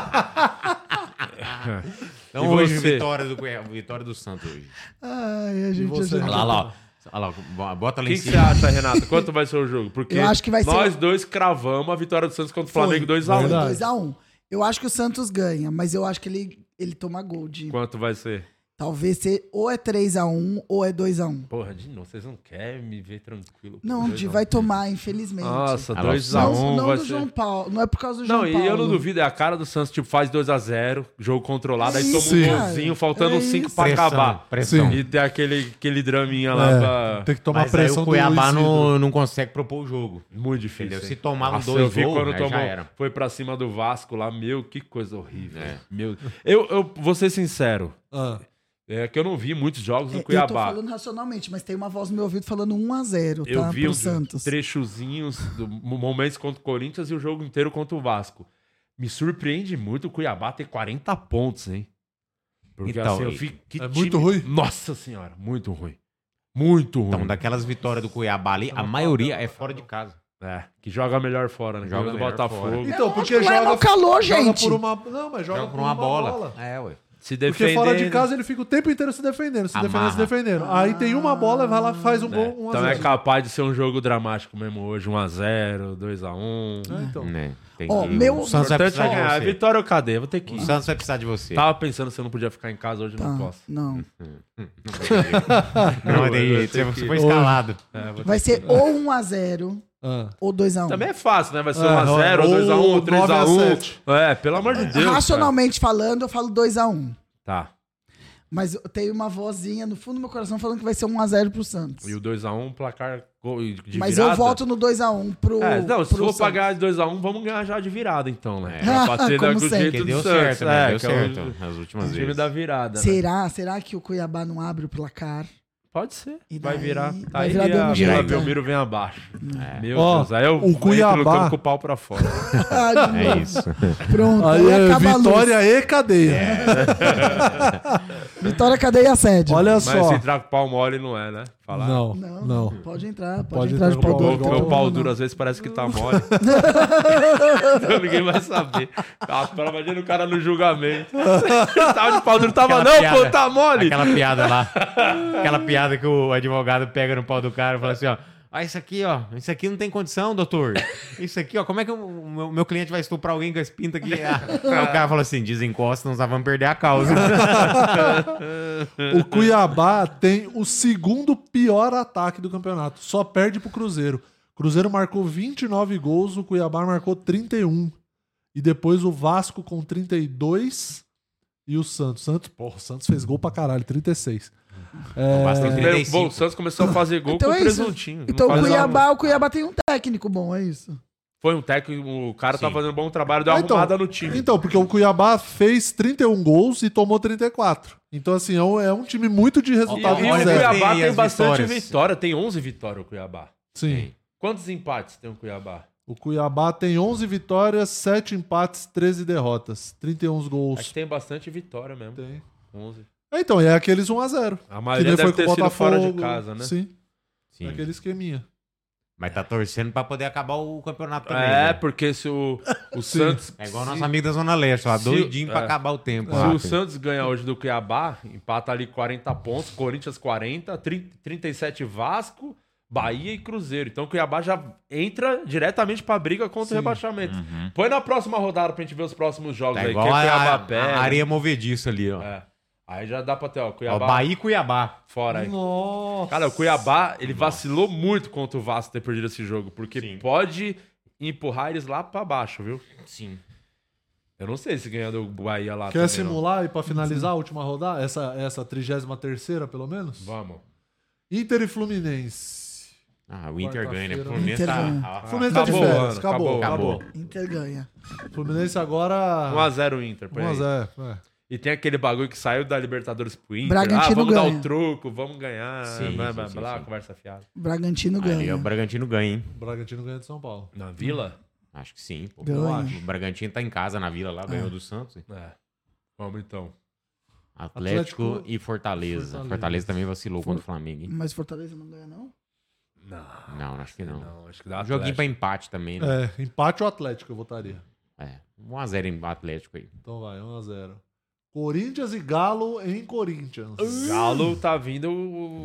[SPEAKER 3] Então
[SPEAKER 1] E
[SPEAKER 3] hoje,
[SPEAKER 1] você?
[SPEAKER 3] vitória do, Cui- vitória do Santos hoje.
[SPEAKER 4] Ai, a gente.
[SPEAKER 2] você?
[SPEAKER 4] já-
[SPEAKER 3] Olha lá, olha lá, ó. Olha lá, bota
[SPEAKER 1] O
[SPEAKER 3] lá
[SPEAKER 1] que
[SPEAKER 3] em
[SPEAKER 1] que você
[SPEAKER 3] cima.
[SPEAKER 1] acha, Renato? Quanto vai ser o jogo? Porque
[SPEAKER 4] Eu acho que vai ser-
[SPEAKER 1] nós dois cravamos a vitória do Santos contra o Flamengo 2x1.
[SPEAKER 2] verdade.
[SPEAKER 4] 2x1. Eu acho que o Santos ganha, mas eu acho que ele, ele toma gol de.
[SPEAKER 1] Quanto vai ser?
[SPEAKER 4] Talvez ser ou é 3x1 ou é 2x1.
[SPEAKER 1] Porra, de novo, vocês não querem me ver tranquilo. com
[SPEAKER 4] Não,
[SPEAKER 1] dois
[SPEAKER 4] de
[SPEAKER 1] a um.
[SPEAKER 4] vai tomar, infelizmente.
[SPEAKER 1] Nossa,
[SPEAKER 3] Ah, lá,
[SPEAKER 4] não,
[SPEAKER 1] 2x1
[SPEAKER 4] não
[SPEAKER 1] vai
[SPEAKER 4] do
[SPEAKER 1] ser.
[SPEAKER 4] João Paulo. Não é por causa do João
[SPEAKER 1] Não,
[SPEAKER 4] Paulo.
[SPEAKER 1] e eu não duvido, é a cara do Santos, tipo, faz 2x0, jogo controlado, aí
[SPEAKER 4] Sim.
[SPEAKER 1] toma
[SPEAKER 2] Sim.
[SPEAKER 1] um golzinho, faltando
[SPEAKER 4] É
[SPEAKER 1] 5
[SPEAKER 4] isso.
[SPEAKER 1] pra
[SPEAKER 3] Pressão,
[SPEAKER 1] acabar.
[SPEAKER 3] Pressão.
[SPEAKER 1] E tem aquele, aquele draminha lá
[SPEAKER 2] É,
[SPEAKER 1] pra...
[SPEAKER 2] Tem que tomar
[SPEAKER 3] Mas aí
[SPEAKER 2] pressão
[SPEAKER 3] o Cuiabá
[SPEAKER 2] do Luiz Ciro.
[SPEAKER 3] não, não consegue propor o jogo.
[SPEAKER 1] Muito difícil.
[SPEAKER 3] Entendeu?
[SPEAKER 1] hein?
[SPEAKER 3] Se tomar um
[SPEAKER 1] Nossa,
[SPEAKER 3] dois
[SPEAKER 1] eu vi
[SPEAKER 3] gol,
[SPEAKER 1] quando
[SPEAKER 3] aí já
[SPEAKER 1] tomou,
[SPEAKER 3] era.
[SPEAKER 1] foi pra cima do Vasco lá, meu, que coisa horrível.
[SPEAKER 3] É.
[SPEAKER 1] Meu, eu, eu vou ser sincero,
[SPEAKER 2] Ah,
[SPEAKER 1] é que eu não vi muitos jogos
[SPEAKER 4] É,
[SPEAKER 1] do
[SPEAKER 4] Eu tô
[SPEAKER 1] Cuiabá.
[SPEAKER 4] falando racionalmente, mas tem uma voz no meu ouvido falando 1x0, tá?
[SPEAKER 1] Eu vi
[SPEAKER 4] pro
[SPEAKER 1] os
[SPEAKER 4] Santos.
[SPEAKER 1] trechozinhos, do, momentos contra o Corinthians e o jogo inteiro contra o Vasco. Me surpreende muito o Cuiabá ter 40 pontos, hein? Porque
[SPEAKER 3] Então,
[SPEAKER 1] assim, eu
[SPEAKER 3] e-
[SPEAKER 1] fico. que
[SPEAKER 2] é muito ruim?
[SPEAKER 1] Nossa senhora, muito ruim. Muito ruim.
[SPEAKER 3] Então, daquelas vitórias do Cuiabá ali, a maioria é fora de casa.
[SPEAKER 1] É, que joga melhor fora, né?
[SPEAKER 3] Joga
[SPEAKER 1] Joga do
[SPEAKER 3] melhor
[SPEAKER 1] Botafogo.
[SPEAKER 2] Então, porque
[SPEAKER 4] Não é
[SPEAKER 2] joga,
[SPEAKER 4] no calor,
[SPEAKER 2] joga
[SPEAKER 4] gente.
[SPEAKER 2] por
[SPEAKER 1] um.
[SPEAKER 2] uma. Não, mas joga,
[SPEAKER 3] Joga por uma bola. É, ué.
[SPEAKER 1] Se
[SPEAKER 2] Porque
[SPEAKER 1] defendendo.
[SPEAKER 2] fora de casa ele fica o tempo inteiro se defendendo, se defendendo, se
[SPEAKER 3] Amarra.
[SPEAKER 2] defendendo. Aí tem uma bola, vai lá, faz um
[SPEAKER 1] É,
[SPEAKER 2] gol, um a
[SPEAKER 1] então é
[SPEAKER 2] zero.
[SPEAKER 1] capaz de ser um jogo dramático mesmo hoje. 1x0, 2x1.
[SPEAKER 2] É, então.
[SPEAKER 3] Né? Tem
[SPEAKER 4] Ó,
[SPEAKER 3] que-
[SPEAKER 4] meu-
[SPEAKER 3] O Santos vai
[SPEAKER 1] Importante
[SPEAKER 3] precisar
[SPEAKER 1] é ganhar.
[SPEAKER 3] de você.
[SPEAKER 1] Vitória ou cadê? Vou ter que
[SPEAKER 3] O
[SPEAKER 1] ir.
[SPEAKER 3] Santos vai precisar de você.
[SPEAKER 1] Tava pensando se eu não podia ficar em casa hoje, não
[SPEAKER 4] Tá,
[SPEAKER 1] posso. Hum,
[SPEAKER 4] não.
[SPEAKER 3] Não, tem
[SPEAKER 1] eu
[SPEAKER 3] jeito,
[SPEAKER 1] sei
[SPEAKER 3] Você
[SPEAKER 1] que-
[SPEAKER 3] foi escalado.
[SPEAKER 1] É, vou
[SPEAKER 4] Vai ser ou 1x0
[SPEAKER 2] Ah.
[SPEAKER 4] ou 2x1.
[SPEAKER 1] Também é fácil, né? Vai ser
[SPEAKER 2] É,
[SPEAKER 1] 1x0,
[SPEAKER 2] ou
[SPEAKER 1] 2x1, 3x1.
[SPEAKER 2] 9x7.
[SPEAKER 1] É, pelo amor de Deus. cara.
[SPEAKER 4] Racionalmente falando, eu falo 2x1.
[SPEAKER 1] Tá.
[SPEAKER 4] Mas eu tenho uma vozinha no fundo do meu coração falando que vai ser 1x0 pro Santos.
[SPEAKER 1] E o 2x1, placar gol de
[SPEAKER 4] Mas
[SPEAKER 1] virada.
[SPEAKER 4] eu voto no 2x1 pro.
[SPEAKER 1] É, não, se
[SPEAKER 4] pro
[SPEAKER 1] for pra
[SPEAKER 4] Santos.
[SPEAKER 1] ganhar de 2x1, vamos ganhar já de virada, então, né? É, pra ser
[SPEAKER 4] Como
[SPEAKER 1] do
[SPEAKER 4] sempre.
[SPEAKER 1] jeito
[SPEAKER 3] Porque
[SPEAKER 1] do
[SPEAKER 3] deu
[SPEAKER 1] Santos.
[SPEAKER 3] certo, né?
[SPEAKER 1] é,
[SPEAKER 3] Deu
[SPEAKER 1] que é o-
[SPEAKER 3] certo nas
[SPEAKER 1] o
[SPEAKER 3] últimas
[SPEAKER 1] time
[SPEAKER 3] vezes.
[SPEAKER 1] da virada, né?
[SPEAKER 4] Será? Será que o Cuiabá não abre o placar?
[SPEAKER 1] Pode ser.
[SPEAKER 4] E
[SPEAKER 1] vai
[SPEAKER 4] daí-
[SPEAKER 1] virar. Tá
[SPEAKER 4] vai
[SPEAKER 1] aí
[SPEAKER 4] virar Hum.
[SPEAKER 1] a-
[SPEAKER 4] Belmiro,
[SPEAKER 1] Vila
[SPEAKER 3] né?
[SPEAKER 1] Belmiro vem abaixo. Meu
[SPEAKER 2] Ó,
[SPEAKER 1] Deus. Aí eu
[SPEAKER 2] o
[SPEAKER 1] entro no
[SPEAKER 2] Cuiabá-
[SPEAKER 1] campo com o pau pra fora.
[SPEAKER 4] Ah, de
[SPEAKER 3] É
[SPEAKER 4] novo.
[SPEAKER 3] isso.
[SPEAKER 4] Pronto,
[SPEAKER 2] Aí
[SPEAKER 4] aí
[SPEAKER 2] é
[SPEAKER 4] acaba a
[SPEAKER 2] vitória
[SPEAKER 4] luz.
[SPEAKER 2] e cadeia.
[SPEAKER 4] Vitória, cadeia, sede.
[SPEAKER 2] Olha
[SPEAKER 1] Mas
[SPEAKER 2] só.
[SPEAKER 1] se entrar com o pau mole, não é, né? Falar.
[SPEAKER 2] Não,
[SPEAKER 4] Não,
[SPEAKER 2] não.
[SPEAKER 4] Pode entrar, pode,
[SPEAKER 2] Pode
[SPEAKER 4] entrar de
[SPEAKER 2] entrar
[SPEAKER 4] pau
[SPEAKER 2] com o
[SPEAKER 4] duro.
[SPEAKER 1] Bom,
[SPEAKER 2] Não,
[SPEAKER 1] que meu
[SPEAKER 2] não,
[SPEAKER 1] pau
[SPEAKER 4] não.
[SPEAKER 1] duro às vezes parece que tá mole. Então ninguém vai saber. Tá, pra- imagina o cara no julgamento. tava de pau duro, tava,
[SPEAKER 3] Aquela
[SPEAKER 1] não, pô,
[SPEAKER 3] piada.
[SPEAKER 1] tá mole.
[SPEAKER 3] Aquela piada lá. Aquela piada que o advogado pega no pau do cara e fala assim, ó. Ah, isso aqui, ó. Isso aqui não tem condição, doutor. Isso aqui, ó. Como é que o o meu, meu cliente vai estuprar alguém com esse pinto aqui? Ah, aí o cara fala assim, desencosta, nós vamos perder a causa.
[SPEAKER 2] O Cuiabá tem o segundo pior ataque do campeonato. Só perde pro Cruzeiro. O Cruzeiro marcou 29 gols, o Cuiabá marcou 31. E depois o Vasco com 32 e o Santos. Santos, porra, o Santos fez gol pra caralho, 36.
[SPEAKER 3] O Vasco tem
[SPEAKER 1] Primeiro, Bom, o
[SPEAKER 3] 35.
[SPEAKER 1] Santos começou a fazer gol
[SPEAKER 4] Então
[SPEAKER 1] com
[SPEAKER 4] é isso.
[SPEAKER 1] presuntinho. assim, Não
[SPEAKER 4] Então o
[SPEAKER 1] faz nada.
[SPEAKER 4] Cuiabá, o Cuiabá tem um técnico bom, é isso.
[SPEAKER 1] Foi um técnico, o cara tá
[SPEAKER 3] Sim.
[SPEAKER 1] fazendo um bom trabalho, deu uma
[SPEAKER 2] Ah, então.
[SPEAKER 1] arrumada no time.
[SPEAKER 2] Então, porque o Cuiabá fez 31 gols e tomou 34. Então, assim, é um, é um time muito de
[SPEAKER 1] E,
[SPEAKER 2] resultado
[SPEAKER 1] e
[SPEAKER 3] Olha
[SPEAKER 1] o
[SPEAKER 2] zero.
[SPEAKER 3] Cuiabá
[SPEAKER 1] Cuiabá
[SPEAKER 3] tem
[SPEAKER 1] tem
[SPEAKER 3] as
[SPEAKER 1] bastante
[SPEAKER 3] vitórias.
[SPEAKER 1] vitória, tem 11 vitórias o Cuiabá.
[SPEAKER 2] Sim.
[SPEAKER 1] Quantos empates tem o Cuiabá?
[SPEAKER 2] O Cuiabá tem 11 vitórias, 7 empates, 13 derrotas. 31
[SPEAKER 1] Acho
[SPEAKER 2] gols.
[SPEAKER 1] que tem bastante vitória mesmo.
[SPEAKER 2] Tem.
[SPEAKER 1] 11.
[SPEAKER 2] É, então, é aqueles 1x0.
[SPEAKER 1] A maioria deve ter sido fora de casa, né?
[SPEAKER 2] Sim,
[SPEAKER 3] Sim.
[SPEAKER 2] aquele esqueminha.
[SPEAKER 3] Mas tá torcendo pra poder acabar o campeonato também.
[SPEAKER 1] É,
[SPEAKER 3] né?
[SPEAKER 1] porque se o, o
[SPEAKER 2] Sim.
[SPEAKER 1] Santos.
[SPEAKER 3] É igual
[SPEAKER 1] se-
[SPEAKER 3] nosso amigo da Zona Leste, lá,
[SPEAKER 1] se-
[SPEAKER 3] doidinho pra
[SPEAKER 1] é.
[SPEAKER 3] acabar o tempo.
[SPEAKER 1] Se
[SPEAKER 3] lá,
[SPEAKER 1] o
[SPEAKER 3] filho.
[SPEAKER 1] Santos ganhar hoje do Cuiabá, empata ali 40 pontos, Corinthians 40, 30, 37 Vasco, Bahia e Cruzeiro. Então o Cuiabá já entra diretamente pra briga contra o rebaixamento. Põe na próxima rodada pra gente ver os próximos jogos
[SPEAKER 3] Uhum. Tá
[SPEAKER 1] aí.
[SPEAKER 3] igual
[SPEAKER 1] Quem
[SPEAKER 3] a,
[SPEAKER 1] Cuiabá
[SPEAKER 3] a-
[SPEAKER 1] pega.
[SPEAKER 3] a areia movediça ali, ó.
[SPEAKER 1] É. Aí já dá pra ter, ó,
[SPEAKER 3] Ó,
[SPEAKER 1] Cuiabá
[SPEAKER 3] Bahia e Cuiabá.
[SPEAKER 1] fora aí.
[SPEAKER 2] Nossa.
[SPEAKER 1] Cara, o Cuiabá, ele vacilou muito contra o Vasco ter perdido esse jogo, porque
[SPEAKER 3] Sim.
[SPEAKER 1] pode empurrar eles lá pra baixo, viu?
[SPEAKER 3] Sim.
[SPEAKER 1] Eu não sei se ganhar do Bahia lá
[SPEAKER 2] Quer
[SPEAKER 1] também, não.
[SPEAKER 2] simular e pra finalizar a última rodada? Essa, essa 33 pelo menos?
[SPEAKER 1] Vamos.
[SPEAKER 2] Inter e Fluminense.
[SPEAKER 3] Ah, o
[SPEAKER 2] Quarta-feira.
[SPEAKER 3] Inter ganha, né? O Fluminense
[SPEAKER 4] Inter
[SPEAKER 3] tá...
[SPEAKER 4] ganha.
[SPEAKER 3] Ah,
[SPEAKER 2] Fluminense tá de
[SPEAKER 1] acabou o
[SPEAKER 2] férias.
[SPEAKER 1] ano,
[SPEAKER 2] acabou,
[SPEAKER 3] acabou.
[SPEAKER 2] acabou.
[SPEAKER 4] Inter ganha.
[SPEAKER 2] Fluminense
[SPEAKER 3] Ah.
[SPEAKER 2] agora.
[SPEAKER 1] 1x0 Inter,
[SPEAKER 3] Um
[SPEAKER 1] põe aí.
[SPEAKER 2] 1x0. É.
[SPEAKER 1] E tem aquele bagulho que saiu da Libertadores pro Inter.
[SPEAKER 4] Bragantino
[SPEAKER 1] ah, vamos dar
[SPEAKER 4] ganha.
[SPEAKER 1] o truco, vamos ganhar,
[SPEAKER 3] Sim,
[SPEAKER 1] blá,
[SPEAKER 3] sim,
[SPEAKER 1] blá,
[SPEAKER 3] sim,
[SPEAKER 1] blá,
[SPEAKER 3] sim.
[SPEAKER 1] conversa fiada.
[SPEAKER 4] Bragantino
[SPEAKER 3] Ali, ó,
[SPEAKER 1] é
[SPEAKER 4] ganha.
[SPEAKER 3] o Bragantino ganha, hein?
[SPEAKER 2] O Bragantino ganha de São Paulo.
[SPEAKER 1] Na Vila?
[SPEAKER 3] Acho que sim, pô.
[SPEAKER 4] Ganha.
[SPEAKER 3] Eu acho. O Bragantino tá em casa na Vila lá, ganhou do Santos.
[SPEAKER 1] É. Vamos então.
[SPEAKER 3] Atlético,
[SPEAKER 2] Atlético
[SPEAKER 3] e Fortaleza.
[SPEAKER 2] Fortaleza.
[SPEAKER 3] Fortaleza. também vacilou contra o Flamengo, hein?
[SPEAKER 4] Mas Fortaleza não ganha, não?
[SPEAKER 1] Não,
[SPEAKER 3] Não, acho que não.
[SPEAKER 1] não acho que dá
[SPEAKER 3] Um joguinho pra
[SPEAKER 1] Atlético.
[SPEAKER 3] empate também, né?
[SPEAKER 2] É, empate ou Atlético eu votaria.
[SPEAKER 3] É. 1x0 em Atlético aí.
[SPEAKER 2] Então vai, 1x0. Corinthians e Galo em Corinthians.
[SPEAKER 1] Galo tá vindo...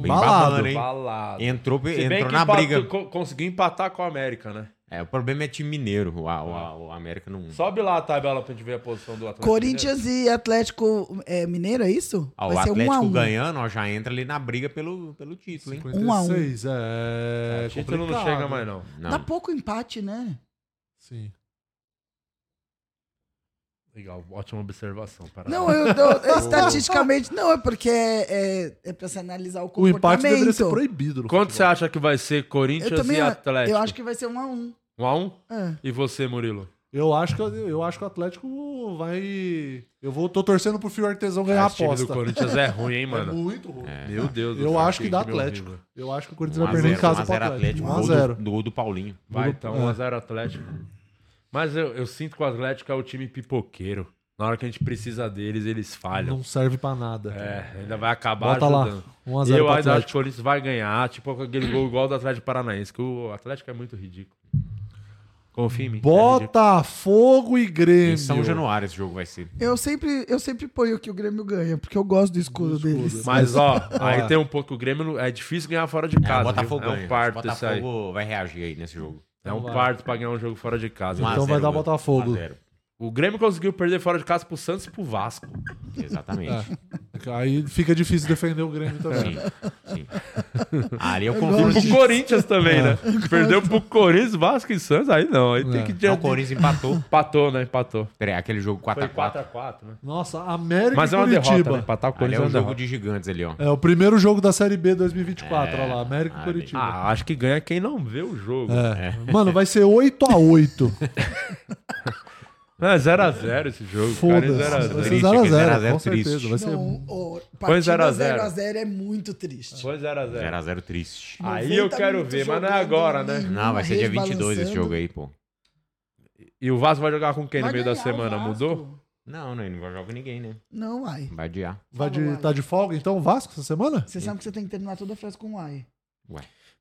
[SPEAKER 3] Bem
[SPEAKER 2] Balado.
[SPEAKER 3] babando, hein?
[SPEAKER 1] Balado.
[SPEAKER 3] Entrou,
[SPEAKER 1] Se bem
[SPEAKER 3] entrou
[SPEAKER 1] que
[SPEAKER 3] na
[SPEAKER 1] empatou-
[SPEAKER 3] briga.
[SPEAKER 1] co- conseguiu empatar com a América, né?
[SPEAKER 3] É, o problema é time mineiro. O, a- o, a- o América não.
[SPEAKER 1] Sobe lá a tabela pra gente ver a posição do Atlético.
[SPEAKER 4] Corinthians e Atlético é, Mineiro, é isso?
[SPEAKER 3] Ah, o
[SPEAKER 4] Vai ser
[SPEAKER 3] Atlético
[SPEAKER 4] um a um.
[SPEAKER 3] ganhando, ó, já entra ali na briga pelo, pelo título, hein?
[SPEAKER 2] 56,
[SPEAKER 1] Mineiro.
[SPEAKER 2] é.
[SPEAKER 1] O título não
[SPEAKER 2] complicado.
[SPEAKER 1] chega mais, não.
[SPEAKER 3] Não.
[SPEAKER 4] Dá pouco empate, né?
[SPEAKER 2] Sim.
[SPEAKER 1] Legal, ótima observação. parabéns.
[SPEAKER 4] Não, eu, eu- estatisticamente não, é porque é, é, é pra se analisar o
[SPEAKER 2] O
[SPEAKER 4] comportamento.
[SPEAKER 2] empate deveria ser proibido. no
[SPEAKER 1] Quanto você
[SPEAKER 2] futebol.
[SPEAKER 1] acha que vai ser
[SPEAKER 4] Eu
[SPEAKER 1] Corinthians
[SPEAKER 4] também
[SPEAKER 1] e assim, Atlético?
[SPEAKER 4] eu acho que vai ser um a um.
[SPEAKER 1] 1x1?
[SPEAKER 4] É.
[SPEAKER 1] E você, Murilo?
[SPEAKER 2] Eu acho que eu acho que o Atlético vai. Eu vou, tô torcendo pro Fio Artesão ganhar a
[SPEAKER 1] Ah, Esse time do
[SPEAKER 2] aposta.
[SPEAKER 1] Corinthians é ruim, hein,
[SPEAKER 2] É
[SPEAKER 1] mano?
[SPEAKER 2] muito ruim.
[SPEAKER 1] Meu Deus do
[SPEAKER 2] Eu
[SPEAKER 1] céu,
[SPEAKER 2] acho que dá
[SPEAKER 1] time horrível. Um
[SPEAKER 2] Atlético. Eu acho que o Corinthians vai perder em
[SPEAKER 3] 1x0
[SPEAKER 2] casa pro
[SPEAKER 1] é
[SPEAKER 3] 1x0
[SPEAKER 2] Atlético.
[SPEAKER 3] é, Atlético.
[SPEAKER 2] 1x0.
[SPEAKER 3] Gol do, do, gol do Paulinho.
[SPEAKER 1] Vai
[SPEAKER 2] Grupo-
[SPEAKER 1] então,
[SPEAKER 2] é.
[SPEAKER 1] 1x0 Atlético. Mas eu, eu sinto que o Atlético é o time pipoqueiro. Na hora que a gente precisa deles, eles falham.
[SPEAKER 2] Não serve pra nada.
[SPEAKER 1] É, ainda vai acabar
[SPEAKER 2] Bota lá.
[SPEAKER 1] É, ajudando.
[SPEAKER 2] 1x0
[SPEAKER 1] Eu ainda
[SPEAKER 2] pro
[SPEAKER 1] acho que o
[SPEAKER 2] Atlético.
[SPEAKER 1] Corinthians vai ganhar, tipo com aquele gol igual do Atlético Paranaense, que o Atlético é muito ridículo. Confia em mim. é ridículo.
[SPEAKER 2] Botafogo e Grêmio.
[SPEAKER 3] Em São Januário esse jogo vai ser.
[SPEAKER 4] Eu sempre, eu sempre ponho que o Grêmio ganha, porque eu gosto do escudo,
[SPEAKER 2] Do escudo.
[SPEAKER 4] deles.
[SPEAKER 1] Mas ó,
[SPEAKER 2] Ah.
[SPEAKER 1] aí tem um pouco o Grêmio, não- é difícil ganhar fora de
[SPEAKER 3] É, o
[SPEAKER 1] casa. viu?
[SPEAKER 3] Botafogo
[SPEAKER 1] é um
[SPEAKER 3] ganha.
[SPEAKER 1] parto isso aí.
[SPEAKER 3] Botafogo vai reagir aí nesse jogo.
[SPEAKER 1] É um
[SPEAKER 2] Vai.
[SPEAKER 1] parto pra ganhar um jogo fora de casa.
[SPEAKER 3] 1 a
[SPEAKER 2] Então
[SPEAKER 3] 0
[SPEAKER 2] vai dar
[SPEAKER 3] gol.
[SPEAKER 2] Botafogo.
[SPEAKER 3] 1 a 0.
[SPEAKER 1] O Grêmio conseguiu perder fora de casa pro Santos e pro Vasco.
[SPEAKER 2] Ah.
[SPEAKER 3] Exatamente.
[SPEAKER 2] Aí fica difícil defender o Grêmio também.
[SPEAKER 3] Sim, sim. Ali
[SPEAKER 2] É
[SPEAKER 3] eu
[SPEAKER 1] E
[SPEAKER 3] confio.
[SPEAKER 1] pro Corinthians também, né? Perdeu pro Corinthians, Vasco e Santos. Aí não, aí tem
[SPEAKER 2] É.
[SPEAKER 1] que
[SPEAKER 3] Não, o Corinthians empatou.
[SPEAKER 1] Empatou, né? Empatou.
[SPEAKER 3] Peraí, aquele jogo
[SPEAKER 1] Foi
[SPEAKER 3] 4x4.
[SPEAKER 1] 4x4, né?
[SPEAKER 2] Nossa, América
[SPEAKER 1] Mas
[SPEAKER 2] e
[SPEAKER 1] é uma
[SPEAKER 2] Curitiba.
[SPEAKER 1] derrota, né? Empatar o
[SPEAKER 3] Ali é um
[SPEAKER 1] Corinthians é uma
[SPEAKER 3] jogo
[SPEAKER 1] derrota.
[SPEAKER 3] de gigantes ali, ó.
[SPEAKER 2] É o primeiro jogo da Série B 2024, olha lá. América e
[SPEAKER 3] Ah,
[SPEAKER 2] Curitiba.
[SPEAKER 1] Ah, acho que ganha quem não vê o jogo.
[SPEAKER 2] É. Mano, vai ser 8x8.
[SPEAKER 1] É 0x0 esse jogo. cara, é 0x0.
[SPEAKER 2] Foda-se. Vai ser
[SPEAKER 3] Triste,
[SPEAKER 2] 0x0,
[SPEAKER 3] 0x0
[SPEAKER 2] com certeza.
[SPEAKER 3] triste.
[SPEAKER 2] Vai ser
[SPEAKER 4] Não, Então, o,
[SPEAKER 1] Põe um zero a
[SPEAKER 4] partida
[SPEAKER 1] zero.
[SPEAKER 4] 0x0 é muito triste.
[SPEAKER 1] Foi 0x0.
[SPEAKER 3] 0x0
[SPEAKER 2] Ah,
[SPEAKER 3] triste.
[SPEAKER 1] Aí eu
[SPEAKER 4] 90
[SPEAKER 1] quero
[SPEAKER 4] minutos
[SPEAKER 1] ver, mas não é
[SPEAKER 4] jogando,
[SPEAKER 1] agora, né?
[SPEAKER 4] nenhuma
[SPEAKER 3] Não, vai ser
[SPEAKER 4] rede
[SPEAKER 3] dia 22 esse
[SPEAKER 4] balançando.
[SPEAKER 3] jogo aí, pô.
[SPEAKER 1] E o Vasco vai jogar com quem no
[SPEAKER 4] Vai
[SPEAKER 1] meio da
[SPEAKER 4] ganhar o
[SPEAKER 1] semana?
[SPEAKER 4] Vasco.
[SPEAKER 1] Mudou?
[SPEAKER 3] Não, não, ele não vai jogar com ninguém, né?
[SPEAKER 4] Não, ai.
[SPEAKER 3] Vai adiar.
[SPEAKER 2] Vai de, tá de folga então o Vasco essa semana?
[SPEAKER 4] Você sabe que você tem que terminar toda a frase com ai.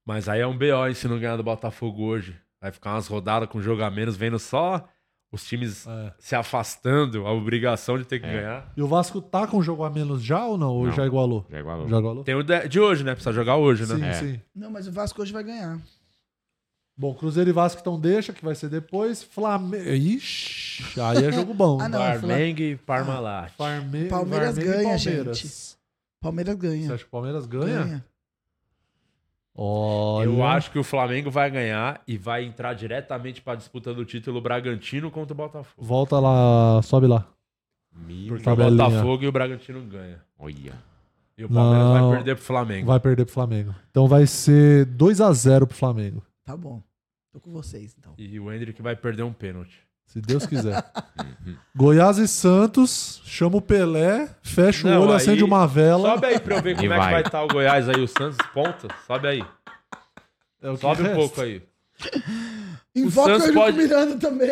[SPEAKER 1] Mas aí é um BO, hein, se não ganhar do Botafogo hoje. Vai ficar umas rodadas com jogo a menos, vendo só os times
[SPEAKER 2] É.
[SPEAKER 1] se afastando, a obrigação de ter
[SPEAKER 3] É.
[SPEAKER 1] que ganhar.
[SPEAKER 2] E o Vasco tá com jogo a menos já ou não? Ou
[SPEAKER 3] Não.
[SPEAKER 2] já igualou?
[SPEAKER 3] Já é igualou.
[SPEAKER 2] Já igualou?
[SPEAKER 1] Tem o de de hoje, né? Precisa jogar hoje, né?
[SPEAKER 2] Sim,
[SPEAKER 3] É.
[SPEAKER 2] sim.
[SPEAKER 4] Não, mas o Vasco hoje vai ganhar.
[SPEAKER 2] Bom, Cruzeiro e Vasco então deixa, que vai ser depois. Flamengo. Ixi, aí é jogo bom.
[SPEAKER 4] Ah, não.
[SPEAKER 1] Flamengo e Parmalat.
[SPEAKER 2] Parme-
[SPEAKER 4] Palmeiras
[SPEAKER 2] Varmengo e
[SPEAKER 4] ganha,
[SPEAKER 2] Palmeiras.
[SPEAKER 4] gente. Palmeiras
[SPEAKER 2] Você
[SPEAKER 4] ganha.
[SPEAKER 2] acha que o Palmeiras ganha? Olha.
[SPEAKER 1] Eu acho que o Flamengo vai ganhar e vai entrar diretamente pra disputa do título o Bragantino contra o Botafogo.
[SPEAKER 2] Volta lá, sobe lá.
[SPEAKER 1] Porque o
[SPEAKER 2] tabelinha.
[SPEAKER 1] Botafogo e o Bragantino ganha.
[SPEAKER 3] Olha.
[SPEAKER 1] E o Palmeiras
[SPEAKER 2] Não.
[SPEAKER 1] vai perder pro Flamengo.
[SPEAKER 2] Vai perder pro Flamengo. Então vai ser 2x0 pro Flamengo.
[SPEAKER 4] Tá bom. Tô com vocês, então.
[SPEAKER 1] E o Hendrick vai perder um pênalti.
[SPEAKER 2] Se Deus quiser. Goiás e Santos, chama o Pelé, fecha
[SPEAKER 1] Não,
[SPEAKER 2] o olho,
[SPEAKER 1] aí-
[SPEAKER 2] acende uma vela.
[SPEAKER 1] Sobe aí pra eu ver como é que
[SPEAKER 3] vai.
[SPEAKER 1] vai estar o Goiás aí, o Santos, ponta. Sobe aí.
[SPEAKER 2] É o que
[SPEAKER 1] Sobe um
[SPEAKER 2] resta.
[SPEAKER 1] pouco aí.
[SPEAKER 4] Invoca o,
[SPEAKER 1] Santos
[SPEAKER 4] Eurico
[SPEAKER 1] pode-
[SPEAKER 4] Miranda também.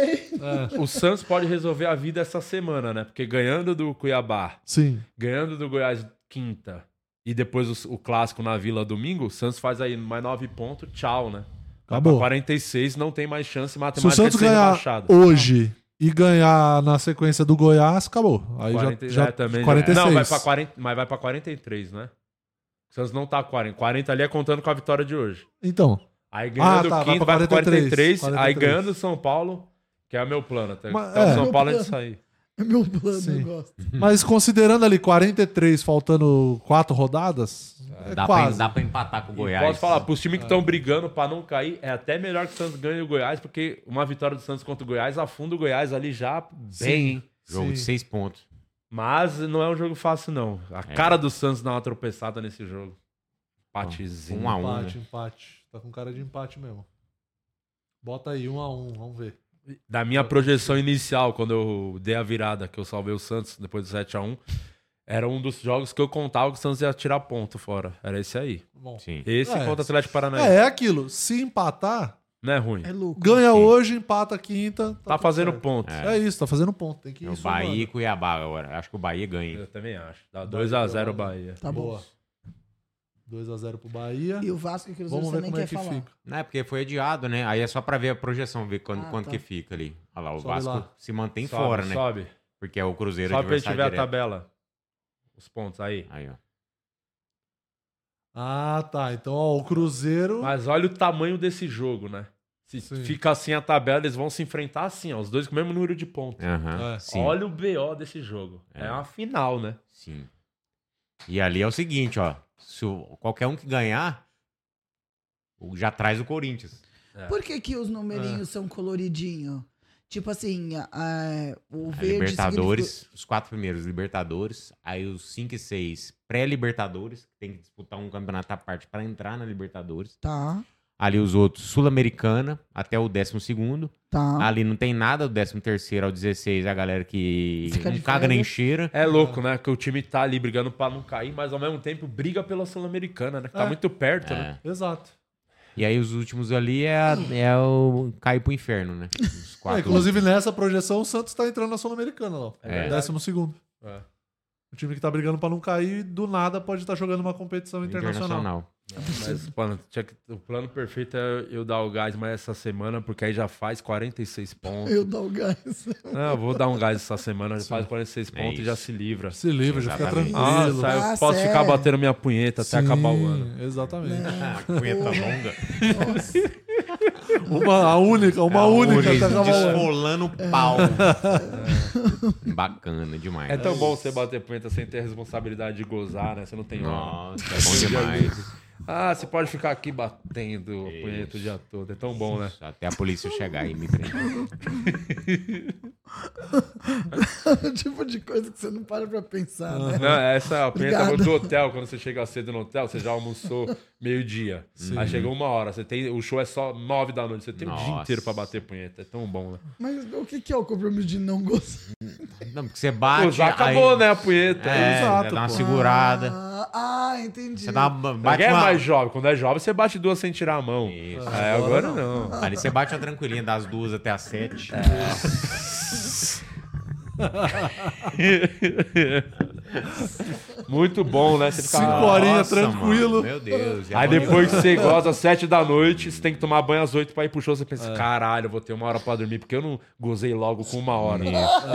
[SPEAKER 2] É.
[SPEAKER 1] O Santos pode resolver a vida essa semana, né? Porque ganhando do Cuiabá,
[SPEAKER 2] Sim.
[SPEAKER 1] ganhando do Goiás quinta e depois o, o clássico na Vila domingo, o Santos faz aí mais nove pontos, tchau, né? Vai pra
[SPEAKER 2] Acabou.
[SPEAKER 1] 46, não tem mais chance
[SPEAKER 2] Se o
[SPEAKER 1] matemática
[SPEAKER 3] é
[SPEAKER 1] de
[SPEAKER 2] Santos
[SPEAKER 1] ser
[SPEAKER 2] ganhar
[SPEAKER 1] rebaixado.
[SPEAKER 2] hoje e ganhar na sequência do Goiás, acabou. Aí
[SPEAKER 1] 40,
[SPEAKER 2] já, já
[SPEAKER 1] é, também já-
[SPEAKER 2] 46.
[SPEAKER 1] Não, vai pra 40, mas vai pra 43, né? O Santos não tá 40. 40 ali é contando com a vitória de hoje.
[SPEAKER 2] Então,
[SPEAKER 1] Aí ganhando
[SPEAKER 2] Ah, tá, vai
[SPEAKER 1] quinta,
[SPEAKER 2] pra
[SPEAKER 1] vai pra 43,
[SPEAKER 2] 43,
[SPEAKER 1] Aí
[SPEAKER 2] 43.
[SPEAKER 1] ganhando São Paulo, que é o meu plano. Até.
[SPEAKER 2] Mas,
[SPEAKER 1] então
[SPEAKER 2] é.
[SPEAKER 1] São
[SPEAKER 4] Meu
[SPEAKER 1] Paulo é de
[SPEAKER 4] plano.
[SPEAKER 1] sair.
[SPEAKER 4] É meu plano,
[SPEAKER 2] Sim.
[SPEAKER 4] eu gosto.
[SPEAKER 3] Hum.
[SPEAKER 2] mas considerando ali 43 faltando quatro rodadas, é
[SPEAKER 3] Dá pra,
[SPEAKER 2] quase.
[SPEAKER 3] dá pra empatar com o
[SPEAKER 1] E
[SPEAKER 3] Goiás.
[SPEAKER 1] posso falar, pros times que estão brigando pra não cair, é até melhor que o Santos ganhe o Goiás, porque uma vitória do Santos contra o Goiás afunda o Goiás ali já bem, hein?
[SPEAKER 3] Jogo de
[SPEAKER 2] Sim.
[SPEAKER 3] seis pontos.
[SPEAKER 1] Mas não é um jogo fácil, não. A cara do Santos dá uma tropeçada nesse jogo. Patezinho.
[SPEAKER 3] Um a um.
[SPEAKER 2] Empate, empate. Tá com cara de empate mesmo. Bota aí, um a um, vamos ver.
[SPEAKER 1] Da minha projeção inicial, quando eu dei a virada, que eu salvei o Santos depois do 7x1, era um dos jogos que eu contava que o Santos ia tirar ponto fora. Era esse aí.
[SPEAKER 2] Bom.
[SPEAKER 3] né? Sim.
[SPEAKER 1] Esse
[SPEAKER 2] É.
[SPEAKER 1] contra o Atlético
[SPEAKER 2] É,
[SPEAKER 1] Paranaense.
[SPEAKER 2] é aquilo. Se empatar,
[SPEAKER 1] Não é ruim.
[SPEAKER 4] É louco.
[SPEAKER 2] ganha
[SPEAKER 3] Sim.
[SPEAKER 2] hoje, empata quinta.
[SPEAKER 1] Tá
[SPEAKER 2] tudo
[SPEAKER 1] fazendo
[SPEAKER 2] certo.
[SPEAKER 1] ponto.
[SPEAKER 3] É.
[SPEAKER 2] É isso, tá fazendo ponto. Tem que ir
[SPEAKER 3] É o
[SPEAKER 2] somando.
[SPEAKER 3] Bahia e Cuiabá agora. Acho que o Bahia ganha.
[SPEAKER 1] Eu também acho. Dá 2x0 o Bahia.
[SPEAKER 4] Tá bom.
[SPEAKER 2] Boa. 2x0 pro Bahia.
[SPEAKER 4] E o Vasco e o Cruzeiro
[SPEAKER 2] Vamos
[SPEAKER 4] você
[SPEAKER 2] ver
[SPEAKER 4] nem
[SPEAKER 2] como é
[SPEAKER 4] quer
[SPEAKER 2] que
[SPEAKER 4] falar.
[SPEAKER 2] fica.
[SPEAKER 3] Não é porque foi adiado, né? Aí é só pra ver a projeção, ver quando,
[SPEAKER 4] Ah,
[SPEAKER 3] quando
[SPEAKER 4] tá.
[SPEAKER 3] que fica ali. Olha lá, o
[SPEAKER 2] Sobe
[SPEAKER 3] Vasco
[SPEAKER 2] lá.
[SPEAKER 3] se mantém
[SPEAKER 1] Sobe,
[SPEAKER 3] fora, né?
[SPEAKER 1] Sobe.
[SPEAKER 3] Porque é o Cruzeiro
[SPEAKER 1] Sobe pra gente ver
[SPEAKER 3] adversário
[SPEAKER 1] a
[SPEAKER 3] direto.
[SPEAKER 1] tabela. Os pontos aí.
[SPEAKER 3] Aí, ó.
[SPEAKER 2] Ah, tá. Então, ó, o Cruzeiro.
[SPEAKER 1] Mas olha o tamanho desse jogo, né? Se
[SPEAKER 2] Sim.
[SPEAKER 1] fica assim a tabela, eles vão se enfrentar assim, ó. Os dois com o mesmo número de pontos.
[SPEAKER 3] Aham,
[SPEAKER 2] É.
[SPEAKER 3] Sim,
[SPEAKER 1] Olha o BO desse jogo. É.
[SPEAKER 3] É.
[SPEAKER 1] uma final, né?
[SPEAKER 3] sim. E ali é o seguinte, ó. Se o- qualquer um que ganhar, o- já traz o Corinthians.
[SPEAKER 4] Por que, que os
[SPEAKER 2] É.
[SPEAKER 4] numerinhos são coloridinhos? Tipo assim, a- a-
[SPEAKER 1] Ah,
[SPEAKER 4] o
[SPEAKER 3] A
[SPEAKER 4] verde.
[SPEAKER 3] Libertadores,
[SPEAKER 4] significa-
[SPEAKER 3] os quatro primeiros Libertadores, aí os cinco e seis pré-Libertadores, que tem que disputar um campeonato à parte pra entrar na Libertadores.
[SPEAKER 4] Tá,
[SPEAKER 3] Ali os outros, Sul-Americana, até o décimo segundo.
[SPEAKER 4] tá.
[SPEAKER 3] Ali não tem nada, do 13 terceiro ao 16 é a galera que
[SPEAKER 4] Fica
[SPEAKER 3] não
[SPEAKER 4] de
[SPEAKER 3] caga nem
[SPEAKER 4] férias.
[SPEAKER 3] cheira.
[SPEAKER 1] É louco, né? Que o time tá ali brigando pra não cair, mas ao mesmo tempo briga pela Sul-Americana, né? Que tá
[SPEAKER 2] É.
[SPEAKER 1] muito perto, né?
[SPEAKER 3] É.
[SPEAKER 2] Exato.
[SPEAKER 3] E aí os últimos ali é, a- é o cair pro inferno, né? Os
[SPEAKER 2] É,
[SPEAKER 3] quatro.
[SPEAKER 2] inclusive, nessa projeção, o Santos tá entrando na Sul-Americana, ó.
[SPEAKER 1] É.
[SPEAKER 2] Décimo segundo.
[SPEAKER 1] É.
[SPEAKER 2] O time que tá brigando pra não cair, do nada pode estar jogando uma competição internacional.
[SPEAKER 3] internacional.
[SPEAKER 1] Mas, mano, tinha que- o plano perfeito é eu dar o gás mais essa semana, porque aí já faz 46 pontos.
[SPEAKER 4] Eu dou o gás.
[SPEAKER 1] Não, eu vou dar um gás essa semana, já faz 46
[SPEAKER 3] É
[SPEAKER 1] pontos e
[SPEAKER 3] isso.
[SPEAKER 1] já se livra.
[SPEAKER 2] Se livra, já fica
[SPEAKER 3] Exatamente.
[SPEAKER 2] tranquilo.
[SPEAKER 1] Nossa, aí eu
[SPEAKER 4] Ah,
[SPEAKER 1] posso
[SPEAKER 4] sério?
[SPEAKER 1] ficar batendo minha punheta até acabar o ano.
[SPEAKER 2] Sim, Exatamente.
[SPEAKER 3] Ah, punheta longa. Tá
[SPEAKER 2] Uma a única, uma única. tá até acabar o ano.
[SPEAKER 3] Desfolando o pau. Bacana demais.
[SPEAKER 1] É tão bom você bater punheta sem ter a responsabilidade de gozar, né? Você não tem hora.
[SPEAKER 3] Nossa, é bom demais.
[SPEAKER 1] Ah, você pode ficar aqui batendo punheta o dia todo. É tão bom, né?
[SPEAKER 3] Até a polícia chegar e me prender.
[SPEAKER 4] o tipo de coisa que você não para pra pensar, né?
[SPEAKER 1] Não, essa é a punheta
[SPEAKER 4] Obrigado.
[SPEAKER 1] do hotel. Quando você chega cedo no hotel, você já almoçou meio-dia. Aí chegou uma hora. Você tem, o show é só nove da noite. Você tem o dia
[SPEAKER 3] Nossa.
[SPEAKER 1] inteiro pra bater punheta. É tão bom,
[SPEAKER 2] Ah.
[SPEAKER 1] né?
[SPEAKER 4] Mas o que, que é o compromisso de não gostar?
[SPEAKER 3] Não, porque você bate.
[SPEAKER 1] Pô, já acabou,
[SPEAKER 3] aí...
[SPEAKER 1] né, a punheta.
[SPEAKER 3] É,
[SPEAKER 2] Exato,
[SPEAKER 3] dá uma
[SPEAKER 2] pô.
[SPEAKER 3] segurada.
[SPEAKER 4] Ah, ah, entendi.
[SPEAKER 3] Você dá uma, bate
[SPEAKER 1] Ninguém é
[SPEAKER 3] uma...
[SPEAKER 1] mais jovem. Quando é jovem, você bate duas sem tirar a mão.
[SPEAKER 3] Isso.
[SPEAKER 1] É, agora não.
[SPEAKER 3] Ali você bate uma tranquilinha das duas até as sete.
[SPEAKER 1] Muito bom, né? Você fica...
[SPEAKER 2] Cinco horinhas
[SPEAKER 3] Nossa,
[SPEAKER 2] tranquilo.
[SPEAKER 3] mano, meu Deus. e
[SPEAKER 1] Aí
[SPEAKER 3] amanhã-
[SPEAKER 1] depois que você goza às 7 da noite, você tem que tomar banho às 8 pra ir pro show. Você
[SPEAKER 2] É.
[SPEAKER 1] pensa, caralho, eu vou ter uma hora pra dormir, porque eu não gozei logo com uma hora.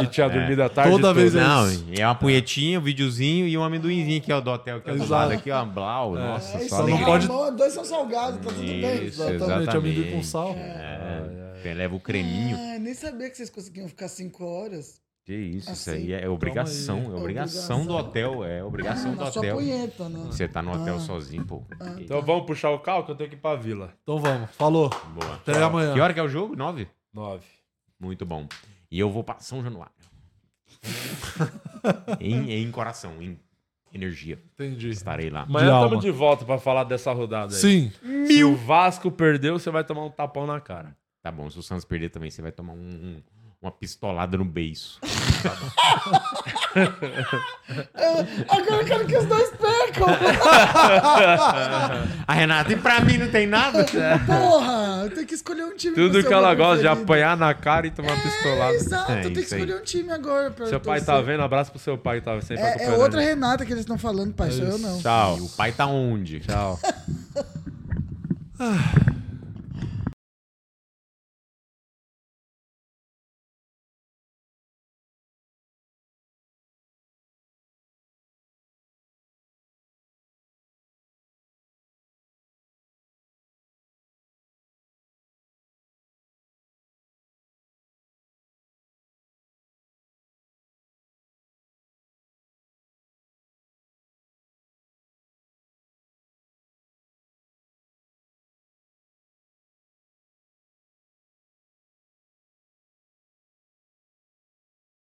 [SPEAKER 1] E tinha dormido à tarde.
[SPEAKER 2] Toda vez
[SPEAKER 1] toda.
[SPEAKER 2] é
[SPEAKER 3] Não, é uma punhetinha, um videozinho e um amendoinzinho que é o do hotel que é do
[SPEAKER 2] Exato.
[SPEAKER 3] lado aqui, ó. Blau, nossa,
[SPEAKER 4] É isso
[SPEAKER 3] só
[SPEAKER 2] Então não
[SPEAKER 4] aí,
[SPEAKER 3] alegria.
[SPEAKER 2] pode-
[SPEAKER 4] amor, dois são salgados, tá tudo bem.
[SPEAKER 3] Isso,
[SPEAKER 2] Exatamente, amendoim
[SPEAKER 3] exatamente.
[SPEAKER 2] com sal.
[SPEAKER 3] É, você leva o creminho.
[SPEAKER 4] Ah, nem sabia que vocês conseguiam ficar cinco horas.
[SPEAKER 3] Que isso, isso
[SPEAKER 4] Assim.
[SPEAKER 3] aí é obrigação, é
[SPEAKER 2] Calma
[SPEAKER 3] obrigação do hotel, é obrigação do
[SPEAKER 4] Na sua
[SPEAKER 3] hotel.
[SPEAKER 4] Ah, punheta, né?
[SPEAKER 3] Você tá no hotel
[SPEAKER 4] Ah.
[SPEAKER 3] sozinho, pô.
[SPEAKER 1] Então vamos puxar o carro que eu tenho que ir pra vila.
[SPEAKER 2] Então vamos, falou.
[SPEAKER 3] Boa.
[SPEAKER 2] Até amanhã.
[SPEAKER 3] Que hora que é o jogo? Nove?
[SPEAKER 1] 9.
[SPEAKER 3] Muito bom. E eu vou pra São Januário. em, em coração, em energia.
[SPEAKER 2] Entendi.
[SPEAKER 3] Estarei lá.
[SPEAKER 1] Amanhã
[SPEAKER 2] De alma.
[SPEAKER 1] estamos de volta pra falar dessa rodada aí.
[SPEAKER 2] Sim,
[SPEAKER 1] Se o Vasco perdeu, você vai tomar um tapão na cara.
[SPEAKER 3] Tá bom, se o Santos perder também, você vai tomar um- um- uma pistolada no beiço.
[SPEAKER 4] Agora eu quero que os dois percam.
[SPEAKER 3] Ah, Renato, e pra mim não tem nada?
[SPEAKER 4] Porra, Ah, tem que escolher um time. pra
[SPEAKER 2] é
[SPEAKER 1] Tudo
[SPEAKER 4] ser
[SPEAKER 1] que
[SPEAKER 4] o
[SPEAKER 1] ela
[SPEAKER 4] meu
[SPEAKER 1] gosta, de
[SPEAKER 4] preferido.
[SPEAKER 1] apanhar na cara e tomar pistolada.
[SPEAKER 4] É, Exato,
[SPEAKER 3] É,
[SPEAKER 4] tem que
[SPEAKER 3] isso aí.
[SPEAKER 4] escolher um time agora. pra
[SPEAKER 1] Seu pai
[SPEAKER 4] torcer.
[SPEAKER 1] tá vendo? Abraço pro seu pai que tava sempre
[SPEAKER 4] É, é
[SPEAKER 1] acompanhando.
[SPEAKER 4] outra
[SPEAKER 1] a gente.
[SPEAKER 4] Renata que eles estão falando, pai, sou eu não.
[SPEAKER 3] Tchau. E o pai tá onde?
[SPEAKER 1] Tchau.